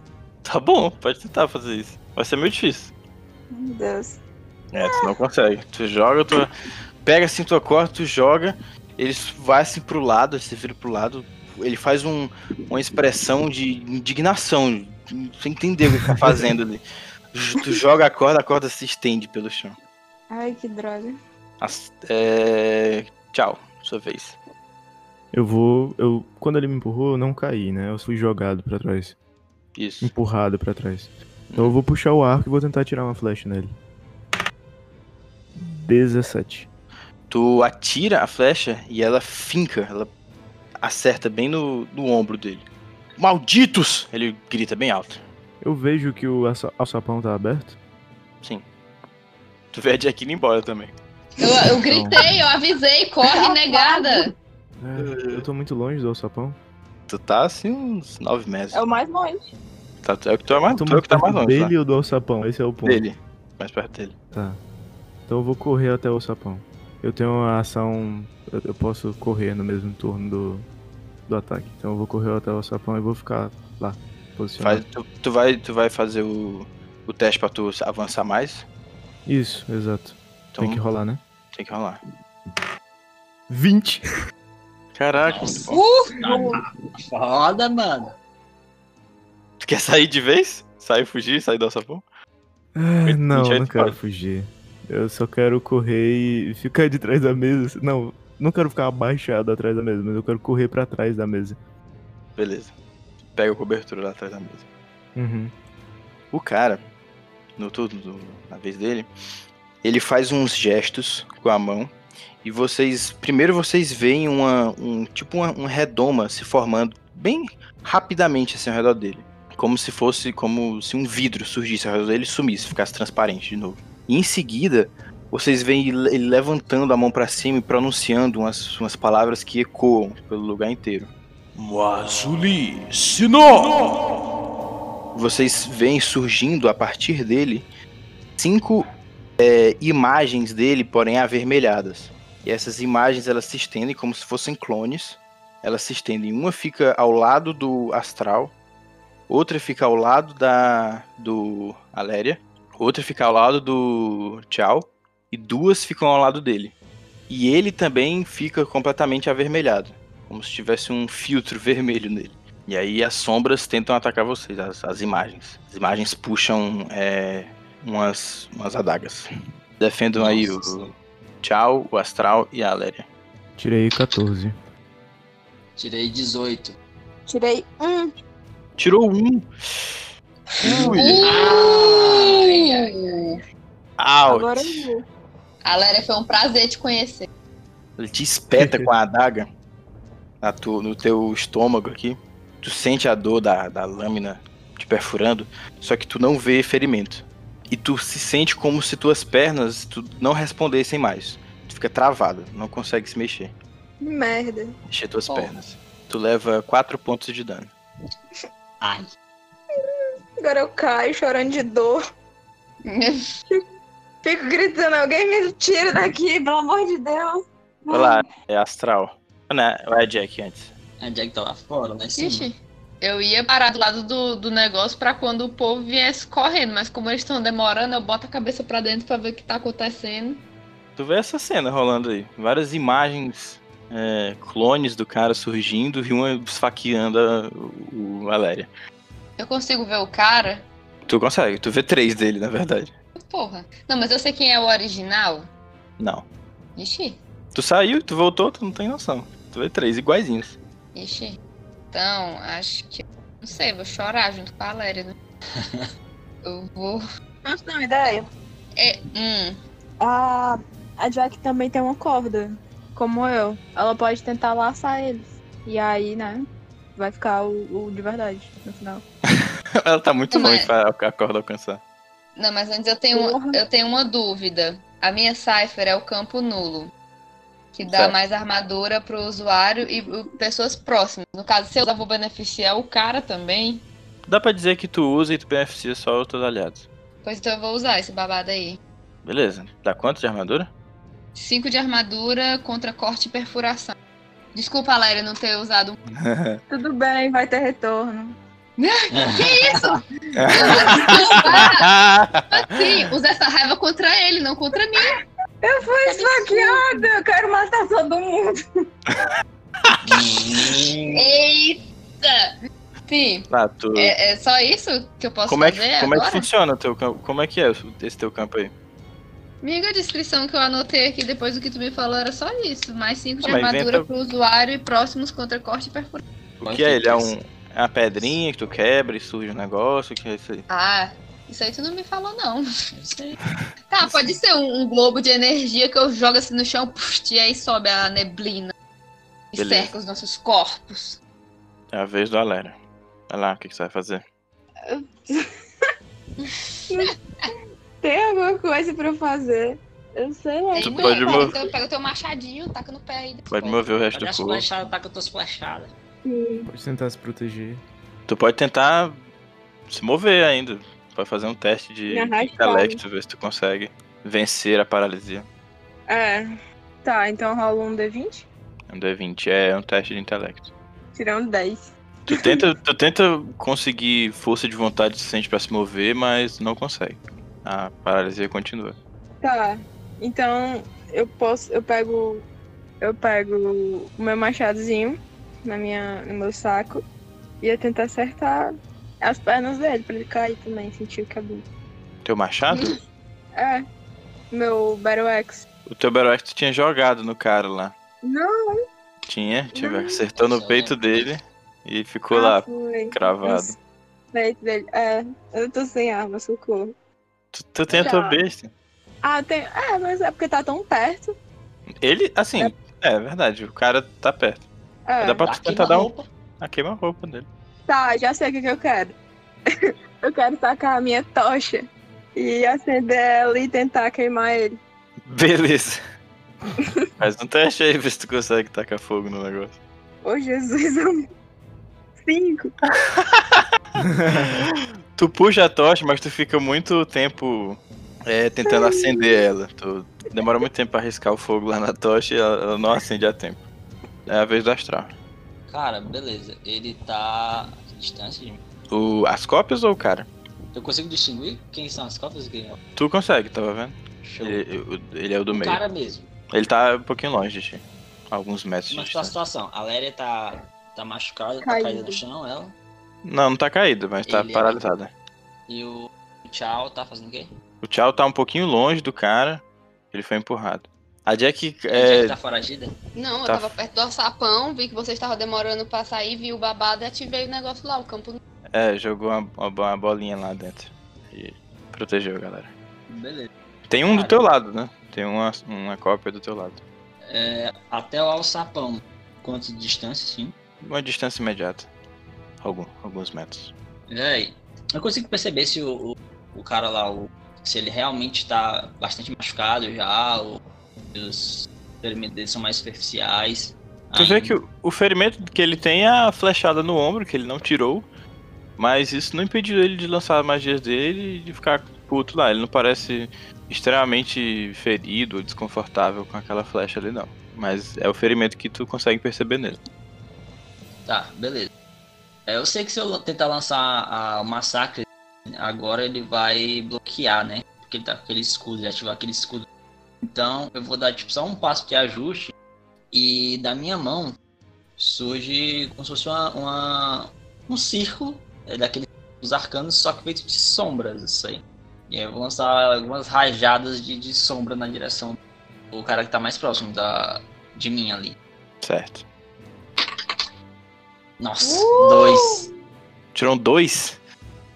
[SPEAKER 2] Tá bom, pode tentar fazer isso. Vai ser meio difícil.
[SPEAKER 5] meu Deus.
[SPEAKER 2] É, tu não consegue. Tu joga, tu pega assim tua corda, tu joga, ele vai assim pro lado, ele se vira pro lado, ele faz um- uma expressão de indignação, sem entender o que ele tá fazendo ali. Tu joga a corda, a corda se estende pelo chão.
[SPEAKER 5] Ai, que droga.
[SPEAKER 2] As- é, Tchau, sua vez.
[SPEAKER 4] Eu vou. Eu, quando ele me empurrou, eu não caí, né? Eu fui jogado pra trás.
[SPEAKER 2] Isso.
[SPEAKER 4] Empurrado pra trás. Então eu vou puxar o arco e vou tentar tirar uma flecha nele. 17.
[SPEAKER 2] Tu atira a flecha e ela finca, ela acerta bem no, no ombro dele. Malditos! Ele grita bem alto.
[SPEAKER 4] Eu vejo que o alça- alçapão tá aberto.
[SPEAKER 2] Tu vê a Jack indo embora também.
[SPEAKER 3] Eu, eu gritei, eu avisei, corre, negada.
[SPEAKER 4] É, eu tô muito longe do alçapão.
[SPEAKER 2] Tu tá assim uns 9 metros.
[SPEAKER 5] É o mais longe.
[SPEAKER 2] Tá, tu é o que tu é mais,
[SPEAKER 4] Eu tô
[SPEAKER 2] tu é o que tá
[SPEAKER 4] perto
[SPEAKER 2] mais longe.
[SPEAKER 4] dele ou do alçapão? Esse é o
[SPEAKER 2] tá?
[SPEAKER 4] ponto.
[SPEAKER 2] Dele. Mais perto dele.
[SPEAKER 4] Tá. Então eu vou correr até o sapão. Eu tenho uma ação. Eu, eu posso correr no mesmo turno do, do ataque. Então eu vou correr até o sapão e vou ficar lá. Posicionado.
[SPEAKER 2] Faz- tu, tu vai, tu vai fazer o, o teste pra tu avançar mais.
[SPEAKER 4] Isso, exato.
[SPEAKER 2] Então
[SPEAKER 4] Tem que rolar, né?
[SPEAKER 2] tem que rolar.
[SPEAKER 4] 20!
[SPEAKER 2] Caraca, muito
[SPEAKER 1] Nossa.
[SPEAKER 2] bom.
[SPEAKER 1] Foda, mano.
[SPEAKER 2] Tu quer sair de vez? Sair fugir, sair do alçapão?
[SPEAKER 4] Ah, não,
[SPEAKER 2] 28
[SPEAKER 4] não quero
[SPEAKER 2] fora.
[SPEAKER 4] fugir. Eu só quero correr e ficar de trás da mesa. Não, não quero ficar abaixado atrás da mesa, mas eu quero correr pra trás da mesa.
[SPEAKER 2] Beleza. Pega a cobertura lá atrás da mesa.
[SPEAKER 4] Uhum.
[SPEAKER 2] O cara, no turno, do- na vez dele, ele faz uns gestos com a mão. E vocês. Primeiro vocês veem uma. Um, tipo uma, um redoma se formando bem rapidamente assim ao redor dele. Como se fosse. Como se um vidro surgisse ao redor dele e sumisse, ficasse transparente de novo. E em seguida, vocês veem ele ele levantando a mão pra cima e pronunciando umas, umas palavras que ecoam pelo lugar inteiro. Mazuli Sino! Vocês veem surgindo a partir dele cinco é, imagens dele, porém avermelhadas. E essas imagens elas se estendem como se fossem clones. Elas se estendem. Uma fica ao lado do astral, outra fica ao lado da do Aléria, outra fica ao lado do Tchau e duas ficam ao lado dele. E ele também fica completamente avermelhado, como se tivesse um filtro vermelho nele. E aí as sombras tentam atacar vocês, as, as imagens. As imagens puxam é, umas, umas adagas. Defendam aí
[SPEAKER 1] Nossa.
[SPEAKER 2] o Tchau, o Astral e a Aléria.
[SPEAKER 4] Tirei 14.
[SPEAKER 1] Tirei 18.
[SPEAKER 5] Tirei um.
[SPEAKER 2] Tirou um. Ui.
[SPEAKER 1] Um.
[SPEAKER 3] Ah! Ai, ai.
[SPEAKER 2] Out.
[SPEAKER 5] Agora é um. eu vou.
[SPEAKER 3] Galera, foi um prazer te conhecer.
[SPEAKER 2] Ele te espeta com a adaga na tu- no teu estômago aqui. Tu sente a dor da, da lâmina te perfurando, só que tu não vê ferimento. E tu se sente como se tuas pernas tu não respondessem mais. Tu fica travado, não consegue se mexer.
[SPEAKER 5] Merda.
[SPEAKER 2] Mexer tuas
[SPEAKER 1] Bom.
[SPEAKER 2] pernas. Tu leva 4 pontos de dano.
[SPEAKER 1] Ai.
[SPEAKER 5] Agora eu caio chorando de dor. Fico gritando, alguém me tira daqui, pelo amor de Deus.
[SPEAKER 2] Vai lá, é astral. Né? Vai, Jack, antes.
[SPEAKER 1] A Jack tá lá fora, lá em cima.
[SPEAKER 3] Ixi, eu ia parar do lado do, do negócio pra quando o povo viesse correndo, mas como eles estão demorando, eu boto a cabeça pra dentro pra ver o que tá acontecendo.
[SPEAKER 2] Tu vê essa cena rolando aí. Várias imagens, é, clones do cara surgindo e uma esfaqueando a, o, o Valéria.
[SPEAKER 3] Eu consigo ver o cara?
[SPEAKER 2] Tu consegue, tu vê três dele, na verdade.
[SPEAKER 3] Porra. Não, mas eu sei quem é o original.
[SPEAKER 2] Não.
[SPEAKER 3] Ixi,
[SPEAKER 2] Tu saiu, tu voltou, tu não tem noção. Tu vê três iguaizinhos.
[SPEAKER 3] ixi. Então, acho que. Não sei, vou chorar junto com a Valéria, né? Eu vou.
[SPEAKER 5] Não tem uma ideia.
[SPEAKER 3] É, hum.
[SPEAKER 5] A, a Jack também tem uma corda, como eu. Ela pode tentar laçar eles. E aí, né? Vai ficar o, o de verdade no final.
[SPEAKER 2] Ela tá muito
[SPEAKER 3] Mas-
[SPEAKER 2] longe pra a corda alcançar.
[SPEAKER 3] Não, mas antes eu tenho,
[SPEAKER 5] Porra.
[SPEAKER 3] eu tenho uma dúvida. A minha cipher é o campo nulo, que dá
[SPEAKER 2] Certo.
[SPEAKER 3] mais armadura pro usuário e uh, pessoas próximas. No caso, se eu usar, vou beneficiar o cara também.
[SPEAKER 2] Dá pra dizer que tu usa e tu beneficia só os teus aliados.
[SPEAKER 3] Pois então eu vou usar esse babado aí.
[SPEAKER 2] Beleza. Dá quanto de armadura?
[SPEAKER 3] 5 de armadura contra corte e perfuração. Desculpa, Aléria, não ter usado.
[SPEAKER 5] Tudo bem, vai ter retorno.
[SPEAKER 1] É.
[SPEAKER 3] Ah, Sim, Assim, usa essa raiva contra ele, não contra mim.
[SPEAKER 5] Eu fui esfaqueada, eu quero matar todo mundo.
[SPEAKER 3] Eita! Sim,
[SPEAKER 2] Tá, tu...
[SPEAKER 3] é, é só isso que eu posso
[SPEAKER 2] Como é, que,
[SPEAKER 3] fazer
[SPEAKER 2] como é que
[SPEAKER 3] agora?
[SPEAKER 2] funciona o teu campo? Como é que é esse teu campo aí?
[SPEAKER 3] Amiga, a descrição que eu anotei aqui depois do que tu me falou era só isso. Mais 5 de
[SPEAKER 2] Ah, mas
[SPEAKER 3] armadura
[SPEAKER 2] inventa-
[SPEAKER 3] pro usuário e próximos contra corte e perfuração.
[SPEAKER 2] O que é ele? É um, é uma pedrinha que tu quebra e surge um negócio? O que é isso aí?
[SPEAKER 3] Ah, isso aí tu não me falou, não.
[SPEAKER 1] Eu sei.
[SPEAKER 3] Tá, pode ser um, um globo de energia que eu jogo assim no chão puf, e aí sobe a neblina e
[SPEAKER 2] Beleza.
[SPEAKER 3] cerca os nossos corpos.
[SPEAKER 2] É a vez do Aléria. Vai lá, o que, que você vai fazer?
[SPEAKER 5] Tem alguma coisa pra eu fazer? Eu sei lá.
[SPEAKER 3] Aí,
[SPEAKER 2] Tu
[SPEAKER 3] mulher,
[SPEAKER 2] pode
[SPEAKER 3] pode
[SPEAKER 2] mover.
[SPEAKER 3] ser, pega o teu machadinho, taca no pé aí.
[SPEAKER 2] Pode mover o resto
[SPEAKER 1] Olha
[SPEAKER 2] do
[SPEAKER 1] as
[SPEAKER 2] corpo.
[SPEAKER 1] flechadas, tá com as tuas flechadas.
[SPEAKER 5] É.
[SPEAKER 4] Pode tentar se proteger.
[SPEAKER 2] Tu pode tentar se mover ainda. Pode fazer um teste de
[SPEAKER 5] Me arrastar.
[SPEAKER 2] intelecto, ver se tu consegue vencer a paralisia.
[SPEAKER 5] É. Tá, então rola um D20.
[SPEAKER 2] Um D20 é um teste de intelecto.
[SPEAKER 5] Tirar um 10.
[SPEAKER 2] Tu tenta, tu tenta conseguir força de vontade suficiente pra se mover, mas não consegue. A paralisia continua.
[SPEAKER 5] Tá. Então eu posso. Eu pego. Eu pego o meu machadozinho na minha, no meu saco. E eu tentar acertar as pernas dele pra ele cair também, sentir o cabelo.
[SPEAKER 2] Teu machado?
[SPEAKER 5] É. Meu Battle Axe.
[SPEAKER 2] o teu Battle Axe tu tinha jogado no cara lá.
[SPEAKER 5] Não,
[SPEAKER 2] Tinha, tinha acertou no
[SPEAKER 1] Só
[SPEAKER 2] peito
[SPEAKER 1] lembra.
[SPEAKER 2] dele e ficou lá,
[SPEAKER 5] Ah, foi.
[SPEAKER 2] cravado.
[SPEAKER 5] Os peitos dele. É, eu tô sem arma, socorro.
[SPEAKER 2] Tu, tu tem a tua
[SPEAKER 5] Tá.
[SPEAKER 2] besta.
[SPEAKER 5] Ah, tem. É, mas é porque tá tão perto.
[SPEAKER 2] Ele, assim, é, verdade, o cara tá perto.
[SPEAKER 5] É.
[SPEAKER 2] Dá pra
[SPEAKER 1] Tá
[SPEAKER 2] tu tentar
[SPEAKER 1] aqui na
[SPEAKER 2] dar um.
[SPEAKER 1] roupa.
[SPEAKER 2] Ah, queima a roupa dele.
[SPEAKER 5] Tá, já sei o que, que eu quero. eu quero tacar a minha tocha e acender ela e tentar queimar ele.
[SPEAKER 2] Beleza. Faz um teste aí, vê se tu consegue tacar fogo no negócio.
[SPEAKER 5] Ô, Jesus, amor. Cinco.
[SPEAKER 2] Tu puxa a tocha, mas tu fica muito tempo é, tentando acender ela. Tu demora muito tempo pra arriscar o fogo lá na tocha e ela, ela não acende a tempo. É a vez do astral.
[SPEAKER 1] Cara, beleza. Ele tá a distância de mim.
[SPEAKER 2] O, as cópias ou o cara?
[SPEAKER 1] Eu consigo distinguir quem são as cópias e quem é o
[SPEAKER 2] Tu consegue, tava vendo?
[SPEAKER 1] show.
[SPEAKER 2] Ele, o- ele é o do
[SPEAKER 1] o
[SPEAKER 2] meio.
[SPEAKER 1] cara mesmo.
[SPEAKER 2] Ele tá um pouquinho longe de ti. Alguns metros de
[SPEAKER 1] Mas tá a
[SPEAKER 2] distância.
[SPEAKER 1] situação. A Léria tá, tá machucada, tá
[SPEAKER 5] Caída.
[SPEAKER 1] caída no chão, ela.
[SPEAKER 2] Não, não tá caído, mas tá
[SPEAKER 1] Ele é-
[SPEAKER 2] paralisada.
[SPEAKER 1] E o Tchau tá fazendo o quê?
[SPEAKER 2] O Tchau tá um pouquinho longe do cara. Ele foi empurrado. A Jack.
[SPEAKER 1] A Jack
[SPEAKER 2] É,
[SPEAKER 1] tá foragida?
[SPEAKER 3] Não, eu
[SPEAKER 2] Tá.
[SPEAKER 3] tava perto do alçapão, vi que vocês estavam demorando pra sair, vi o babado e ativei o negócio lá, o campo.
[SPEAKER 1] tá.
[SPEAKER 2] é, jogou uma, uma- uma bolinha lá dentro. E protegeu a galera.
[SPEAKER 1] Beleza.
[SPEAKER 2] Tem um do
[SPEAKER 1] Cara.
[SPEAKER 2] teu lado, né? Tem uma, uma cópia do teu lado.
[SPEAKER 1] Até o alçapão. Quanto de distância, sim?
[SPEAKER 2] Uma distância imediata. Algum, alguns metros.
[SPEAKER 1] Véi, É, eu consigo perceber se o, o, o cara lá, o- se ele realmente tá bastante machucado já, ou Os ferimentos dele são mais superficiais.
[SPEAKER 2] Tu vê
[SPEAKER 1] ainda.
[SPEAKER 2] que o, o ferimento que ele tem é a flechada no ombro, que ele não tirou. Mas isso não impediu ele de lançar as magias dele e de ficar puto lá. Ele não parece extremamente ferido ou desconfortável com aquela flecha ali, não. Mas é o ferimento que tu consegue perceber nele.
[SPEAKER 1] Tá, beleza. É, eu sei que se eu tentar lançar a- o massacre, agora ele vai bloquear, né? Porque ele tá com aquele escudo, ele ativar aquele escudo. Então eu vou dar tipo só um passo de ajuste e da minha mão surge como se fosse uma, uma- um círculo é, daqueles dos arcanos, só que feito de sombras, isso aí. E aí eu vou lançar algumas rajadas de, de sombra na direção do cara que tá mais próximo da, de mim ali.
[SPEAKER 2] Certo.
[SPEAKER 1] Nossa, dois.
[SPEAKER 2] Tirou um dois?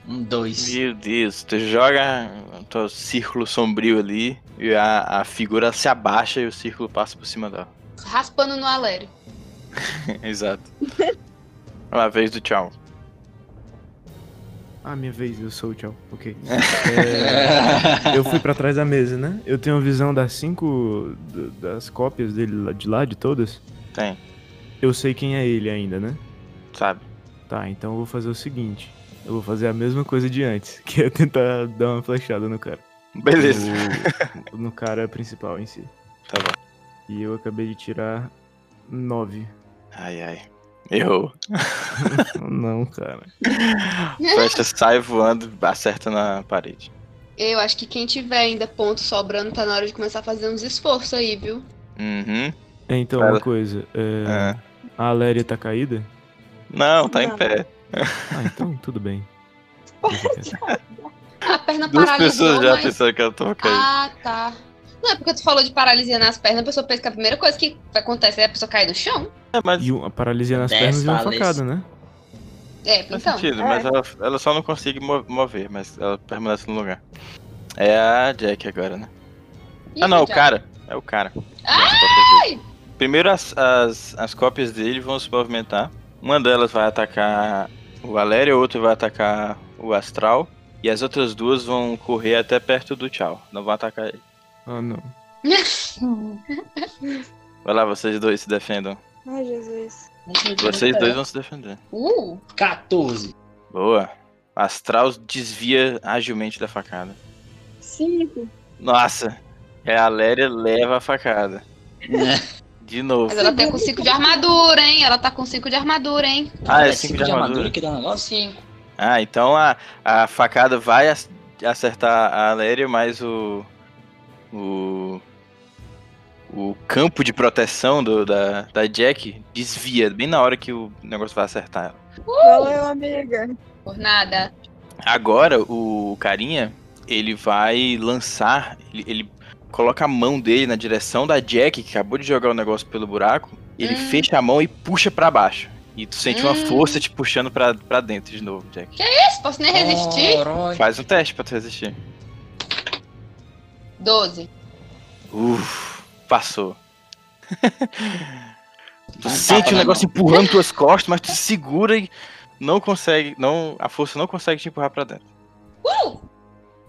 [SPEAKER 1] Um, dois.
[SPEAKER 2] Meu Deus, tu joga o teu círculo sombrio ali e a, a figura se abaixa e o círculo passa por cima dela.
[SPEAKER 3] Raspando no Alério.
[SPEAKER 2] Exato. Olha lá, vez do tchau.
[SPEAKER 4] Ah, minha vez, eu sou o tchau. Ok. É, eu fui pra trás da mesa, né? Eu tenho visão das cinco. d- das cópias dele lá- de lá, de todas.
[SPEAKER 2] Tem,
[SPEAKER 4] Eu sei quem é ele ainda, né?
[SPEAKER 2] sabe?
[SPEAKER 4] Tá, então eu vou fazer o seguinte. Eu vou fazer a mesma coisa de antes, que é tentar dar uma flechada no cara. Uhum.
[SPEAKER 2] Beleza.
[SPEAKER 4] No, no cara principal em si.
[SPEAKER 2] Tá bom.
[SPEAKER 4] E eu acabei de tirar nove.
[SPEAKER 2] Ai, ai. Errou.
[SPEAKER 4] Não, cara.
[SPEAKER 2] A flecha sai voando, acerta na parede.
[SPEAKER 3] Eu acho que quem tiver ainda ponto sobrando, tá na hora de começar a fazer uns esforços aí, viu?
[SPEAKER 2] Uhum.
[SPEAKER 4] É, Então,
[SPEAKER 2] Ela-
[SPEAKER 4] uma coisa. é,
[SPEAKER 2] É.
[SPEAKER 4] A Aléria tá caída?
[SPEAKER 2] Não, tá em
[SPEAKER 5] Não.
[SPEAKER 2] pé.
[SPEAKER 4] Ah, então tudo bem.
[SPEAKER 3] A perna
[SPEAKER 2] Duas
[SPEAKER 3] Tá paralisou,
[SPEAKER 2] pessoas já
[SPEAKER 3] mas...
[SPEAKER 2] pensaram que ela tava caindo.
[SPEAKER 3] Ah, tá. Não, é porque tu falou de paralisia nas pernas, a pessoa pensa que a primeira coisa que vai acontecer é a pessoa cair no chão.
[SPEAKER 2] É, mas
[SPEAKER 4] E uma paralisia nas
[SPEAKER 1] Dez
[SPEAKER 4] pernas e uma
[SPEAKER 1] falas.
[SPEAKER 4] facada, né?
[SPEAKER 3] É,
[SPEAKER 2] faz
[SPEAKER 3] então.
[SPEAKER 2] sentido.
[SPEAKER 5] é.
[SPEAKER 2] Mas ela, ela só não consegue mo- mover, mas ela permanece no lugar. É a Jack agora, né?
[SPEAKER 3] Ih,
[SPEAKER 2] Ah, não, o
[SPEAKER 3] já.
[SPEAKER 2] cara. É o cara. Ai! Primeiro as, as, as cópias dele vão se movimentar. Uma delas vai atacar o Valério, a outra vai atacar o Astral. E as outras duas vão correr até perto do Tchau. Não vão atacar ele.
[SPEAKER 4] Ah, não.
[SPEAKER 2] Vai lá, vocês dois se defendam.
[SPEAKER 5] Ai, Jesus.
[SPEAKER 3] É.
[SPEAKER 2] Vocês dois vão se defender.
[SPEAKER 3] Uh,
[SPEAKER 1] 14.
[SPEAKER 2] Boa. Astral desvia agilmente da facada.
[SPEAKER 5] Cinco.
[SPEAKER 2] Nossa! É a Léria leva a facada.
[SPEAKER 1] É.
[SPEAKER 2] De novo.
[SPEAKER 3] mas ela tá com 5 de armadura, hein? Ela tá com 5 de armadura, hein?
[SPEAKER 2] Ah, é
[SPEAKER 1] Era
[SPEAKER 2] 5
[SPEAKER 1] cinco
[SPEAKER 2] de armadura.
[SPEAKER 1] que dá o negócio?
[SPEAKER 3] 5.
[SPEAKER 2] Ah, então a, a facada vai ac- acertar a Aléria, mas o. O. O campo de proteção do- da, da Jack desvia bem na hora que o negócio vai acertar ela.
[SPEAKER 5] Valeu, amiga.
[SPEAKER 3] Por nada.
[SPEAKER 2] Agora o carinha, ele vai lançar, ele, ele coloca a mão dele na direção da Jack, que acabou de jogar o negócio pelo buraco, ele
[SPEAKER 3] Hum.
[SPEAKER 2] fecha a mão e puxa pra baixo. E tu sente uma
[SPEAKER 3] Hum.
[SPEAKER 2] força te puxando pra, pra dentro de novo, Jack.
[SPEAKER 3] Esse, posso nem resistir?
[SPEAKER 1] Corói.
[SPEAKER 2] Faz um teste pra tu resistir.
[SPEAKER 3] 12.
[SPEAKER 2] Uf, passou. tu
[SPEAKER 1] Não
[SPEAKER 2] sente
[SPEAKER 1] tapa
[SPEAKER 2] o
[SPEAKER 1] na
[SPEAKER 3] né?
[SPEAKER 2] negócio empurrando tuas costas, mas tu segura e não consegue, não, a força não consegue te empurrar pra dentro.
[SPEAKER 3] Uh!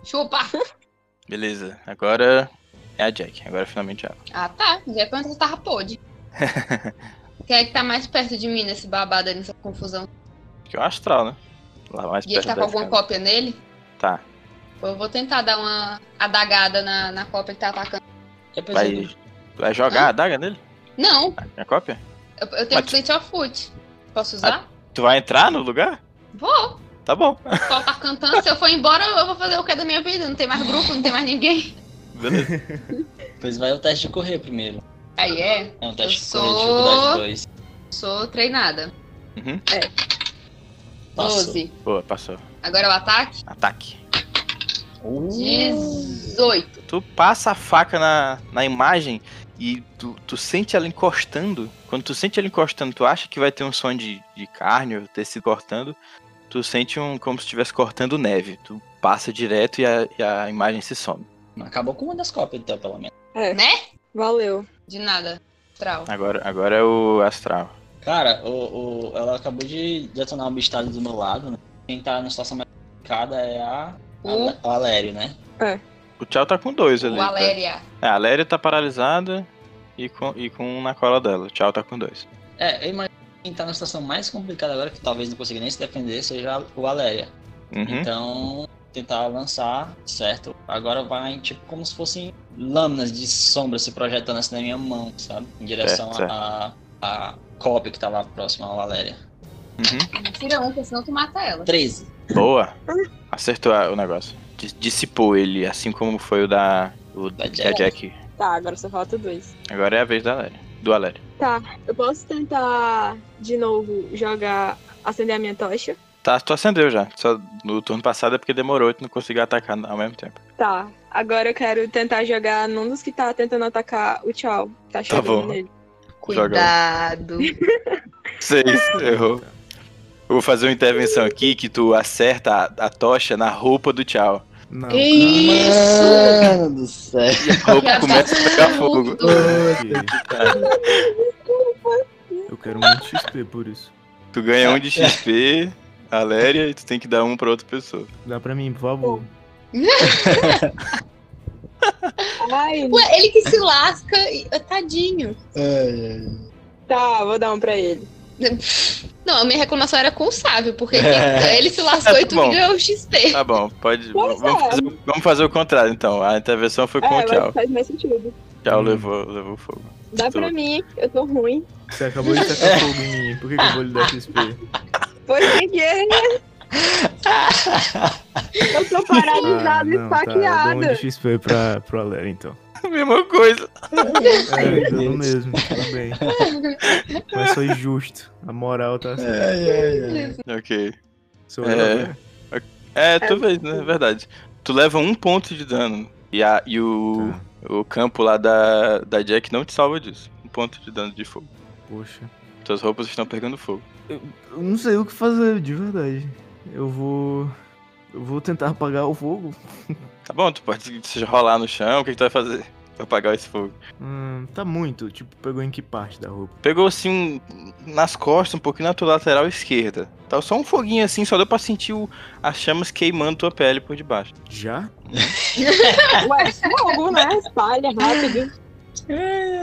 [SPEAKER 3] Chupa!
[SPEAKER 2] Beleza, agora é a Jack, agora finalmente é ela.
[SPEAKER 3] Ah, tá. Já ia perguntar se tava podre. Quem é que tá mais perto de mim nesse babado aí, nessa confusão?
[SPEAKER 2] Que é um astral, né? Lá mais
[SPEAKER 3] E ele
[SPEAKER 2] perto
[SPEAKER 3] tá com
[SPEAKER 2] da
[SPEAKER 3] alguma
[SPEAKER 2] casa.
[SPEAKER 3] cópia nele?
[SPEAKER 2] Tá.
[SPEAKER 3] Eu vou tentar dar uma adagada na, na cópia que tá atacando.
[SPEAKER 1] É pra
[SPEAKER 2] Vai,
[SPEAKER 1] dizer,
[SPEAKER 2] vai jogar a adaga nele?
[SPEAKER 3] Não,
[SPEAKER 2] A cópia?
[SPEAKER 3] eu, eu tenho
[SPEAKER 2] Mas- Ah.
[SPEAKER 3] Fleet of Foot. Posso usar?
[SPEAKER 2] Tu vai entrar no lugar?
[SPEAKER 3] Vou.
[SPEAKER 2] Tá bom.
[SPEAKER 3] O pessoal tá cantando. Se eu for embora, eu vou fazer o que da minha vida. Não tem mais grupo, não tem mais ninguém.
[SPEAKER 2] Beleza.
[SPEAKER 1] Depois vai o teste de correr primeiro.
[SPEAKER 3] Aí é,
[SPEAKER 1] É um teste de
[SPEAKER 3] Eu
[SPEAKER 1] correr,
[SPEAKER 3] sou-
[SPEAKER 1] dificuldade 2.
[SPEAKER 3] sou treinada.
[SPEAKER 2] Uhum.
[SPEAKER 3] 12.
[SPEAKER 2] Boa, passou.
[SPEAKER 3] Agora o ataque?
[SPEAKER 2] Ataque.
[SPEAKER 1] Uh,
[SPEAKER 3] 18.
[SPEAKER 2] Tu passa a faca na, na imagem e tu, tu sente ela encostando. Quando tu sente ela encostando, tu acha que vai ter um som de, de carne ou ter se cortando. Tu sente um como se estivesse cortando neve. Tu passa direto e a, e a imagem se some.
[SPEAKER 1] acabou com uma das cópias, então, pelo menos.
[SPEAKER 5] É.
[SPEAKER 3] Né?
[SPEAKER 5] Valeu.
[SPEAKER 3] De nada. Trau.
[SPEAKER 2] Agora, agora é o astral.
[SPEAKER 1] Cara, o, o- ela acabou de detonar um obstáculo
[SPEAKER 2] Ah,
[SPEAKER 1] do meu lado. Né? Quem tá na situação mais complicada é a,
[SPEAKER 3] O
[SPEAKER 1] a, a Alério, né?
[SPEAKER 5] É.
[SPEAKER 2] O Tchau tá com dois ali.
[SPEAKER 3] O
[SPEAKER 2] tá?
[SPEAKER 3] Aléria.
[SPEAKER 2] É, a Léria tá paralisada e com, e com um na cola dela. O Tchau tá com dois.
[SPEAKER 1] É, eu imagino que tá na situação mais complicada agora, que talvez não consiga nem se defender, seja o Valéria.
[SPEAKER 2] Uhum.
[SPEAKER 1] Então, tentar avançar, certo? Agora vai, tipo, como se fossem lâminas de sombra se projetando assim na minha mão, sabe? Em direção
[SPEAKER 2] Certo,
[SPEAKER 1] à a, cópia que tá lá próxima à Valéria.
[SPEAKER 2] uhum.
[SPEAKER 3] Tira um, porque senão tu mata ela.
[SPEAKER 1] 13.
[SPEAKER 2] Boa. Acertou a- o negócio. Dis- Dissipou ele, assim como foi o da, o
[SPEAKER 1] Da
[SPEAKER 2] da
[SPEAKER 1] Jack.
[SPEAKER 2] Jack.
[SPEAKER 5] Tá, agora só falta dois.
[SPEAKER 2] Agora é a vez da Léria. Do Aléria.
[SPEAKER 5] Eu posso tentar de novo jogar, acender a minha tocha?
[SPEAKER 2] Tá, tu acendeu já. Só no turno passado é porque demorou e tu não conseguiu atacar ao mesmo tempo.
[SPEAKER 5] Tá. Agora eu quero tentar jogar num dos que tá tentando atacar o tchau. Tá chegando
[SPEAKER 2] bom.
[SPEAKER 5] nele.
[SPEAKER 2] Joga.
[SPEAKER 3] Cuidado.
[SPEAKER 2] Seis, errou. Eu vou fazer uma intervenção aqui que tu acerta a, a tocha na roupa do Tchau.
[SPEAKER 4] Não,
[SPEAKER 3] Isso!
[SPEAKER 1] Mano do céu.
[SPEAKER 2] E a roupa começa a pegar fogo.
[SPEAKER 4] cara. Eu quero muito XP por isso.
[SPEAKER 2] Tu ganha um de
[SPEAKER 1] É.
[SPEAKER 2] XP, a Léria, e tu tem que dar um pra outra pessoa.
[SPEAKER 4] Dá pra mim, por favor.
[SPEAKER 5] Ai,
[SPEAKER 3] Ué, ele que se lasca, e- tadinho.
[SPEAKER 5] tá, vou dar um pra ele.
[SPEAKER 3] Não, a minha reclamação era com o sábio, porque
[SPEAKER 1] É.
[SPEAKER 3] ele se lascou
[SPEAKER 2] É,
[SPEAKER 3] e tu
[SPEAKER 2] bom.
[SPEAKER 3] que ganhou o XP.
[SPEAKER 2] Tá bom, pode.
[SPEAKER 5] Pois
[SPEAKER 2] vamos,
[SPEAKER 5] é.
[SPEAKER 2] fazer, vamos fazer o contrário então. A intervenção foi com o
[SPEAKER 5] é,
[SPEAKER 2] Tchau.
[SPEAKER 5] mas faz mais sentido.
[SPEAKER 2] Tchau
[SPEAKER 4] Hum.
[SPEAKER 2] levou, levou fogo.
[SPEAKER 5] Dá
[SPEAKER 2] Tô.
[SPEAKER 5] pra mim, eu tô ruim.
[SPEAKER 4] Você acabou de tacar fogo em mim. Por que, que eu vou lhe dar XP?
[SPEAKER 5] Porque eu tô
[SPEAKER 4] Ah,
[SPEAKER 5] paralisada e
[SPEAKER 4] não, tá. Eu dou um
[SPEAKER 5] esfaqueada.
[SPEAKER 4] de XP pra, pro Aler, então.
[SPEAKER 2] Mesma coisa.
[SPEAKER 4] É, eu dou
[SPEAKER 1] Deus.
[SPEAKER 4] no mesmo, tudo bem. Mas sou injusto. A moral tá certa.
[SPEAKER 2] Ok.
[SPEAKER 4] Sou
[SPEAKER 2] É.
[SPEAKER 4] eu, né?
[SPEAKER 2] É, tu vez, né? É verdade. Tu leva um ponto de dano. E, a, e o, o campo lá da, da Jack não te salva disso. Um ponto de dano de fogo.
[SPEAKER 4] Poxa.
[SPEAKER 2] Tuas roupas estão pegando fogo.
[SPEAKER 4] Eu não sei o que fazer, de verdade. Eu vou. Eu vou tentar apagar o fogo.
[SPEAKER 2] Tá bom, tu pode se rolar no chão, o que, que tu vai fazer? Pra apagar esse fogo.
[SPEAKER 4] Hum, tá muito. Tipo, pegou em que parte da roupa?
[SPEAKER 2] Pegou assim um- nas costas, um pouquinho na tua lateral esquerda. Tá só um foguinho assim, só deu pra sentir o- as chamas queimando tua pele por debaixo.
[SPEAKER 4] Já?
[SPEAKER 5] Ué, fogo, né? Espalha rápido.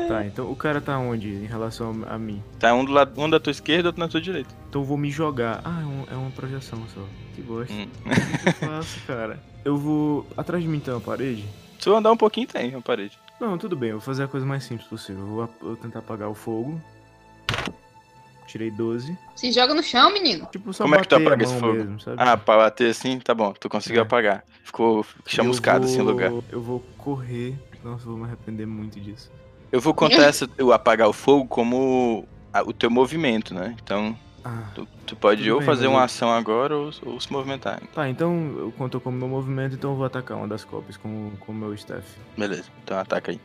[SPEAKER 4] Tá, então o cara tá onde em relação a mim?
[SPEAKER 2] Tá um do lado, um da tua esquerda, outro na tua direita.
[SPEAKER 4] Então eu vou me jogar. Ah, é, um- é uma projeção só. Que bosta.
[SPEAKER 2] Hum.
[SPEAKER 4] O que eu faço, cara? Eu vou. Atrás de mim tem uma parede?
[SPEAKER 2] Se eu andar um pouquinho, tem uma parede.
[SPEAKER 4] Não, tudo bem, eu vou fazer a coisa mais simples possível. Eu vou ap- eu tentar apagar o fogo. Tirei 12.
[SPEAKER 3] Se joga no chão, menino.
[SPEAKER 4] Tipo, só
[SPEAKER 2] Como é que tu
[SPEAKER 4] bater
[SPEAKER 2] apaga
[SPEAKER 4] a mão
[SPEAKER 2] esse fogo?
[SPEAKER 4] mesmo, sabe?
[SPEAKER 2] Ah, pra bater assim, tá bom, tu conseguiu
[SPEAKER 4] É.
[SPEAKER 2] apagar. Ficou chamuscado
[SPEAKER 4] Eu
[SPEAKER 2] assim o
[SPEAKER 4] vou-
[SPEAKER 2] lugar.
[SPEAKER 4] Eu vou correr. Nossa, eu vou me arrepender muito disso.
[SPEAKER 2] Eu vou contar essa, o apagar o fogo como a- o teu movimento, né? Então,
[SPEAKER 4] Ah,
[SPEAKER 2] tu, tu pode
[SPEAKER 4] Tudo
[SPEAKER 2] ou
[SPEAKER 4] bem,
[SPEAKER 2] fazer
[SPEAKER 4] mas
[SPEAKER 2] uma
[SPEAKER 4] eu-
[SPEAKER 2] ação agora ou, ou se movimentar.
[SPEAKER 4] tá, então eu conto como meu movimento, então eu vou atacar uma das copas com o com o meu staff.
[SPEAKER 2] Beleza, então ataca aí.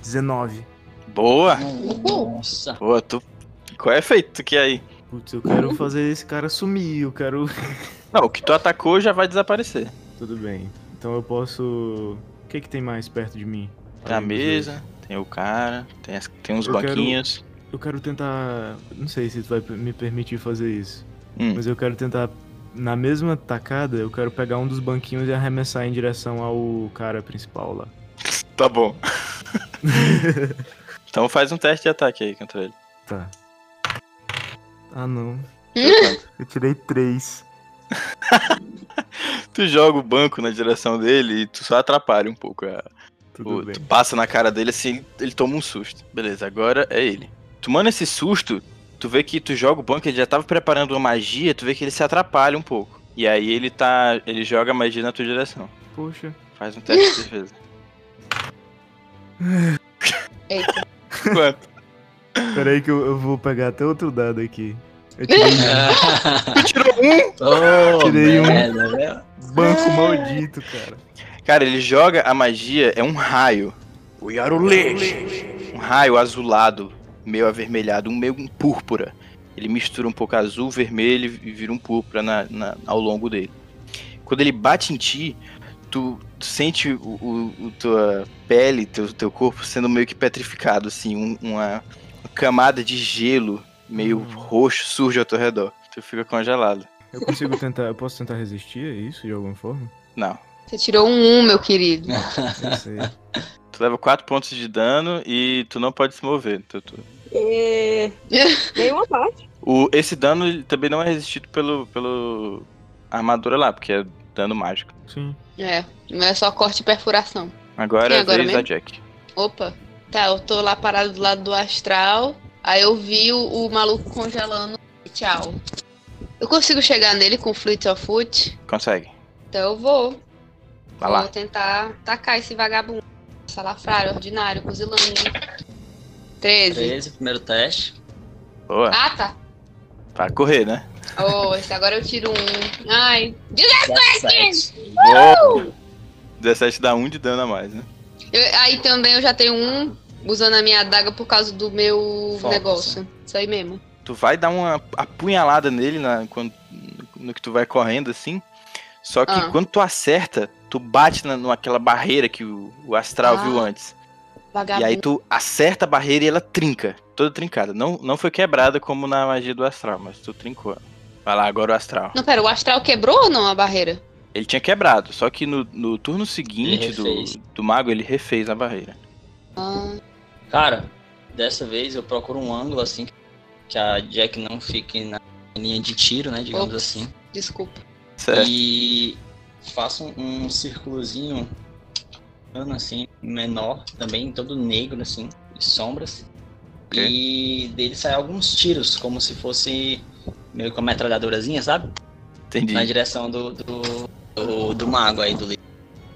[SPEAKER 4] 19.
[SPEAKER 2] Boa!
[SPEAKER 1] Nossa.
[SPEAKER 2] Boa, tu. Qual é o efeito que é aí?
[SPEAKER 4] Putz, eu quero fazer esse cara sumir, eu quero.
[SPEAKER 2] Não, o que tu atacou já vai desaparecer.
[SPEAKER 4] Tudo bem. Então eu posso. O que, que tem mais perto de mim?
[SPEAKER 2] Tem a
[SPEAKER 4] Além dos
[SPEAKER 2] mesa, tem o cara, tem, as- tem uns
[SPEAKER 4] Eu quero-
[SPEAKER 2] banquinhos.
[SPEAKER 4] dois? Eu quero tentar. Não sei se tu vai me permitir fazer isso.
[SPEAKER 2] Hum.
[SPEAKER 4] Mas eu quero tentar. Na mesma tacada, eu quero pegar um dos banquinhos e arremessar em direção ao cara principal lá.
[SPEAKER 2] Tá bom. então faz um teste de ataque aí contra ele.
[SPEAKER 4] Tá. Ah não. Eu tirei 3.
[SPEAKER 2] Tu joga o banco na direção dele e tu só atrapalha um pouco. a-
[SPEAKER 4] Tudo
[SPEAKER 2] o-
[SPEAKER 4] bem.
[SPEAKER 2] tu passa na cara dele assim, ele toma um susto. Beleza, agora é ele. Tomando esse susto, tu vê que tu joga o banco, ele já tava preparando uma magia, tu vê que ele se atrapalha um pouco. E aí ele tá. ele joga a magia na tua direção.
[SPEAKER 4] Poxa.
[SPEAKER 2] Faz um teste de defesa.
[SPEAKER 3] Eita.
[SPEAKER 2] Quanto?
[SPEAKER 4] Pera aí que eu, eu vou pegar até outro dado aqui. Eu tirei
[SPEAKER 2] Tu tirou um!
[SPEAKER 1] oh,
[SPEAKER 4] Tirei um.
[SPEAKER 1] merda, velho.
[SPEAKER 4] um banco maldito, cara.
[SPEAKER 2] Cara, ele joga a magia, é um raio. O Um raio azulado, meio avermelhado, um meio um púrpura. Ele mistura um pouco azul, vermelho e vira um púrpura na- na- ao longo dele. Quando ele bate em ti, tu, tu sente o, o- o tua pele, teu, teu corpo sendo meio que petrificado, assim, um- uma, uma camada de gelo meio
[SPEAKER 4] Hum.
[SPEAKER 2] roxo surge ao teu redor. Tu fica congelado.
[SPEAKER 4] Eu consigo tentar. Eu posso tentar resistir a isso de alguma forma?
[SPEAKER 2] Não.
[SPEAKER 3] Você tirou um 1, meu querido.
[SPEAKER 2] É.
[SPEAKER 4] Eu sei.
[SPEAKER 2] Tu leva 4 pontos de dano e tu não pode se mover, Tutu.
[SPEAKER 5] É... Nenhuma parte.
[SPEAKER 2] O, esse dano ele também não é resistido pelo, pelo armadura lá, porque é dano mágico.
[SPEAKER 4] Sim.
[SPEAKER 3] É, não é só corte e perfuração.
[SPEAKER 2] Agora
[SPEAKER 3] Quem
[SPEAKER 2] é a
[SPEAKER 3] agora
[SPEAKER 2] vez da
[SPEAKER 3] mesmo?
[SPEAKER 2] Jack.
[SPEAKER 3] Opa, tá, eu tô lá parado do lado do astral. Aí eu vi o, o maluco congelando. Tchau. Eu consigo chegar nele com Fleet of Foot?
[SPEAKER 2] Consegue.
[SPEAKER 3] Então eu vou.
[SPEAKER 2] Vai lá.
[SPEAKER 3] Vou tentar tacar esse vagabundo. Salafrário, ordinário, cozilangue. 13.
[SPEAKER 1] 13, primeiro teste.
[SPEAKER 2] Boa.
[SPEAKER 3] Ah, tá.
[SPEAKER 2] Pra correr, né?
[SPEAKER 3] Oh, esse agora eu tiro um. Ai.
[SPEAKER 1] 17.
[SPEAKER 2] Boa. 17 dá 1 de dano a mais, né?
[SPEAKER 3] Eu- aí também eu já tenho um usando a minha adaga por causa do meu
[SPEAKER 1] Foco,
[SPEAKER 3] negócio. Isso aí mesmo.
[SPEAKER 2] Tu vai dar uma apunhalada nele na, quando, no que tu vai correndo, assim. Só que
[SPEAKER 3] Ah.
[SPEAKER 2] quando tu acerta, tu bate na, naquela barreira que o, o astral
[SPEAKER 3] Ah.
[SPEAKER 2] viu antes. E
[SPEAKER 3] Vagabundo.
[SPEAKER 2] aí tu acerta a barreira e ela trinca. Toda trincada. Não, não foi quebrada como na magia do astral, mas tu trincou. Vai lá, agora o astral.
[SPEAKER 3] Não, pera, o astral quebrou ou não a barreira?
[SPEAKER 2] Ele tinha quebrado, só que no, no turno seguinte
[SPEAKER 1] Ele
[SPEAKER 2] do,
[SPEAKER 1] refez.
[SPEAKER 2] do mago, ele refez a barreira.
[SPEAKER 3] Ah,
[SPEAKER 1] Cara, dessa vez eu procuro um ângulo assim que a Jack não fique na linha de tiro, né? Digamos
[SPEAKER 3] Ops.
[SPEAKER 1] assim.
[SPEAKER 3] desculpa.
[SPEAKER 2] Certo.
[SPEAKER 1] E faço um, um círculozinho ano assim, menor, também todo negro, assim, de sombras.
[SPEAKER 2] Ok.
[SPEAKER 1] E dele saem alguns tiros, como se fosse meio com a metralhadorazinha, sabe?
[SPEAKER 2] Entendi.
[SPEAKER 1] Na direção do, do, do, do mago aí do livro.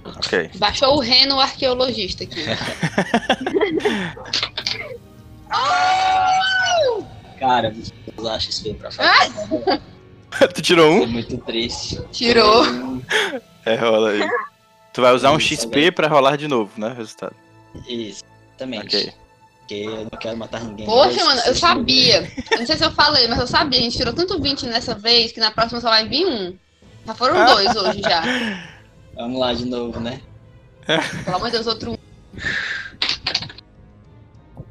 [SPEAKER 2] Ok.
[SPEAKER 3] Baixou o reno o arqueologista aqui.
[SPEAKER 1] Cara, eu acho isso feio pra
[SPEAKER 2] Ah!
[SPEAKER 1] falar.
[SPEAKER 2] tu tirou um?
[SPEAKER 1] É muito triste.
[SPEAKER 3] Tirou.
[SPEAKER 2] É, rola aí. Tu vai usar um
[SPEAKER 1] Isso,
[SPEAKER 2] XP pra rolar de novo, né? Resultado.
[SPEAKER 1] Isso, exatamente.
[SPEAKER 2] Ok.
[SPEAKER 1] Porque eu não quero matar ninguém.
[SPEAKER 3] Poxa,
[SPEAKER 1] Dois,
[SPEAKER 3] mano, eu
[SPEAKER 1] seis,
[SPEAKER 3] sabia. Eu Não sei se eu falei, mas eu sabia. A gente tirou tanto 20 nessa vez que na próxima só vai vir um. Já foram dois hoje já.
[SPEAKER 1] Vamos lá de novo, né?
[SPEAKER 3] Pelo amor de Deus, outro um.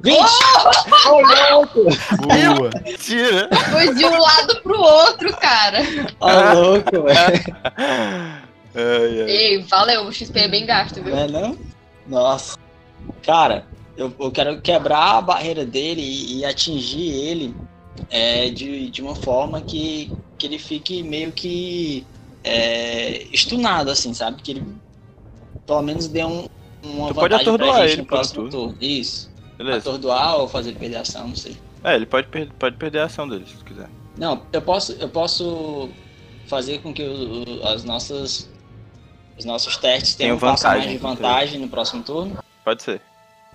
[SPEAKER 1] 20!
[SPEAKER 4] Boa.
[SPEAKER 2] Tira!
[SPEAKER 3] Foi de um lado pro outro, cara.
[SPEAKER 1] Ó, louco,
[SPEAKER 2] É.
[SPEAKER 1] velho.
[SPEAKER 2] Ai, ai.
[SPEAKER 3] Ei, valeu, o XP é bem gasto, viu?
[SPEAKER 1] Não é não? Nossa. Cara, eu, eu quero quebrar a barreira dele e, e atingir ele é, de, de uma forma que, que ele fique meio que é, estunado, assim, sabe? Que ele pelo menos dê um, uma
[SPEAKER 2] Tu pode
[SPEAKER 1] vantagem
[SPEAKER 2] atordoar
[SPEAKER 1] pra gente
[SPEAKER 2] ele
[SPEAKER 1] no
[SPEAKER 2] pelo
[SPEAKER 1] próximo
[SPEAKER 2] turno.
[SPEAKER 1] turno. Isso.
[SPEAKER 2] Beleza.
[SPEAKER 1] Atordoar ou fazer ele perder a ação, não sei.
[SPEAKER 2] É, ele pode, per- pode perder a ação dele, se tu quiser.
[SPEAKER 1] Não, eu posso, eu posso fazer com que o- o- as nossas, os nossos testes tenham
[SPEAKER 2] Tenham
[SPEAKER 1] um passo a mais
[SPEAKER 2] vantagem,
[SPEAKER 1] de vantagem no próximo turno.
[SPEAKER 2] Pode ser.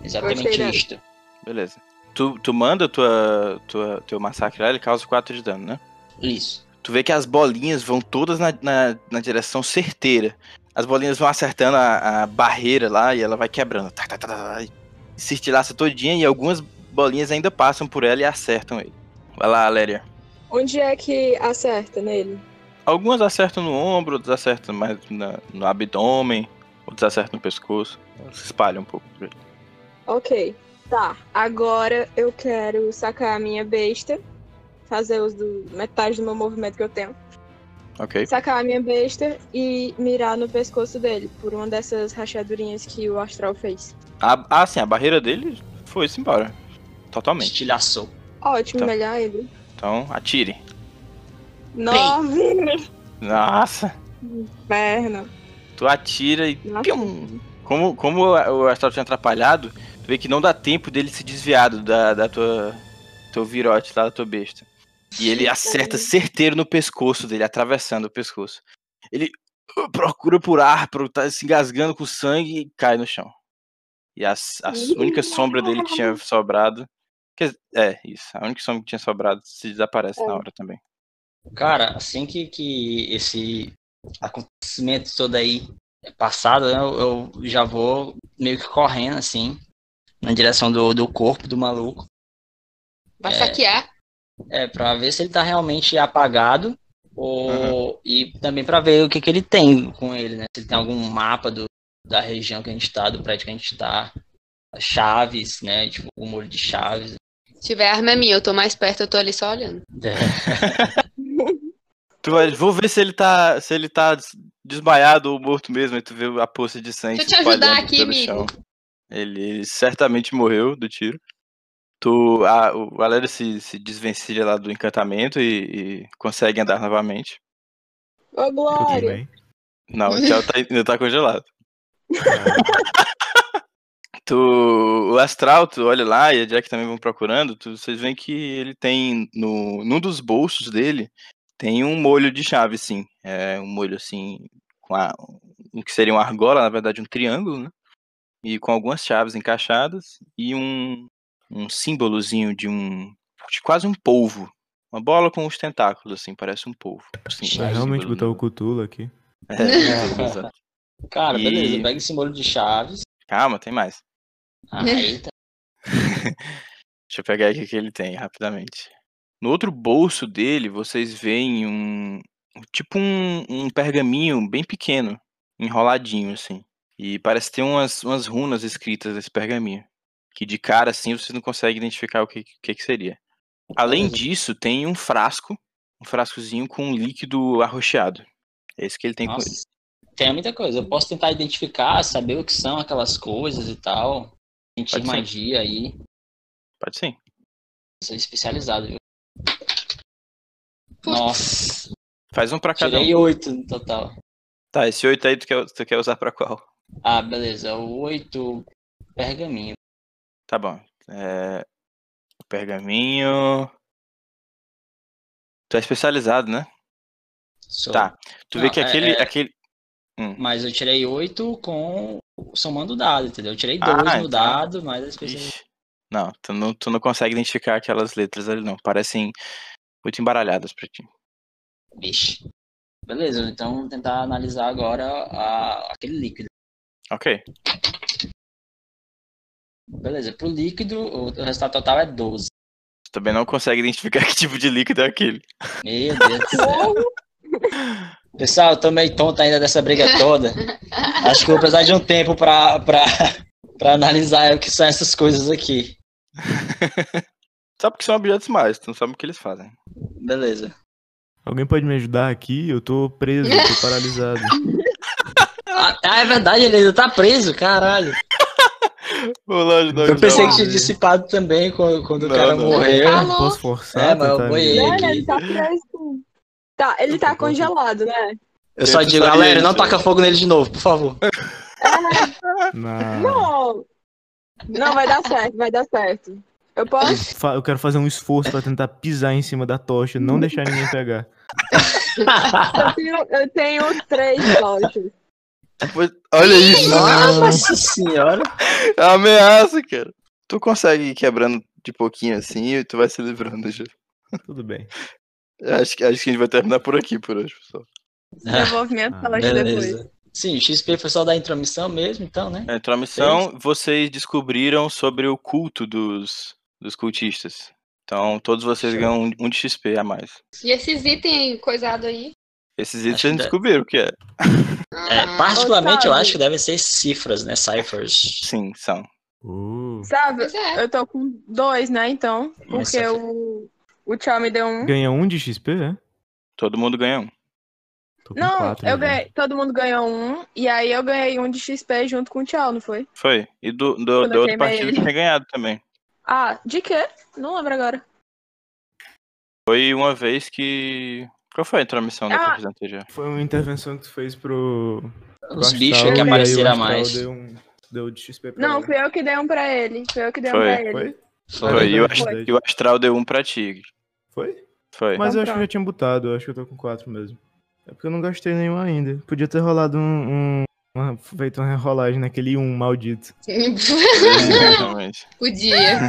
[SPEAKER 1] Exatamente
[SPEAKER 5] Gostei dessa.
[SPEAKER 1] isto.
[SPEAKER 2] Beleza. Tu, tu manda tua, tua, teu massacre lá, ele causa 4 de dano, né?
[SPEAKER 1] Isso.
[SPEAKER 2] Tu vê que as bolinhas vão todas na, na, na direção certeira. As bolinhas vão acertando a, a barreira lá e ela vai quebrando. Tá, tá, tá, tá, tá, e se estilaça todinha e algumas bolinhas ainda passam por ela e acertam ele. Vai lá, Aléria.
[SPEAKER 5] Onde é que acerta nele?
[SPEAKER 2] Algumas acertam no ombro, outras acertam mais na- no abdômen, outras acertam no pescoço. Elas Se espalham um pouco.
[SPEAKER 5] Ok. Tá. Agora eu quero sacar a minha besta. Fazer uso do metade do meu movimento que eu tenho.
[SPEAKER 2] Ok?
[SPEAKER 5] Sacar a minha besta e mirar no pescoço dele, por uma dessas rachadurinhas que o astral fez.
[SPEAKER 2] A, ah, sim, a barreira dele foi-se embora. Totalmente.
[SPEAKER 1] Estilhaçou.
[SPEAKER 5] Ótimo,
[SPEAKER 2] Tá.
[SPEAKER 5] melhor ainda.
[SPEAKER 2] Então, atire.
[SPEAKER 5] Nove
[SPEAKER 2] Nossa!
[SPEAKER 5] perna.
[SPEAKER 2] Tu atira e
[SPEAKER 5] Nossa.
[SPEAKER 2] Pium! é um- Como, como o Astral tinha atrapalhado, tu vê que não dá tempo dele se desviado da, da tua teu virote lá da tua besta. E ele acerta certeiro no pescoço dele, atravessando o pescoço. Ele uh, procura por ar, pro- tá se engasgando com sangue e cai no chão. E a, s- a s- única sombra dele que tinha sobrado. quer dizer, é, isso. A única sombra que tinha sobrado se desaparece na hora também.
[SPEAKER 1] Cara, assim que, que esse acontecimento todo aí é passado, né, eu, eu já vou meio que correndo, assim, na direção do, do corpo do maluco.
[SPEAKER 3] Vai
[SPEAKER 1] É.
[SPEAKER 3] saquear.
[SPEAKER 1] É, pra ver se ele tá realmente apagado. Ou... E também pra ver o que, que ele tem com ele, né? Se ele tem algum mapa do, da região que a gente tá, do prédio que a gente tá. Chaves, né? Tipo, o muro de chaves.
[SPEAKER 3] Se tiver arma é minha, eu tô mais perto, eu tô ali só olhando.
[SPEAKER 2] Tu vai, vou ver se ele tá, se ele tá des- desmaiado ou morto mesmo, aí tu vê a poça de sangue.
[SPEAKER 3] Deixa eu te ajudar
[SPEAKER 2] espalhando
[SPEAKER 3] aqui,
[SPEAKER 2] pelo
[SPEAKER 3] amigo.
[SPEAKER 2] chão. Ele certamente morreu do tiro. Tu, a, o galera se, se desvencilha lá do encantamento e, e consegue andar novamente.
[SPEAKER 5] Ô,
[SPEAKER 4] Eu
[SPEAKER 5] Glória.
[SPEAKER 4] também.
[SPEAKER 2] Não, o Tchau tá, ainda tá congelado. Tu, o Astral, tu olha lá e a Jack também vão procurando, tu- vocês veem que ele tem, no, num dos bolsos dele, tem um molho de chave, sim. É um molho, assim, com a, o que seria uma argola, na verdade um triângulo, né? E com algumas chaves encaixadas e um, um símbolozinho de um, de quase um polvo. Uma bola com os tentáculos, assim, parece um né? É, polvo. Sim,
[SPEAKER 4] Vai é realmente botar o cutulo aqui.
[SPEAKER 1] Cara,
[SPEAKER 2] E-
[SPEAKER 1] beleza, pega esse molho de chaves.
[SPEAKER 2] Calma, tem mais.
[SPEAKER 1] Aí tá.
[SPEAKER 2] Deixa eu pegar aqui o que ele tem rapidamente. No outro bolso dele, vocês veem um. Tipo um, um pergaminho bem pequeno, enroladinho, assim. E parece ter umas, umas runas escritas nesse pergaminho. Que de cara, assim, vocês não conseguem identificar o que, que, que seria. Além
[SPEAKER 1] Beleza.
[SPEAKER 2] disso, tem um frasco. Um frascozinho com um líquido arroxeado. É isso que ele tem com
[SPEAKER 1] Nossa,
[SPEAKER 2] ele.
[SPEAKER 1] tem muita coisa. Eu posso tentar identificar, saber o que são aquelas coisas e tal. Sentir
[SPEAKER 2] Pode ser.
[SPEAKER 1] magia aí.
[SPEAKER 2] Pode sim.
[SPEAKER 1] Sou especializado, viu?
[SPEAKER 3] Putz.
[SPEAKER 1] Nossa,
[SPEAKER 2] Faz um pra cada um.
[SPEAKER 1] tirei oito no total.
[SPEAKER 2] Tá, esse oito aí tu quer, tu quer usar pra qual?
[SPEAKER 1] Ah, beleza. Oito pergaminho.
[SPEAKER 2] Tá bom. É... Pergaminho. Tu é especializado, né?
[SPEAKER 1] Sou-
[SPEAKER 2] Tá. Tu vê
[SPEAKER 1] Não,
[SPEAKER 2] que
[SPEAKER 1] é-
[SPEAKER 2] aquele.
[SPEAKER 1] é-
[SPEAKER 2] aquele...
[SPEAKER 1] Mas eu tirei oito com. somando o dado, entendeu? Eu tirei
[SPEAKER 2] Ah,
[SPEAKER 1] dois no
[SPEAKER 2] então.
[SPEAKER 1] dado, mas a especialização.
[SPEAKER 2] Ixi. Não, tu não, tu não consegue identificar aquelas letras ali, não. Parecem muito embaralhadas pra ti.
[SPEAKER 1] Vixe. Beleza, então vamos tentar analisar agora a- aquele líquido.
[SPEAKER 2] Ok.
[SPEAKER 1] Beleza, pro líquido, o o resultado total é 12.
[SPEAKER 2] Tu também não consegue identificar que tipo de líquido é aquele.
[SPEAKER 1] Meu Deus do céu.
[SPEAKER 5] né?
[SPEAKER 1] Pessoal, eu tô meio tonto ainda dessa briga toda. Acho que eu vou precisar de um tempo pra, pra, pra analisar o que são essas coisas aqui.
[SPEAKER 2] Sabe que são objetos mais, tu não sabe o que eles fazem.
[SPEAKER 1] Beleza.
[SPEAKER 4] Alguém pode me ajudar aqui? Eu tô preso, eu tô paralisado.
[SPEAKER 1] Ah, ah, é verdade, ele ainda tá preso, caralho.
[SPEAKER 2] Vou lá ajudar
[SPEAKER 1] Eu pensei que
[SPEAKER 4] Não.
[SPEAKER 1] tinha dissipado também quando, quando
[SPEAKER 2] Não,
[SPEAKER 1] o cara
[SPEAKER 2] não.
[SPEAKER 1] morreu.
[SPEAKER 3] Alô?
[SPEAKER 4] Posso forçar?
[SPEAKER 1] É, mas eu
[SPEAKER 4] tentar
[SPEAKER 1] boiei.
[SPEAKER 4] me-
[SPEAKER 5] Olha, ele tá preso. Tá, ele tá congelado, né?
[SPEAKER 1] Eu só
[SPEAKER 2] Tenta
[SPEAKER 1] digo,
[SPEAKER 2] sair
[SPEAKER 1] galera,
[SPEAKER 2] aí,
[SPEAKER 1] não
[SPEAKER 2] senhor.
[SPEAKER 1] taca fogo nele de novo, por favor. Ah.
[SPEAKER 4] Não.
[SPEAKER 5] Não! Não, vai dar certo, vai dar certo. Eu posso?
[SPEAKER 4] Fa- Eu quero fazer um esforço pra tentar pisar em cima da tocha, não deixar ninguém pegar.
[SPEAKER 5] Eu tenho, eu tenho três tochas.
[SPEAKER 2] Olha isso! né?
[SPEAKER 5] Ah,
[SPEAKER 1] Nossa senhora.
[SPEAKER 2] É uma ameaça, cara. Tu consegue ir quebrando de pouquinho assim e tu vai se livrando já.
[SPEAKER 4] Tudo bem.
[SPEAKER 2] Acho que, acho que a gente vai terminar por aqui por hoje, pessoal.
[SPEAKER 5] Devolve minha
[SPEAKER 4] Ah,
[SPEAKER 5] tocha depois.
[SPEAKER 1] Beleza. Sim, XP foi só da intromissão mesmo, então, né?
[SPEAKER 2] É, Entrou a missão, vocês descobriram sobre o culto dos, dos cultistas. Então, todos vocês
[SPEAKER 1] Show.
[SPEAKER 2] ganham um- um de XP a mais.
[SPEAKER 3] E esses itens coisados aí?
[SPEAKER 2] Esses itens
[SPEAKER 1] Acho
[SPEAKER 2] vocês não
[SPEAKER 1] que-
[SPEAKER 2] descobriram o que é.
[SPEAKER 1] É,
[SPEAKER 3] Ah,
[SPEAKER 1] particularmente, eu
[SPEAKER 5] Otávio.
[SPEAKER 1] acho que devem ser cifras, né? Ciphers.
[SPEAKER 2] Sim, são.
[SPEAKER 4] Uh,
[SPEAKER 5] Sabe,
[SPEAKER 3] Pois é.
[SPEAKER 5] eu tô com dois, né, então? Porque
[SPEAKER 1] Nossa.
[SPEAKER 5] o, o tchau me deu um.
[SPEAKER 4] ganha um de XP, é?
[SPEAKER 2] Todo mundo ganha um.
[SPEAKER 4] Tô com
[SPEAKER 5] Não,
[SPEAKER 4] quatro.
[SPEAKER 5] eu
[SPEAKER 4] já.
[SPEAKER 5] ganhei, todo mundo ganhou um, e aí eu ganhei um de XP junto com o tchau, não foi?
[SPEAKER 2] Foi. E do, do,
[SPEAKER 5] eu
[SPEAKER 2] da outra
[SPEAKER 5] queimei
[SPEAKER 2] partida
[SPEAKER 5] ele.
[SPEAKER 2] tinha ganhado também.
[SPEAKER 5] Ah, de quê? Não lembro agora.
[SPEAKER 2] Foi uma vez que. Qual foi a intromissão da
[SPEAKER 5] Ah.
[SPEAKER 2] Corvisante já?
[SPEAKER 4] Foi uma intervenção que tu fez pro. pro
[SPEAKER 1] Os
[SPEAKER 4] Astral,
[SPEAKER 1] bichos
[SPEAKER 4] e aí
[SPEAKER 1] que
[SPEAKER 4] o
[SPEAKER 1] apareceram a
[SPEAKER 4] Astral
[SPEAKER 1] mais.
[SPEAKER 4] Deu, um, deu de XP pra
[SPEAKER 5] Não,
[SPEAKER 4] ele.
[SPEAKER 5] fui eu que dei um pra ele. Fui eu que dei um
[SPEAKER 2] Foi.
[SPEAKER 5] pra ele.
[SPEAKER 4] Foi?
[SPEAKER 1] Foi.
[SPEAKER 2] e o
[SPEAKER 4] Foi.
[SPEAKER 2] Astral- e o Astral deu um pra ti.
[SPEAKER 4] Foi?
[SPEAKER 2] Foi.
[SPEAKER 4] Mas eu acho que
[SPEAKER 5] pronto.
[SPEAKER 4] eu já tinha botado, eu acho que eu tô com quatro mesmo. É porque eu não gastei nenhum ainda. Podia ter rolado um. um uma, feito uma enrolagem naquele um maldito.
[SPEAKER 1] né?
[SPEAKER 2] Exatamente.
[SPEAKER 3] Podia.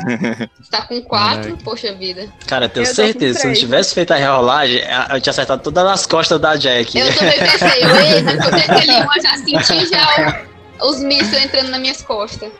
[SPEAKER 3] Você tá com quatro,
[SPEAKER 4] Caraca.
[SPEAKER 3] poxa vida.
[SPEAKER 1] Cara, eu tenho
[SPEAKER 5] Eu tô com
[SPEAKER 1] certeza, se eu não
[SPEAKER 5] três.
[SPEAKER 1] tivesse feito a reolagem, eu tinha acertado todas as costas da Jack.
[SPEAKER 3] Eu também pensei, eu, eita, quando eu aquele um, eu já senti já o- os mísseis entrando nas minhas costas.